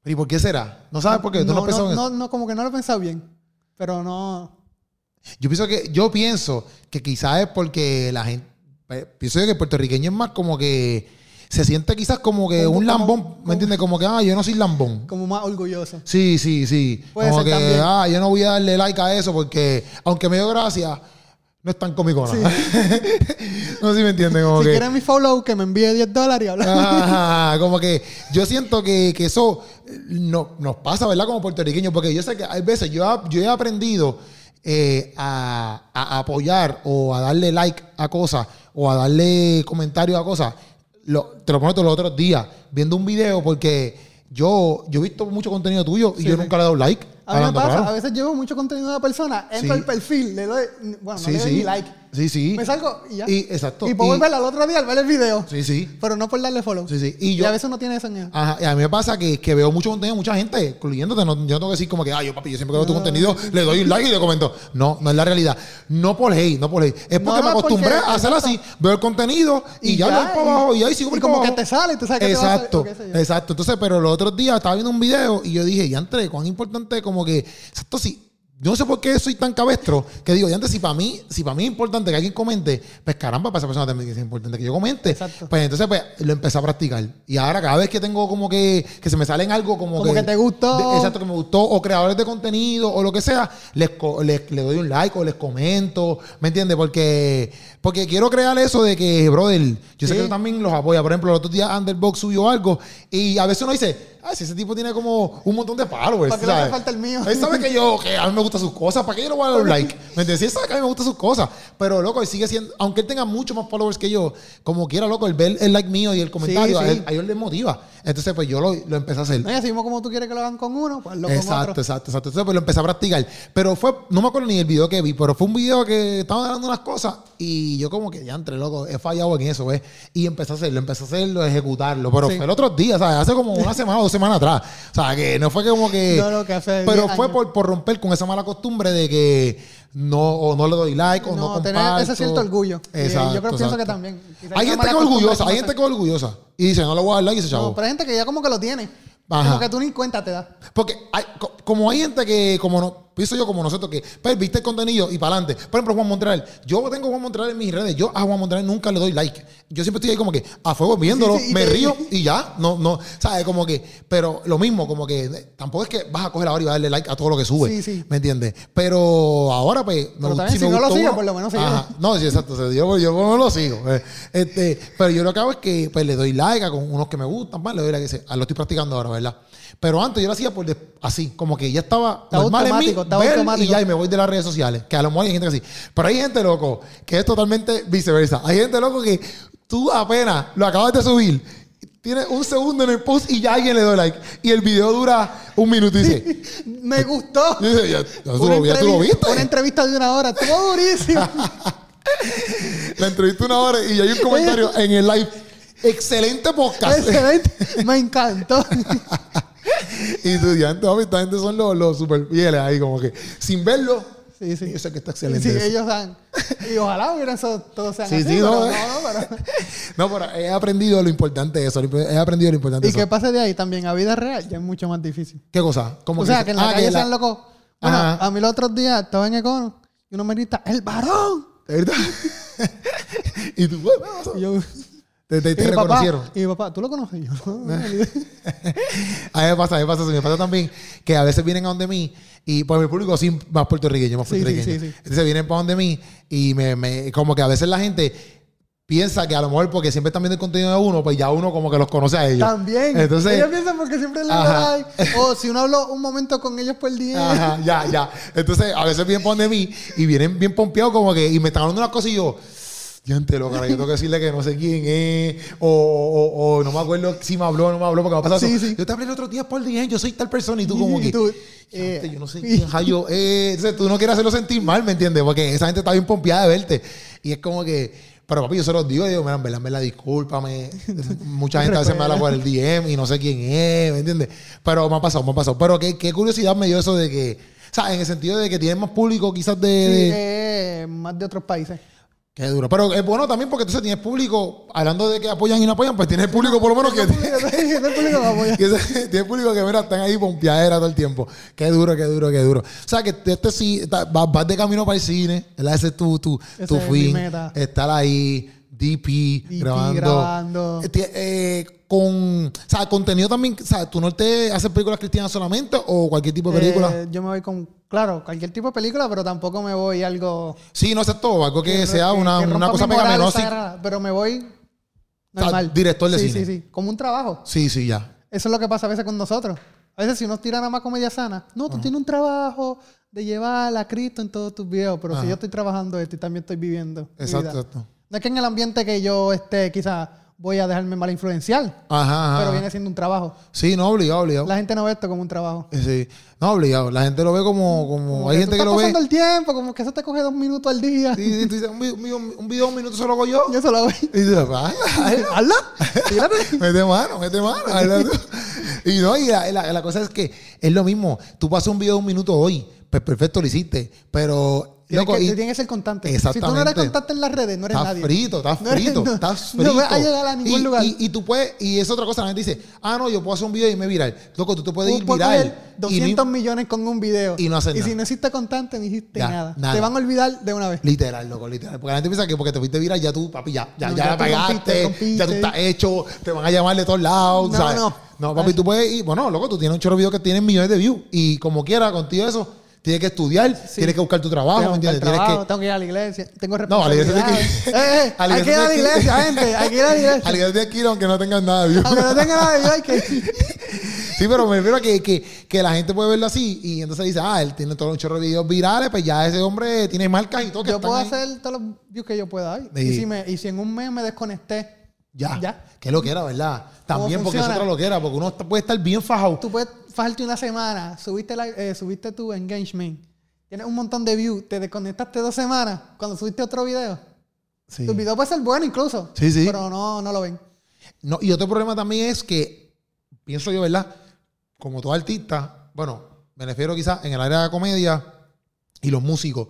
Speaker 1: ¿Y por qué será? No sabes por qué. Tú no,
Speaker 2: no,
Speaker 1: pensabas
Speaker 2: no,
Speaker 1: en
Speaker 2: no, no, como que no lo he pensado bien. Pero no...
Speaker 1: eso. Yo pienso que, yo pienso que quizás es porque la gente. eh, Pienso yo que el puertorriqueño es más como que. Se siente quizás como que
Speaker 2: Como-
Speaker 1: un lambón.
Speaker 2: como-
Speaker 1: ¿Me entiendes? Como que, ah, yo no soy lambón.
Speaker 2: Como más orgulloso.
Speaker 1: Sí, sí, sí.
Speaker 2: Puede
Speaker 1: como
Speaker 2: ser
Speaker 1: que,
Speaker 2: también.
Speaker 1: ah, yo no voy a darle like a eso porque, aunque me dio gracia, no es tan cómico nada. no sé si me entienden. Como
Speaker 2: Si
Speaker 1: que,
Speaker 2: quieren mi follow, que me envíe 10 dólares y
Speaker 1: Ah,
Speaker 2: habla.
Speaker 1: Ajá, como que yo siento que, que eso eh, no, nos pasa, ¿verdad? Como puertorriqueños, porque yo sé que hay veces, yo, ha- yo he aprendido eh, a, a apoyar o a darle like a cosas o a darle comentarios a cosas. Lo- te lo prometo los otros días, viendo un video, porque yo, yo he visto mucho contenido tuyo y
Speaker 2: Sí,
Speaker 1: yo
Speaker 2: sí.
Speaker 1: nunca le he dado like.
Speaker 2: A mí me
Speaker 1: hablando
Speaker 2: pasa,
Speaker 1: claro.
Speaker 2: a veces llevo mucho contenido de una persona, entro
Speaker 1: Sí.
Speaker 2: al perfil, le doy... Bueno, no
Speaker 1: sí,
Speaker 2: le doy
Speaker 1: sí.
Speaker 2: ni like.
Speaker 1: Sí, sí.
Speaker 2: Me salgo y ya.
Speaker 1: Y- exacto.
Speaker 2: Y puedo
Speaker 1: Y-
Speaker 2: volver al otro día al ver el video.
Speaker 1: Sí, sí.
Speaker 2: Pero no por darle follow.
Speaker 1: Sí, sí. Y yo-
Speaker 2: a veces uno tiene eso en él.
Speaker 1: Ajá, y a mí me pasa que, que veo mucho contenido, de mucha gente, incluyéndote. No, yo no tengo que decir como que, ay, yo papi, yo siempre que veo tu contenido, le doy un like y le comento. No, no es la realidad. No por hate, no por hate. Es porque
Speaker 2: No,
Speaker 1: me acostumbré
Speaker 2: porque-
Speaker 1: a hacer así. Veo el contenido y,
Speaker 2: Y
Speaker 1: ya,
Speaker 2: ya,
Speaker 1: lo voy para abajo y ahí sigo
Speaker 2: y
Speaker 1: para
Speaker 2: como que
Speaker 1: abajo.
Speaker 2: te sale, tú sabes que te va a salir,
Speaker 1: Exacto,
Speaker 2: o qué sé yo.
Speaker 1: exacto. Entonces, pero los otros días estaba viendo un video y yo dije, ya entre, cuán importante como que, exacto, sí. Yo no sé por qué soy tan cabestro que digo, ya antes, si para mí, si para mí es importante que alguien comente, pues caramba, para esa persona también es importante que yo comente.
Speaker 2: Exacto.
Speaker 1: Pues entonces pues, lo empecé a practicar. Y ahora cada vez que tengo como que, que se me salen algo como,
Speaker 2: Como que te gustó.
Speaker 1: de- exacto, que me gustó. O creadores de contenido o lo que sea, les, co- les, le doy un like o les comento. ¿Me entiendes? Porque, porque quiero crear eso de que, brother, yo sé
Speaker 2: Sí.
Speaker 1: que tú también los apoya. Por ejemplo, los otros días Underbox subió algo y a veces uno dice, ah, si ese tipo tiene como un montón de followers.
Speaker 2: ¿Para qué le hace
Speaker 1: ¿sabes?
Speaker 2: falta el mío?
Speaker 1: Él sabe que yo, que a mí me gustan sus cosas, ¿para qué yo le voy a dar un like? ¿Me entiendes? Sí, él sabe que a mí me gustan sus cosas. Pero, loco, él sigue siendo, aunque él tenga mucho más followers que yo, como quiera, loco, el ver el like mío y el comentario,
Speaker 2: Sí,
Speaker 1: A,
Speaker 2: sí.
Speaker 1: él, a ellos les motiva. Entonces, pues yo lo, lo empecé a hacer.
Speaker 2: No, y así mismo como tú quieres que lo hagan con uno, pues lo con
Speaker 1: Exacto,
Speaker 2: otro.
Speaker 1: exacto, exacto. Entonces, pues, lo empecé a practicar. Pero fue, no me acuerdo ni el video que vi, pero fue un video que estaban dando unas cosas y yo como que ya entre, loco, he fallado en eso, ¿ves? Y empecé a hacerlo, empecé a hacerlo, a ejecutarlo. Pero
Speaker 2: Sí.
Speaker 1: fue el otro día, ¿sabes? Hace como una semana o dos semanas atrás. O sea, que no fue que como que.
Speaker 2: No, no, que hace
Speaker 1: pero
Speaker 2: 10
Speaker 1: fue
Speaker 2: años.
Speaker 1: por, por romper con esa mala costumbre de que no, o no le doy like o no,
Speaker 2: No,
Speaker 1: comparto.
Speaker 2: tener ese cierto orgullo. Y yo creo- pienso que también. Quizás
Speaker 1: Hay gente
Speaker 2: una
Speaker 1: que
Speaker 2: mala
Speaker 1: es
Speaker 2: costumbre
Speaker 1: orgullosa,
Speaker 2: que
Speaker 1: hay
Speaker 2: no
Speaker 1: gente
Speaker 2: se-
Speaker 1: que es orgullosa. Y dice, no le voy a dar like y se chavo.
Speaker 2: No, pero hay gente que ya como que lo tiene.
Speaker 1: Ajá.
Speaker 2: Como que tú ni cuenta te das.
Speaker 1: Porque hay- co- como hay gente que, como no, pienso yo como nosotros, que pero viste el contenido y para adelante. Por ejemplo, Juan Montreal. Yo tengo a Juan Montreal en mis redes. Yo a Juan Montreal nunca le doy like. Yo siempre estoy ahí como que a fuego viéndolo,
Speaker 2: Sí, sí, y
Speaker 1: me
Speaker 2: te-
Speaker 1: río y ya. No, no, ¿sabes? Como que, pero lo mismo, como que eh, tampoco es que vas a coger ahora y vas a darle like a todo lo que sube.
Speaker 2: Sí, sí.
Speaker 1: ¿Me entiendes? Pero ahora, pues. me
Speaker 2: Pero
Speaker 1: gustó-
Speaker 2: también, si
Speaker 1: me
Speaker 2: no lo
Speaker 1: gustó
Speaker 2: sigue,
Speaker 1: uno-
Speaker 2: por lo menos sigue.
Speaker 1: Ajá. No, sí, exacto. o sea, yo, yo no lo sigo. eh. Este, pero yo lo que hago es que pues, le doy like a con unos que me gustan, más, le doy like. ese. Ah, Lo estoy practicando ahora, ¿verdad? Pero antes yo lo hacía por des- así, como que ya estaba
Speaker 2: Está
Speaker 1: normal en mí,
Speaker 2: automático, está
Speaker 1: ver Y
Speaker 2: automático.
Speaker 1: ya, y me voy de las redes sociales. Que a lo mejor hay gente que así. Pero hay gente, loco, que es totalmente viceversa. Hay gente, loco, que tú apenas lo acabas de subir, tienes un segundo en el post y ya alguien le doy like. Y el video dura un minuto y dice...
Speaker 2: Me gustó.
Speaker 1: yo digo, ya, ya tú
Speaker 2: Una
Speaker 1: lo- ya tú lo
Speaker 2: entrevista-
Speaker 1: viste.
Speaker 2: Una entrevista de una hora. Estuvo durísimo.
Speaker 1: La entrevista una hora y hay un comentario en el live. Excelente podcast.
Speaker 2: Excelente. Me encantó.
Speaker 1: y tú ya, entonces, esta gente son los, los super fieles ahí, como que sin verlo.
Speaker 2: Sí, sí.
Speaker 1: Yo sé que está
Speaker 2: Y
Speaker 1: excelente.
Speaker 2: sí,
Speaker 1: eso.
Speaker 2: ellos dan. Y ojalá hubieran so- todos sean
Speaker 1: Sí,
Speaker 2: así.
Speaker 1: sí,
Speaker 2: pero
Speaker 1: no,
Speaker 2: no,
Speaker 1: eh.
Speaker 2: no, pero-
Speaker 1: No, pero he aprendido lo importante de eso. lo imp- He aprendido lo importante de
Speaker 2: Y
Speaker 1: eso.
Speaker 2: que pase de ahí también a vida real ya es mucho más difícil.
Speaker 1: ¿Qué cosa? Como
Speaker 2: O sea, que en la
Speaker 1: ah,
Speaker 2: calle sean locos. Bueno,
Speaker 1: Ajá.
Speaker 2: a mí los otros días estaba en Econo y uno me grita, ¡el varón!
Speaker 1: ¿Verdad? y tú, "Bueno,
Speaker 2: Y yo,
Speaker 1: te, te- te
Speaker 2: y mi papá,
Speaker 1: reconocieron.
Speaker 2: y mi papá, ¿tú lo conoces? Yo, "No, no, no".
Speaker 1: A mí me pasa, a mí me pasa eso. Me pasa también que a veces vienen a donde mí y pues mi público sí más puertorriqueño, más
Speaker 2: Sí, sí,
Speaker 1: puertorriqueño.
Speaker 2: sí, sí.
Speaker 1: Entonces vienen para donde mí y me, me- como que a veces la gente piensa que a lo mejor porque siempre están viendo el contenido de uno, pues ya uno como que los conoce a ellos.
Speaker 2: También.
Speaker 1: Entonces,
Speaker 2: ellos piensan porque siempre les
Speaker 1: Ajá.
Speaker 2: doy like. O si uno habló un momento con ellos por día.
Speaker 1: ajá, ya, ya. Entonces a veces vienen para donde mí y vienen bien pompeados como que y me están hablando unas cosas y yo... Diante, loco, ahora yo tengo que decirle que no sé quién es, o, o- o no me acuerdo si me habló o no me habló, porque me ha pasado
Speaker 2: Sí,
Speaker 1: eso.
Speaker 2: sí.
Speaker 1: Yo te hablé el otro día por día, yo soy tal persona, y tú como que.
Speaker 2: Y tú,
Speaker 1: Chante,
Speaker 2: eh,
Speaker 1: yo no sé quién rayo es. Entonces, tú no quieres hacerlo sentir mal, ¿me entiendes? Porque esa gente está bien pompeada de verte. Y es como que. Pero papi, yo se los digo, digo, mira, en verdad, en verdad, discúlpame. Mucha gente a veces me habla por el DM y no sé quién es, ¿me entiendes? Pero me ha pasado, me ha pasado. Pero qué, qué curiosidad me dio eso de que. O sea, en el sentido de que tienes más público quizás de.
Speaker 2: Sí,
Speaker 1: de-
Speaker 2: eh, más de otros países.
Speaker 1: Qué duro. Pero es bueno también porque entonces tienes público, hablando de que apoyan y no apoyan, pues tienes público por lo menos que.
Speaker 2: No, el público va a apoyar.
Speaker 1: Y ese- tiene público que mira, están ahí pompeadera todo el tiempo. Qué duro, qué duro, qué duro. O sea que este sí, está- vas, vas de camino para el cine, ¿verdad? Ese es tu, tu,
Speaker 2: Esa
Speaker 1: tu
Speaker 2: es mi
Speaker 1: fin.
Speaker 2: meta.
Speaker 1: Estar ahí, DP,
Speaker 2: DP
Speaker 1: grabando.
Speaker 2: grabando.
Speaker 1: Eh, ti- eh, con, o sea, contenido también, o sea, tú no te haces películas cristianas solamente o cualquier tipo de película.
Speaker 2: Eh, yo me voy con, claro, cualquier tipo de película, pero tampoco me voy algo.
Speaker 1: sí, no es todo, algo que, sea una,
Speaker 2: que
Speaker 1: una
Speaker 2: rompa
Speaker 1: cosa
Speaker 2: mi moral,
Speaker 1: pegaminosa.
Speaker 2: sagrada, Pero me voy
Speaker 1: sea,
Speaker 2: normal.
Speaker 1: director de
Speaker 2: sí,
Speaker 1: cine.
Speaker 2: Sí, sí, Como un trabajo.
Speaker 1: Sí, sí, ya.
Speaker 2: Eso es lo que pasa a veces con nosotros. A veces si uno tira nada más comedia sana, no, tú tienes un trabajo de llevar a Cristo en todos tus videos, pero
Speaker 1: Ajá.
Speaker 2: si yo estoy trabajando esto y también estoy viviendo. mi
Speaker 1: Exacto,
Speaker 2: vida.
Speaker 1: exacto.
Speaker 2: No es que en el ambiente que yo esté, quizás voy a dejarme mal influenciar,
Speaker 1: Ajá, ajá.
Speaker 2: pero viene siendo un trabajo.
Speaker 1: Sí, no, obligado, obligado.
Speaker 2: La gente no ve esto como un trabajo.
Speaker 1: Eh, Sí. No, obligado. La gente lo ve como. como,
Speaker 2: Como
Speaker 1: hay
Speaker 2: tú
Speaker 1: gente que
Speaker 2: estás
Speaker 1: lo ve.
Speaker 2: pasando el tiempo, como que eso te coge dos minutos al día.
Speaker 1: Sí, sí, tú dices, un video, un video- un video, un minuto se lo hago yo.
Speaker 2: Yo solo voy.
Speaker 1: Y dices, "Hazla, hazla,
Speaker 2: ¡Hazla! Tírate.
Speaker 1: mete mano, mete mano, hazla tú". Y no, y la, la- la cosa es que es lo mismo. Tú pasas un video de un minuto hoy, pues perfecto, lo hiciste. Pero,
Speaker 2: Tienes
Speaker 1: loco,
Speaker 2: que,
Speaker 1: y-
Speaker 2: tienes que ser constante. Si tú no eres
Speaker 1: Exactamente.
Speaker 2: constante en las redes, no eres
Speaker 1: estás
Speaker 2: nadie.
Speaker 1: frito, estás
Speaker 2: No eres-
Speaker 1: frito,
Speaker 2: no-
Speaker 1: estás
Speaker 2: no
Speaker 1: frito.
Speaker 2: vas a llegar a ningún
Speaker 1: Y-
Speaker 2: lugar.
Speaker 1: Y, y tú puedes, y es otra cosa, la gente dice, ah, no, yo puedo hacer un video y me viral. Loco, tú te puedes
Speaker 2: Tú
Speaker 1: ir
Speaker 2: puedes
Speaker 1: viral.
Speaker 2: coger
Speaker 1: y no
Speaker 2: 200 millones con un video.
Speaker 1: y no hacer nada.
Speaker 2: si no hiciste constante, no hiciste
Speaker 1: Ya,
Speaker 2: nada.
Speaker 1: nada.
Speaker 2: Te van a olvidar de una vez.
Speaker 1: Literal, loco, literal. Porque la gente piensa que porque te fuiste viral, ya tú, papi, ya, ya,
Speaker 2: No,
Speaker 1: ya,
Speaker 2: ya
Speaker 1: la
Speaker 2: tú
Speaker 1: pagaste,
Speaker 2: rompiste, rompiste.
Speaker 1: ya tú estás hecho, te van a llamar de todos lados,
Speaker 2: No,
Speaker 1: ¿sabes?
Speaker 2: no.
Speaker 1: papi, tú puedes ir, bueno, loco, tú tienes un chorro de videos que tienen millones de views y como quiera, contigo eso, tienes que estudiar, tienes que buscar tu trabajo,
Speaker 2: Tengo
Speaker 1: ¿me
Speaker 2: que ir al
Speaker 1: entiendes? Tienes
Speaker 2: trabajo,
Speaker 1: que...
Speaker 2: tengo que ir a la iglesia. Tengo
Speaker 1: No, a la iglesia tienes que-
Speaker 2: responsabilidades. Eh, eh,
Speaker 1: a la
Speaker 2: hay que ir a la
Speaker 1: iglesia tienes
Speaker 2: iglesia,
Speaker 1: que-
Speaker 2: gente. Hay que ir a la iglesia.
Speaker 1: Al de aquí, aunque no tengas nada de views.
Speaker 2: Aunque no tenga nada de Dios, hay que...
Speaker 1: Sí, pero me refiero a que, que, que la gente puede verlo así y entonces dice, ah, él tiene todo un chorro de videos virales, pues ya ese hombre tiene marcas y todo que
Speaker 2: Yo
Speaker 1: están
Speaker 2: puedo
Speaker 1: ahí.
Speaker 2: hacer todos los views que yo pueda. hoy.
Speaker 1: Sí.
Speaker 2: Y, si me, y si en un mes me desconecté,
Speaker 1: Ya.
Speaker 2: Ya.
Speaker 1: Que lo que era, ¿verdad? También porque es
Speaker 2: funciona?
Speaker 1: otra lo que era, porque uno puede estar bien fajado.
Speaker 2: tú puedes fajarte una semana, subiste, la- eh, subiste tu engagement, tienes un montón de views, te desconectaste dos semanas, cuando subiste otro video,
Speaker 1: Sí.
Speaker 2: tu video puede ser bueno incluso,
Speaker 1: Sí, sí.
Speaker 2: pero no, no lo ven.
Speaker 1: No, y otro problema también es que, pienso yo, ¿verdad? como todo artista, bueno, me refiero quizás en el área de la comedia y los músicos,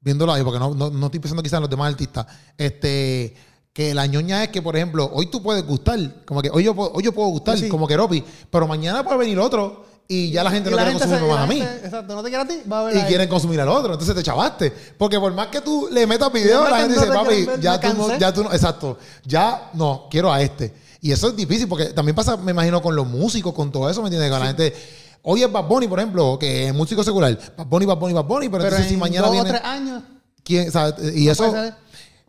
Speaker 1: viéndolo ahí, porque no, no- no estoy pensando quizás en los demás artistas, este, que la ñoña es que, por ejemplo, hoy tú puedes gustar, como que hoy yo, puedo- hoy yo puedo gustar,
Speaker 2: Sí.
Speaker 1: como que Ropi, pero mañana puede venir otro y ya la gente no
Speaker 2: la
Speaker 1: quiere
Speaker 2: gente
Speaker 1: consumir
Speaker 2: se-
Speaker 1: más a
Speaker 2: la
Speaker 1: mí.
Speaker 2: gente- Exacto, no te quiere a ti, va a ver.
Speaker 1: Y quieren consumir al otro, entonces te chavaste. Porque por más que tú le metas video,
Speaker 2: Le
Speaker 1: la
Speaker 2: metas,
Speaker 1: gente
Speaker 2: no
Speaker 1: dice,
Speaker 2: te
Speaker 1: papi,
Speaker 2: quieren ver,
Speaker 1: ya
Speaker 2: me
Speaker 1: tú, no,
Speaker 2: cansé".
Speaker 1: ya tú no, exacto, ya no, quiero a este. Y eso es difícil porque también pasa, me imagino, con los músicos, con todo eso, ¿me entiendes? Con la gente. Hoy es Bad Bunny, por ejemplo, que es músico secular. Bad Bunny, Bad Bunny, Bad Bunny, pero,
Speaker 2: Pero
Speaker 1: entonces si
Speaker 2: en
Speaker 1: mañana
Speaker 2: dos o
Speaker 1: viene.
Speaker 2: tres años,
Speaker 1: ¿quién sabe? Y eso.
Speaker 2: puedes saber.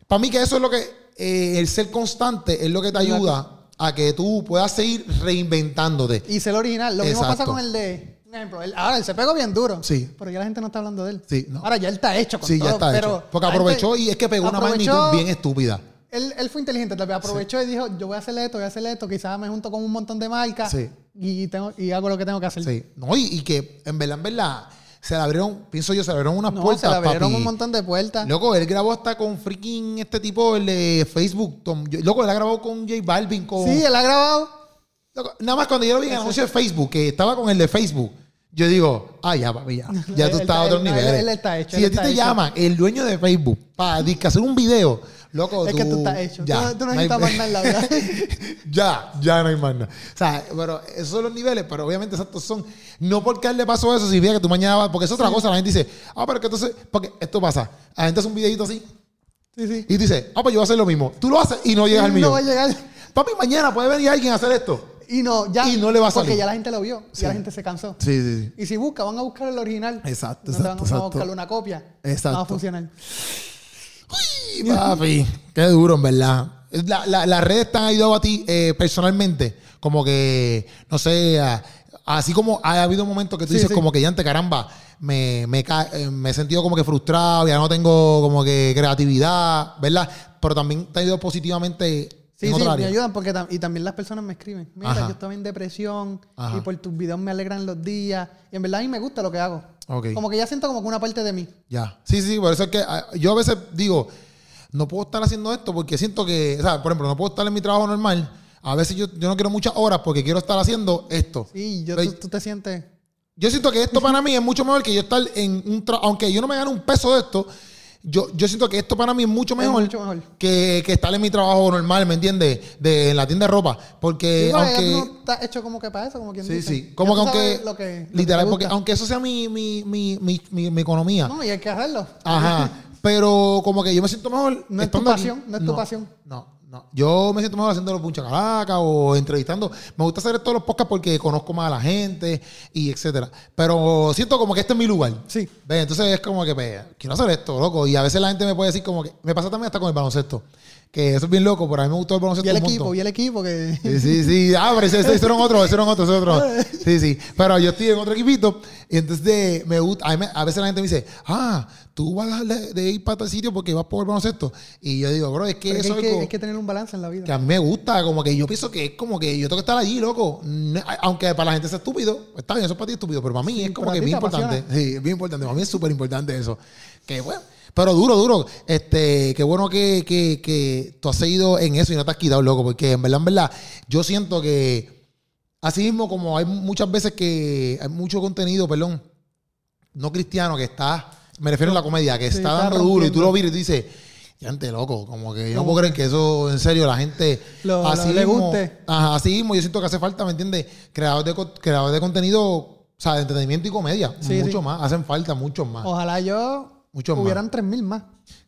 Speaker 1: Para mí, que eso es lo que. eh, el ser constante es lo que te
Speaker 2: Exacto.
Speaker 1: ayuda a que tú puedas seguir reinventándote.
Speaker 2: y ser original. Lo mismo pasa
Speaker 1: Exacto.
Speaker 2: con el de. por ejemplo, él- ahora él se pegó bien duro.
Speaker 1: Sí.
Speaker 2: Pero ya la gente no está hablando de él.
Speaker 1: Sí, no.
Speaker 2: Ahora ya él está hecho con
Speaker 1: sí,
Speaker 2: todo.
Speaker 1: ya está
Speaker 2: pero
Speaker 1: hecho. Porque
Speaker 2: la gente-
Speaker 1: aprovechó y es que pegó una
Speaker 2: aprovechó-
Speaker 1: magnitud bien estúpida.
Speaker 2: Él, él fue inteligente, tal vez aprovechó y dijo, yo voy a hacerle esto, voy a hacerle esto, quizás me junto con un montón de marcas
Speaker 1: Sí.
Speaker 2: y, tengo, y hago lo que tengo que hacer.
Speaker 1: Sí. No, y, y que en verdad, en verdad, se le abrieron, pienso yo, se le abrieron unas
Speaker 2: No,
Speaker 1: puertas.
Speaker 2: se le abrieron
Speaker 1: papi.
Speaker 2: un montón de puertas.
Speaker 1: Loco, él grabó hasta con freaking este tipo, el de Facebook. Tom- yo- loco, él ha grabado con J Balvin, con.
Speaker 2: Sí, él ha grabado.
Speaker 1: Loco, nada más cuando yo lo vi en el anuncio de Facebook, que estaba con el de Facebook, yo digo, ah, ya, papi, ya. Ya
Speaker 2: Él
Speaker 1: tú
Speaker 2: está-
Speaker 1: estás a otro
Speaker 2: él- no,
Speaker 1: nivel.
Speaker 2: él- él está hecho,
Speaker 1: Si
Speaker 2: él
Speaker 1: a ti
Speaker 2: está
Speaker 1: te
Speaker 2: hecho.
Speaker 1: llaman el dueño de Facebook para disque hacer un video, loco,
Speaker 2: Es
Speaker 1: tú.
Speaker 2: que tú estás hecho. Tú no- tú no
Speaker 1: hay-
Speaker 2: necesitas más nada en la vida.
Speaker 1: ya, ya no hay más nada. O sea, pero esos son los niveles, pero obviamente exactos son. No porque a él le pasó eso, si viera que tú mañana vas. Porque es otra cosa, la gente dice, ah, pero que entonces. Porque esto pasa. La gente hace un videito así
Speaker 2: Sí, sí.
Speaker 1: y dice, ah, pues yo voy a hacer lo mismo. Tú lo haces y no llegas al
Speaker 2: no va a
Speaker 1: millón.
Speaker 2: llegar.
Speaker 1: Papi, mañana puede venir alguien a hacer esto.
Speaker 2: Y no, ya.
Speaker 1: Y no le va a
Speaker 2: Porque
Speaker 1: salir.
Speaker 2: ya la gente lo vio.
Speaker 1: Sí.
Speaker 2: Ya la gente se cansó.
Speaker 1: Sí, sí, sí.
Speaker 2: Y si busca, van a buscar el original.
Speaker 1: Exacto,
Speaker 2: No
Speaker 1: exacto,
Speaker 2: te van a- van
Speaker 1: exacto.
Speaker 2: a buscar una copia.
Speaker 1: Exacto.
Speaker 2: No va a funcionar.
Speaker 1: Sí, Papi, qué duro, en verdad. La- la- las redes te han ayudado a ti eh, personalmente. Como que, no sé, a- así como ha habido momentos que tú
Speaker 2: Sí,
Speaker 1: dices
Speaker 2: sí.
Speaker 1: como que ya ante caramba, me, me, ca- eh, me he sentido como que frustrado, ya no tengo como que creatividad, ¿verdad? Pero también te ha ayudado positivamente
Speaker 2: Sí,
Speaker 1: en
Speaker 2: sí,
Speaker 1: otra
Speaker 2: me
Speaker 1: área.
Speaker 2: ayudan porque tam- y también las personas me escriben. Mira,
Speaker 1: Ajá.
Speaker 2: yo estaba en depresión
Speaker 1: Ajá.
Speaker 2: y por tus videos me alegran los días. Y en verdad a mí me gusta lo que hago.
Speaker 1: Ok.
Speaker 2: Como que ya siento como que una parte de mí.
Speaker 1: Ya. Sí, sí, por eso es que ah, yo a veces digo, no puedo estar haciendo esto porque siento que, o sea, por ejemplo, no puedo estar en mi trabajo normal. A veces yo, yo no quiero muchas horas porque quiero estar haciendo esto. Pues,
Speaker 2: Sí, yo,
Speaker 1: Ve-
Speaker 2: tú, tú te sientes.
Speaker 1: Yo siento que esto para mí es mucho mejor que yo estar en un trabajo. Aunque yo no me gane un peso de esto, yo, yo siento que esto para mí es mucho
Speaker 2: Es
Speaker 1: mejor, Eh,
Speaker 2: mucho mejor.
Speaker 1: Que, que estar en mi trabajo normal, ¿me entiendes? De en la tienda de ropa. Porque
Speaker 2: Sí, porque ya
Speaker 1: aunque.
Speaker 2: tú no estás hecho como que para eso, como quien
Speaker 1: Sí,
Speaker 2: dice.
Speaker 1: sí.
Speaker 2: Ya
Speaker 1: Como que
Speaker 2: tú
Speaker 1: aunque.
Speaker 2: sabes lo que- lo que
Speaker 1: literal,
Speaker 2: te
Speaker 1: porque
Speaker 2: gusta.
Speaker 1: aunque eso sea mi, mi, mi, mi, mi- mi economía.
Speaker 2: No, y hay que hacerlo.
Speaker 1: Ajá. Pero como que yo me siento mejor.
Speaker 2: No es
Speaker 1: estando
Speaker 2: tu
Speaker 1: aquí.
Speaker 2: pasión, no es tu pasión.
Speaker 1: No, no. Yo me siento mejor haciendo los puncha calaca o entrevistando. Me gusta hacer todos los podcasts porque conozco más a la gente y etcétera. Pero siento como que este es mi lugar.
Speaker 2: Sí.
Speaker 1: Ve, Entonces es como que, pues, quiero hacer esto, loco. Y a veces la gente me puede decir como que. Me pasa también hasta con el baloncesto. Que eso es bien loco, pero a mí me gustó el baloncesto.
Speaker 2: Y el
Speaker 1: un
Speaker 2: equipo,
Speaker 1: montón.
Speaker 2: y el equipo que.
Speaker 1: Sí, sí, sí. Ah, pero ese, ese hicieron otro, hicieron otro, hicieron otro. Sí, sí. Pero yo estoy en otro equipito. Y entonces me gusta. A, mí me- a veces la gente me dice, ah, tú vas a dejar de, de ir para tal sitio porque vas por el baloncesto. Y yo digo, bro, es que
Speaker 2: Pero es que
Speaker 1: eso
Speaker 2: hay,
Speaker 1: es
Speaker 2: que,
Speaker 1: algo
Speaker 2: hay que tener un balance en la vida.
Speaker 1: que a mí me gusta. Como que yo pienso que es como que yo tengo que estar allí, loco. No- Aunque para la gente sea estúpido, pues está bien, eso es para ti estúpido. Pero para mí es como
Speaker 2: pero a
Speaker 1: que
Speaker 2: ti
Speaker 1: bien
Speaker 2: te
Speaker 1: importante. Sí, es bien importante. Para mí es súper importante eso. Que bueno. Pero duro, duro. Este, qué bueno que, que, que tú has seguido en eso y no te has quitado, loco. Porque en verdad, en verdad, yo siento que. Así mismo, como hay muchas veces que hay mucho contenido, perdón, no cristiano, que está, me refiero a la comedia, que
Speaker 2: Sí,
Speaker 1: está
Speaker 2: está
Speaker 1: dando duro y tú
Speaker 2: rompiendo.
Speaker 1: lo miras y tú dices, ya ante loco, como que yo no puedo creer que eso, en serio, la gente
Speaker 2: Lo- lo- le guste.
Speaker 1: Ajá, así mismo, yo siento que hace falta, ¿me entiendes? Creadores de, co- creadores de contenido, o sea, de entretenimiento y comedia,
Speaker 2: Sí,
Speaker 1: mucho
Speaker 2: sí.
Speaker 1: más, hacen falta muchos más.
Speaker 2: Ojalá yo.
Speaker 1: Muchos más.
Speaker 2: hubieran 3.000 más.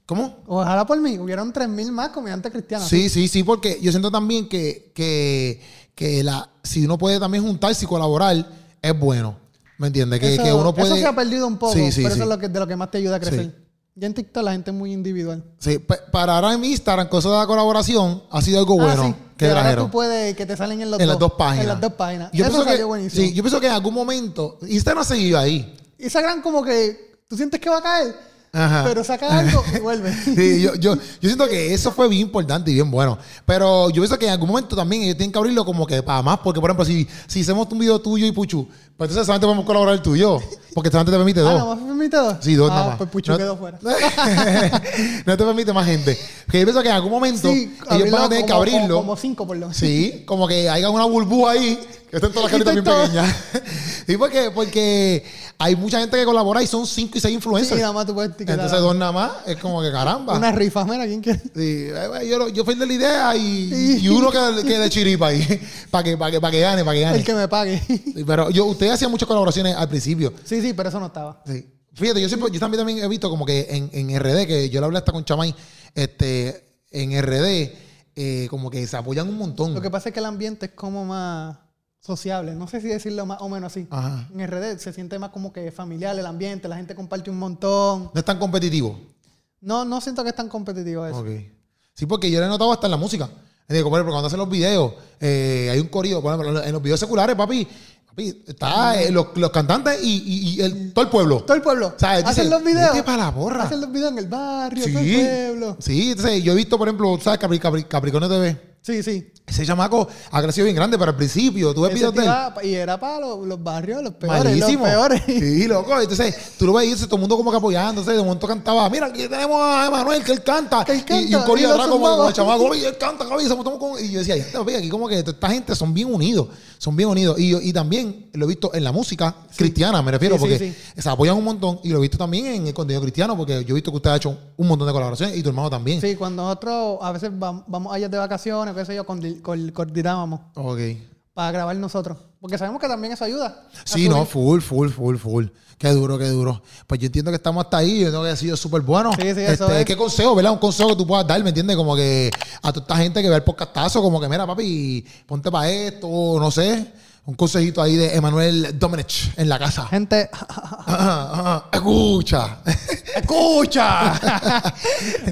Speaker 1: ¿Cómo?
Speaker 2: Ojalá por mí, hubieran 3.000 más comediantes cristianos.
Speaker 1: Sí, sí, sí, porque yo siento también que, que, que la, si uno puede también juntarse y colaborar, es bueno. ¿Me entiendes? Que,
Speaker 2: eso,
Speaker 1: que uno puede.
Speaker 2: eso se ha perdido un poco,
Speaker 1: Sí, sí,
Speaker 2: pero
Speaker 1: sí.
Speaker 2: eso es lo que, de lo que más te ayuda a crecer.
Speaker 1: Sí.
Speaker 2: Ya en TikTok la gente es muy individual.
Speaker 1: Sí, pa- para ahora en Instagram, con eso de la colaboración, ha sido algo
Speaker 2: Ah,
Speaker 1: bueno
Speaker 2: sí,
Speaker 1: que
Speaker 2: ahora
Speaker 1: trajeron.
Speaker 2: tú puedes que te salen en, los
Speaker 1: En las dos páginas.
Speaker 2: En las dos páginas.
Speaker 1: Yo
Speaker 2: eso
Speaker 1: pienso,
Speaker 2: salió
Speaker 1: que,
Speaker 2: buenísimo.
Speaker 1: sí, yo pienso que en algún momento Instagram ha seguido ahí.
Speaker 2: Instagram como que tú sientes que va a caer,
Speaker 1: Ajá.
Speaker 2: pero saca algo y vuelve.
Speaker 1: Sí, yo, yo, yo siento que eso fue bien importante y bien bueno. Pero yo pienso que en algún momento también ellos tienen que abrirlo como que para más. Porque, por ejemplo, si, si hacemos un video tuyo y Puchu, pues entonces solamente podemos colaborar tú y yo. Porque solamente te permite
Speaker 2: Ah,
Speaker 1: dos.
Speaker 2: ¿no me permite dos?
Speaker 1: Sí, dos
Speaker 2: ah,
Speaker 1: nada más.
Speaker 2: Pues Puchu
Speaker 1: no,
Speaker 2: quedó fuera.
Speaker 1: no te permite más gente. Que yo pienso que en algún momento ellos
Speaker 2: abrirlo
Speaker 1: van a tener que
Speaker 2: como-
Speaker 1: abrirlo.
Speaker 2: Como, como cinco por lo menos.
Speaker 1: Sí, como que haya una burbuja ahí, que estén todas las caritas bien
Speaker 2: Estoy todo-
Speaker 1: pequeñas. Y porque, porque hay mucha gente que colabora y son cinco y seis
Speaker 2: Sí,
Speaker 1: influencers.
Speaker 2: nada más tú puedes etiquetar
Speaker 1: Entonces
Speaker 2: a-
Speaker 1: dos nada más, es como que caramba.
Speaker 2: Una rifa, mira, ¿quién quiere?
Speaker 1: Sí, eh, bueno, yo, lo- yo fui el de la idea y, y uno que, que de chiripa ahí, para que, para que, para que gane, para que
Speaker 2: El
Speaker 1: gane.
Speaker 2: que me pague.
Speaker 1: Sí, Pero yo, ustedes hacían muchas colaboraciones al principio.
Speaker 2: Sí, sí, pero eso no estaba.
Speaker 1: Sí. Fíjate, yo siempre, yo también, también he visto como que en, en RD, que yo lo hablé hasta con Chamay, este, en RD, eh, como que se apoyan un montón.
Speaker 2: Lo que pasa es que el ambiente es como más sociable. No sé si decirlo más o menos así.
Speaker 1: Ajá.
Speaker 2: En RD se siente más como que familiar el ambiente, la gente comparte un montón.
Speaker 1: No es tan competitivo.
Speaker 2: No, no siento que es tan competitivo eso.
Speaker 1: Ok. Sí, porque yo lo he notado hasta en la música. Es decir, como, por ejemplo, cuando hacen los videos, eh, hay un corrido, por ejemplo, en los videos seculares, papi, papi está eh, los, los cantantes y, y- y el- todo el pueblo.
Speaker 2: Todo el pueblo.
Speaker 1: O sea,
Speaker 2: hacen
Speaker 1: dice,
Speaker 2: los videos.
Speaker 1: "Vete pa' la borra".
Speaker 2: Hacen los videos en el barrio, todo el
Speaker 1: Sí,
Speaker 2: pueblo.
Speaker 1: sí, entonces, yo he visto, por ejemplo, ¿sabes? Capri, Capri- Capricornio TV.
Speaker 2: Sí, sí.
Speaker 1: Ese chamaco ha crecido bien grande, pero al principio, tú ves
Speaker 2: Ese
Speaker 1: videos de él.
Speaker 2: tiraba pa- y era para los, los barrios, los peores,
Speaker 1: Malísimo.
Speaker 2: los peores.
Speaker 1: Sí, loco. Entonces, tú lo veías, todo el mundo como que apoyándose. De momento cantaba, mira, aquí tenemos a Emanuel, que él canta.
Speaker 2: Que él
Speaker 1: Y-
Speaker 2: canta,
Speaker 1: Y, un
Speaker 2: y
Speaker 1: corrido
Speaker 2: lo
Speaker 1: atrás como
Speaker 2: zumbaba.
Speaker 1: los chamacos, oye, él canta, Javi, se montó con... Y yo decía, ya, papi, aquí como que esta gente son bien unidos. Son bien unidos. Y, yo- y también lo he visto en la música cristiana, me refiero,
Speaker 2: Sí, sí,
Speaker 1: porque
Speaker 2: sí.
Speaker 1: se apoyan un montón. Y lo he visto también en el contenido cristiano, porque yo he visto que usted ha hecho un montón de colaboraciones y tu hermano también.
Speaker 2: Sí, cuando nosotros a veces vam- vamos allá de vacaciones, qué sé yo, condi- col- coordinábamos
Speaker 1: Ok.
Speaker 2: para grabar nosotros. Porque sabemos que también eso ayuda. a
Speaker 1: Sí,
Speaker 2: subir.
Speaker 1: no, full, full, full, full. Qué duro, qué duro. Pues yo entiendo que estamos hasta ahí, yo tengo que decir sido súper bueno.
Speaker 2: Sí, sí, eso es.
Speaker 1: ¿Qué consejo, verdad? Un consejo que tú puedas dar, ¿me entiendes? Como que a toda esta gente que ve el podcastazo, como que mira, papi, ponte para esto, no sé. Un consejito ahí de Emanuel Domenech en la casa.
Speaker 2: Gente,
Speaker 1: Ajá, ajá. Escucha, escucha.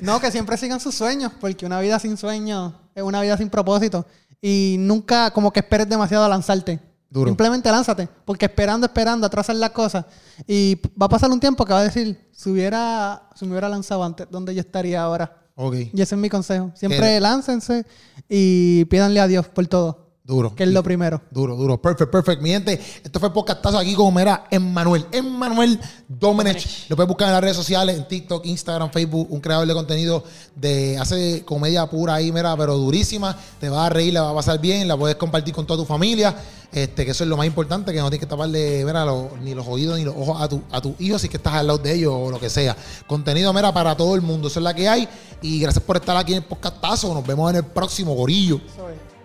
Speaker 2: no, que siempre sigan sus sueños, porque una vida sin sueños es una vida sin propósito. Y nunca como que esperes demasiado a lanzarte.
Speaker 1: Duro.
Speaker 2: Simplemente lánzate, porque esperando, esperando, atrasas las cosas. Y p- va a pasar un tiempo que va a decir, si, hubiera, si me hubiera lanzado antes, ¿dónde yo estaría ahora?
Speaker 1: ok,
Speaker 2: Y ese es mi consejo.
Speaker 1: Tiene-
Speaker 2: Siempre láncense y pídanle a Dios por todo,
Speaker 1: duro.
Speaker 2: que es lo primero.
Speaker 1: Duro, duro. Perfect, perfect. Mi gente, esto fue podcastazo aquí con Mera Emmanuel. Emmanuel Domenech. Lo puedes buscar en las redes sociales, en TikTok, Instagram, Facebook. Un creador de contenido de hace comedia pura ahí, mira, pero durísima. Te vas a reír, la vas a pasar bien, la puedes compartir con toda tu familia. Este, que eso es lo más importante, que no tienes que taparle, mira, lo- ni los oídos ni los ojos a tu, a tus hijos si que estás al lado de ellos o lo que sea. Contenido, mira, para todo el mundo. Eso es la que hay. Y gracias por estar aquí en el podcastazo. Nos vemos en el próximo, gorillo.
Speaker 2: Eso es.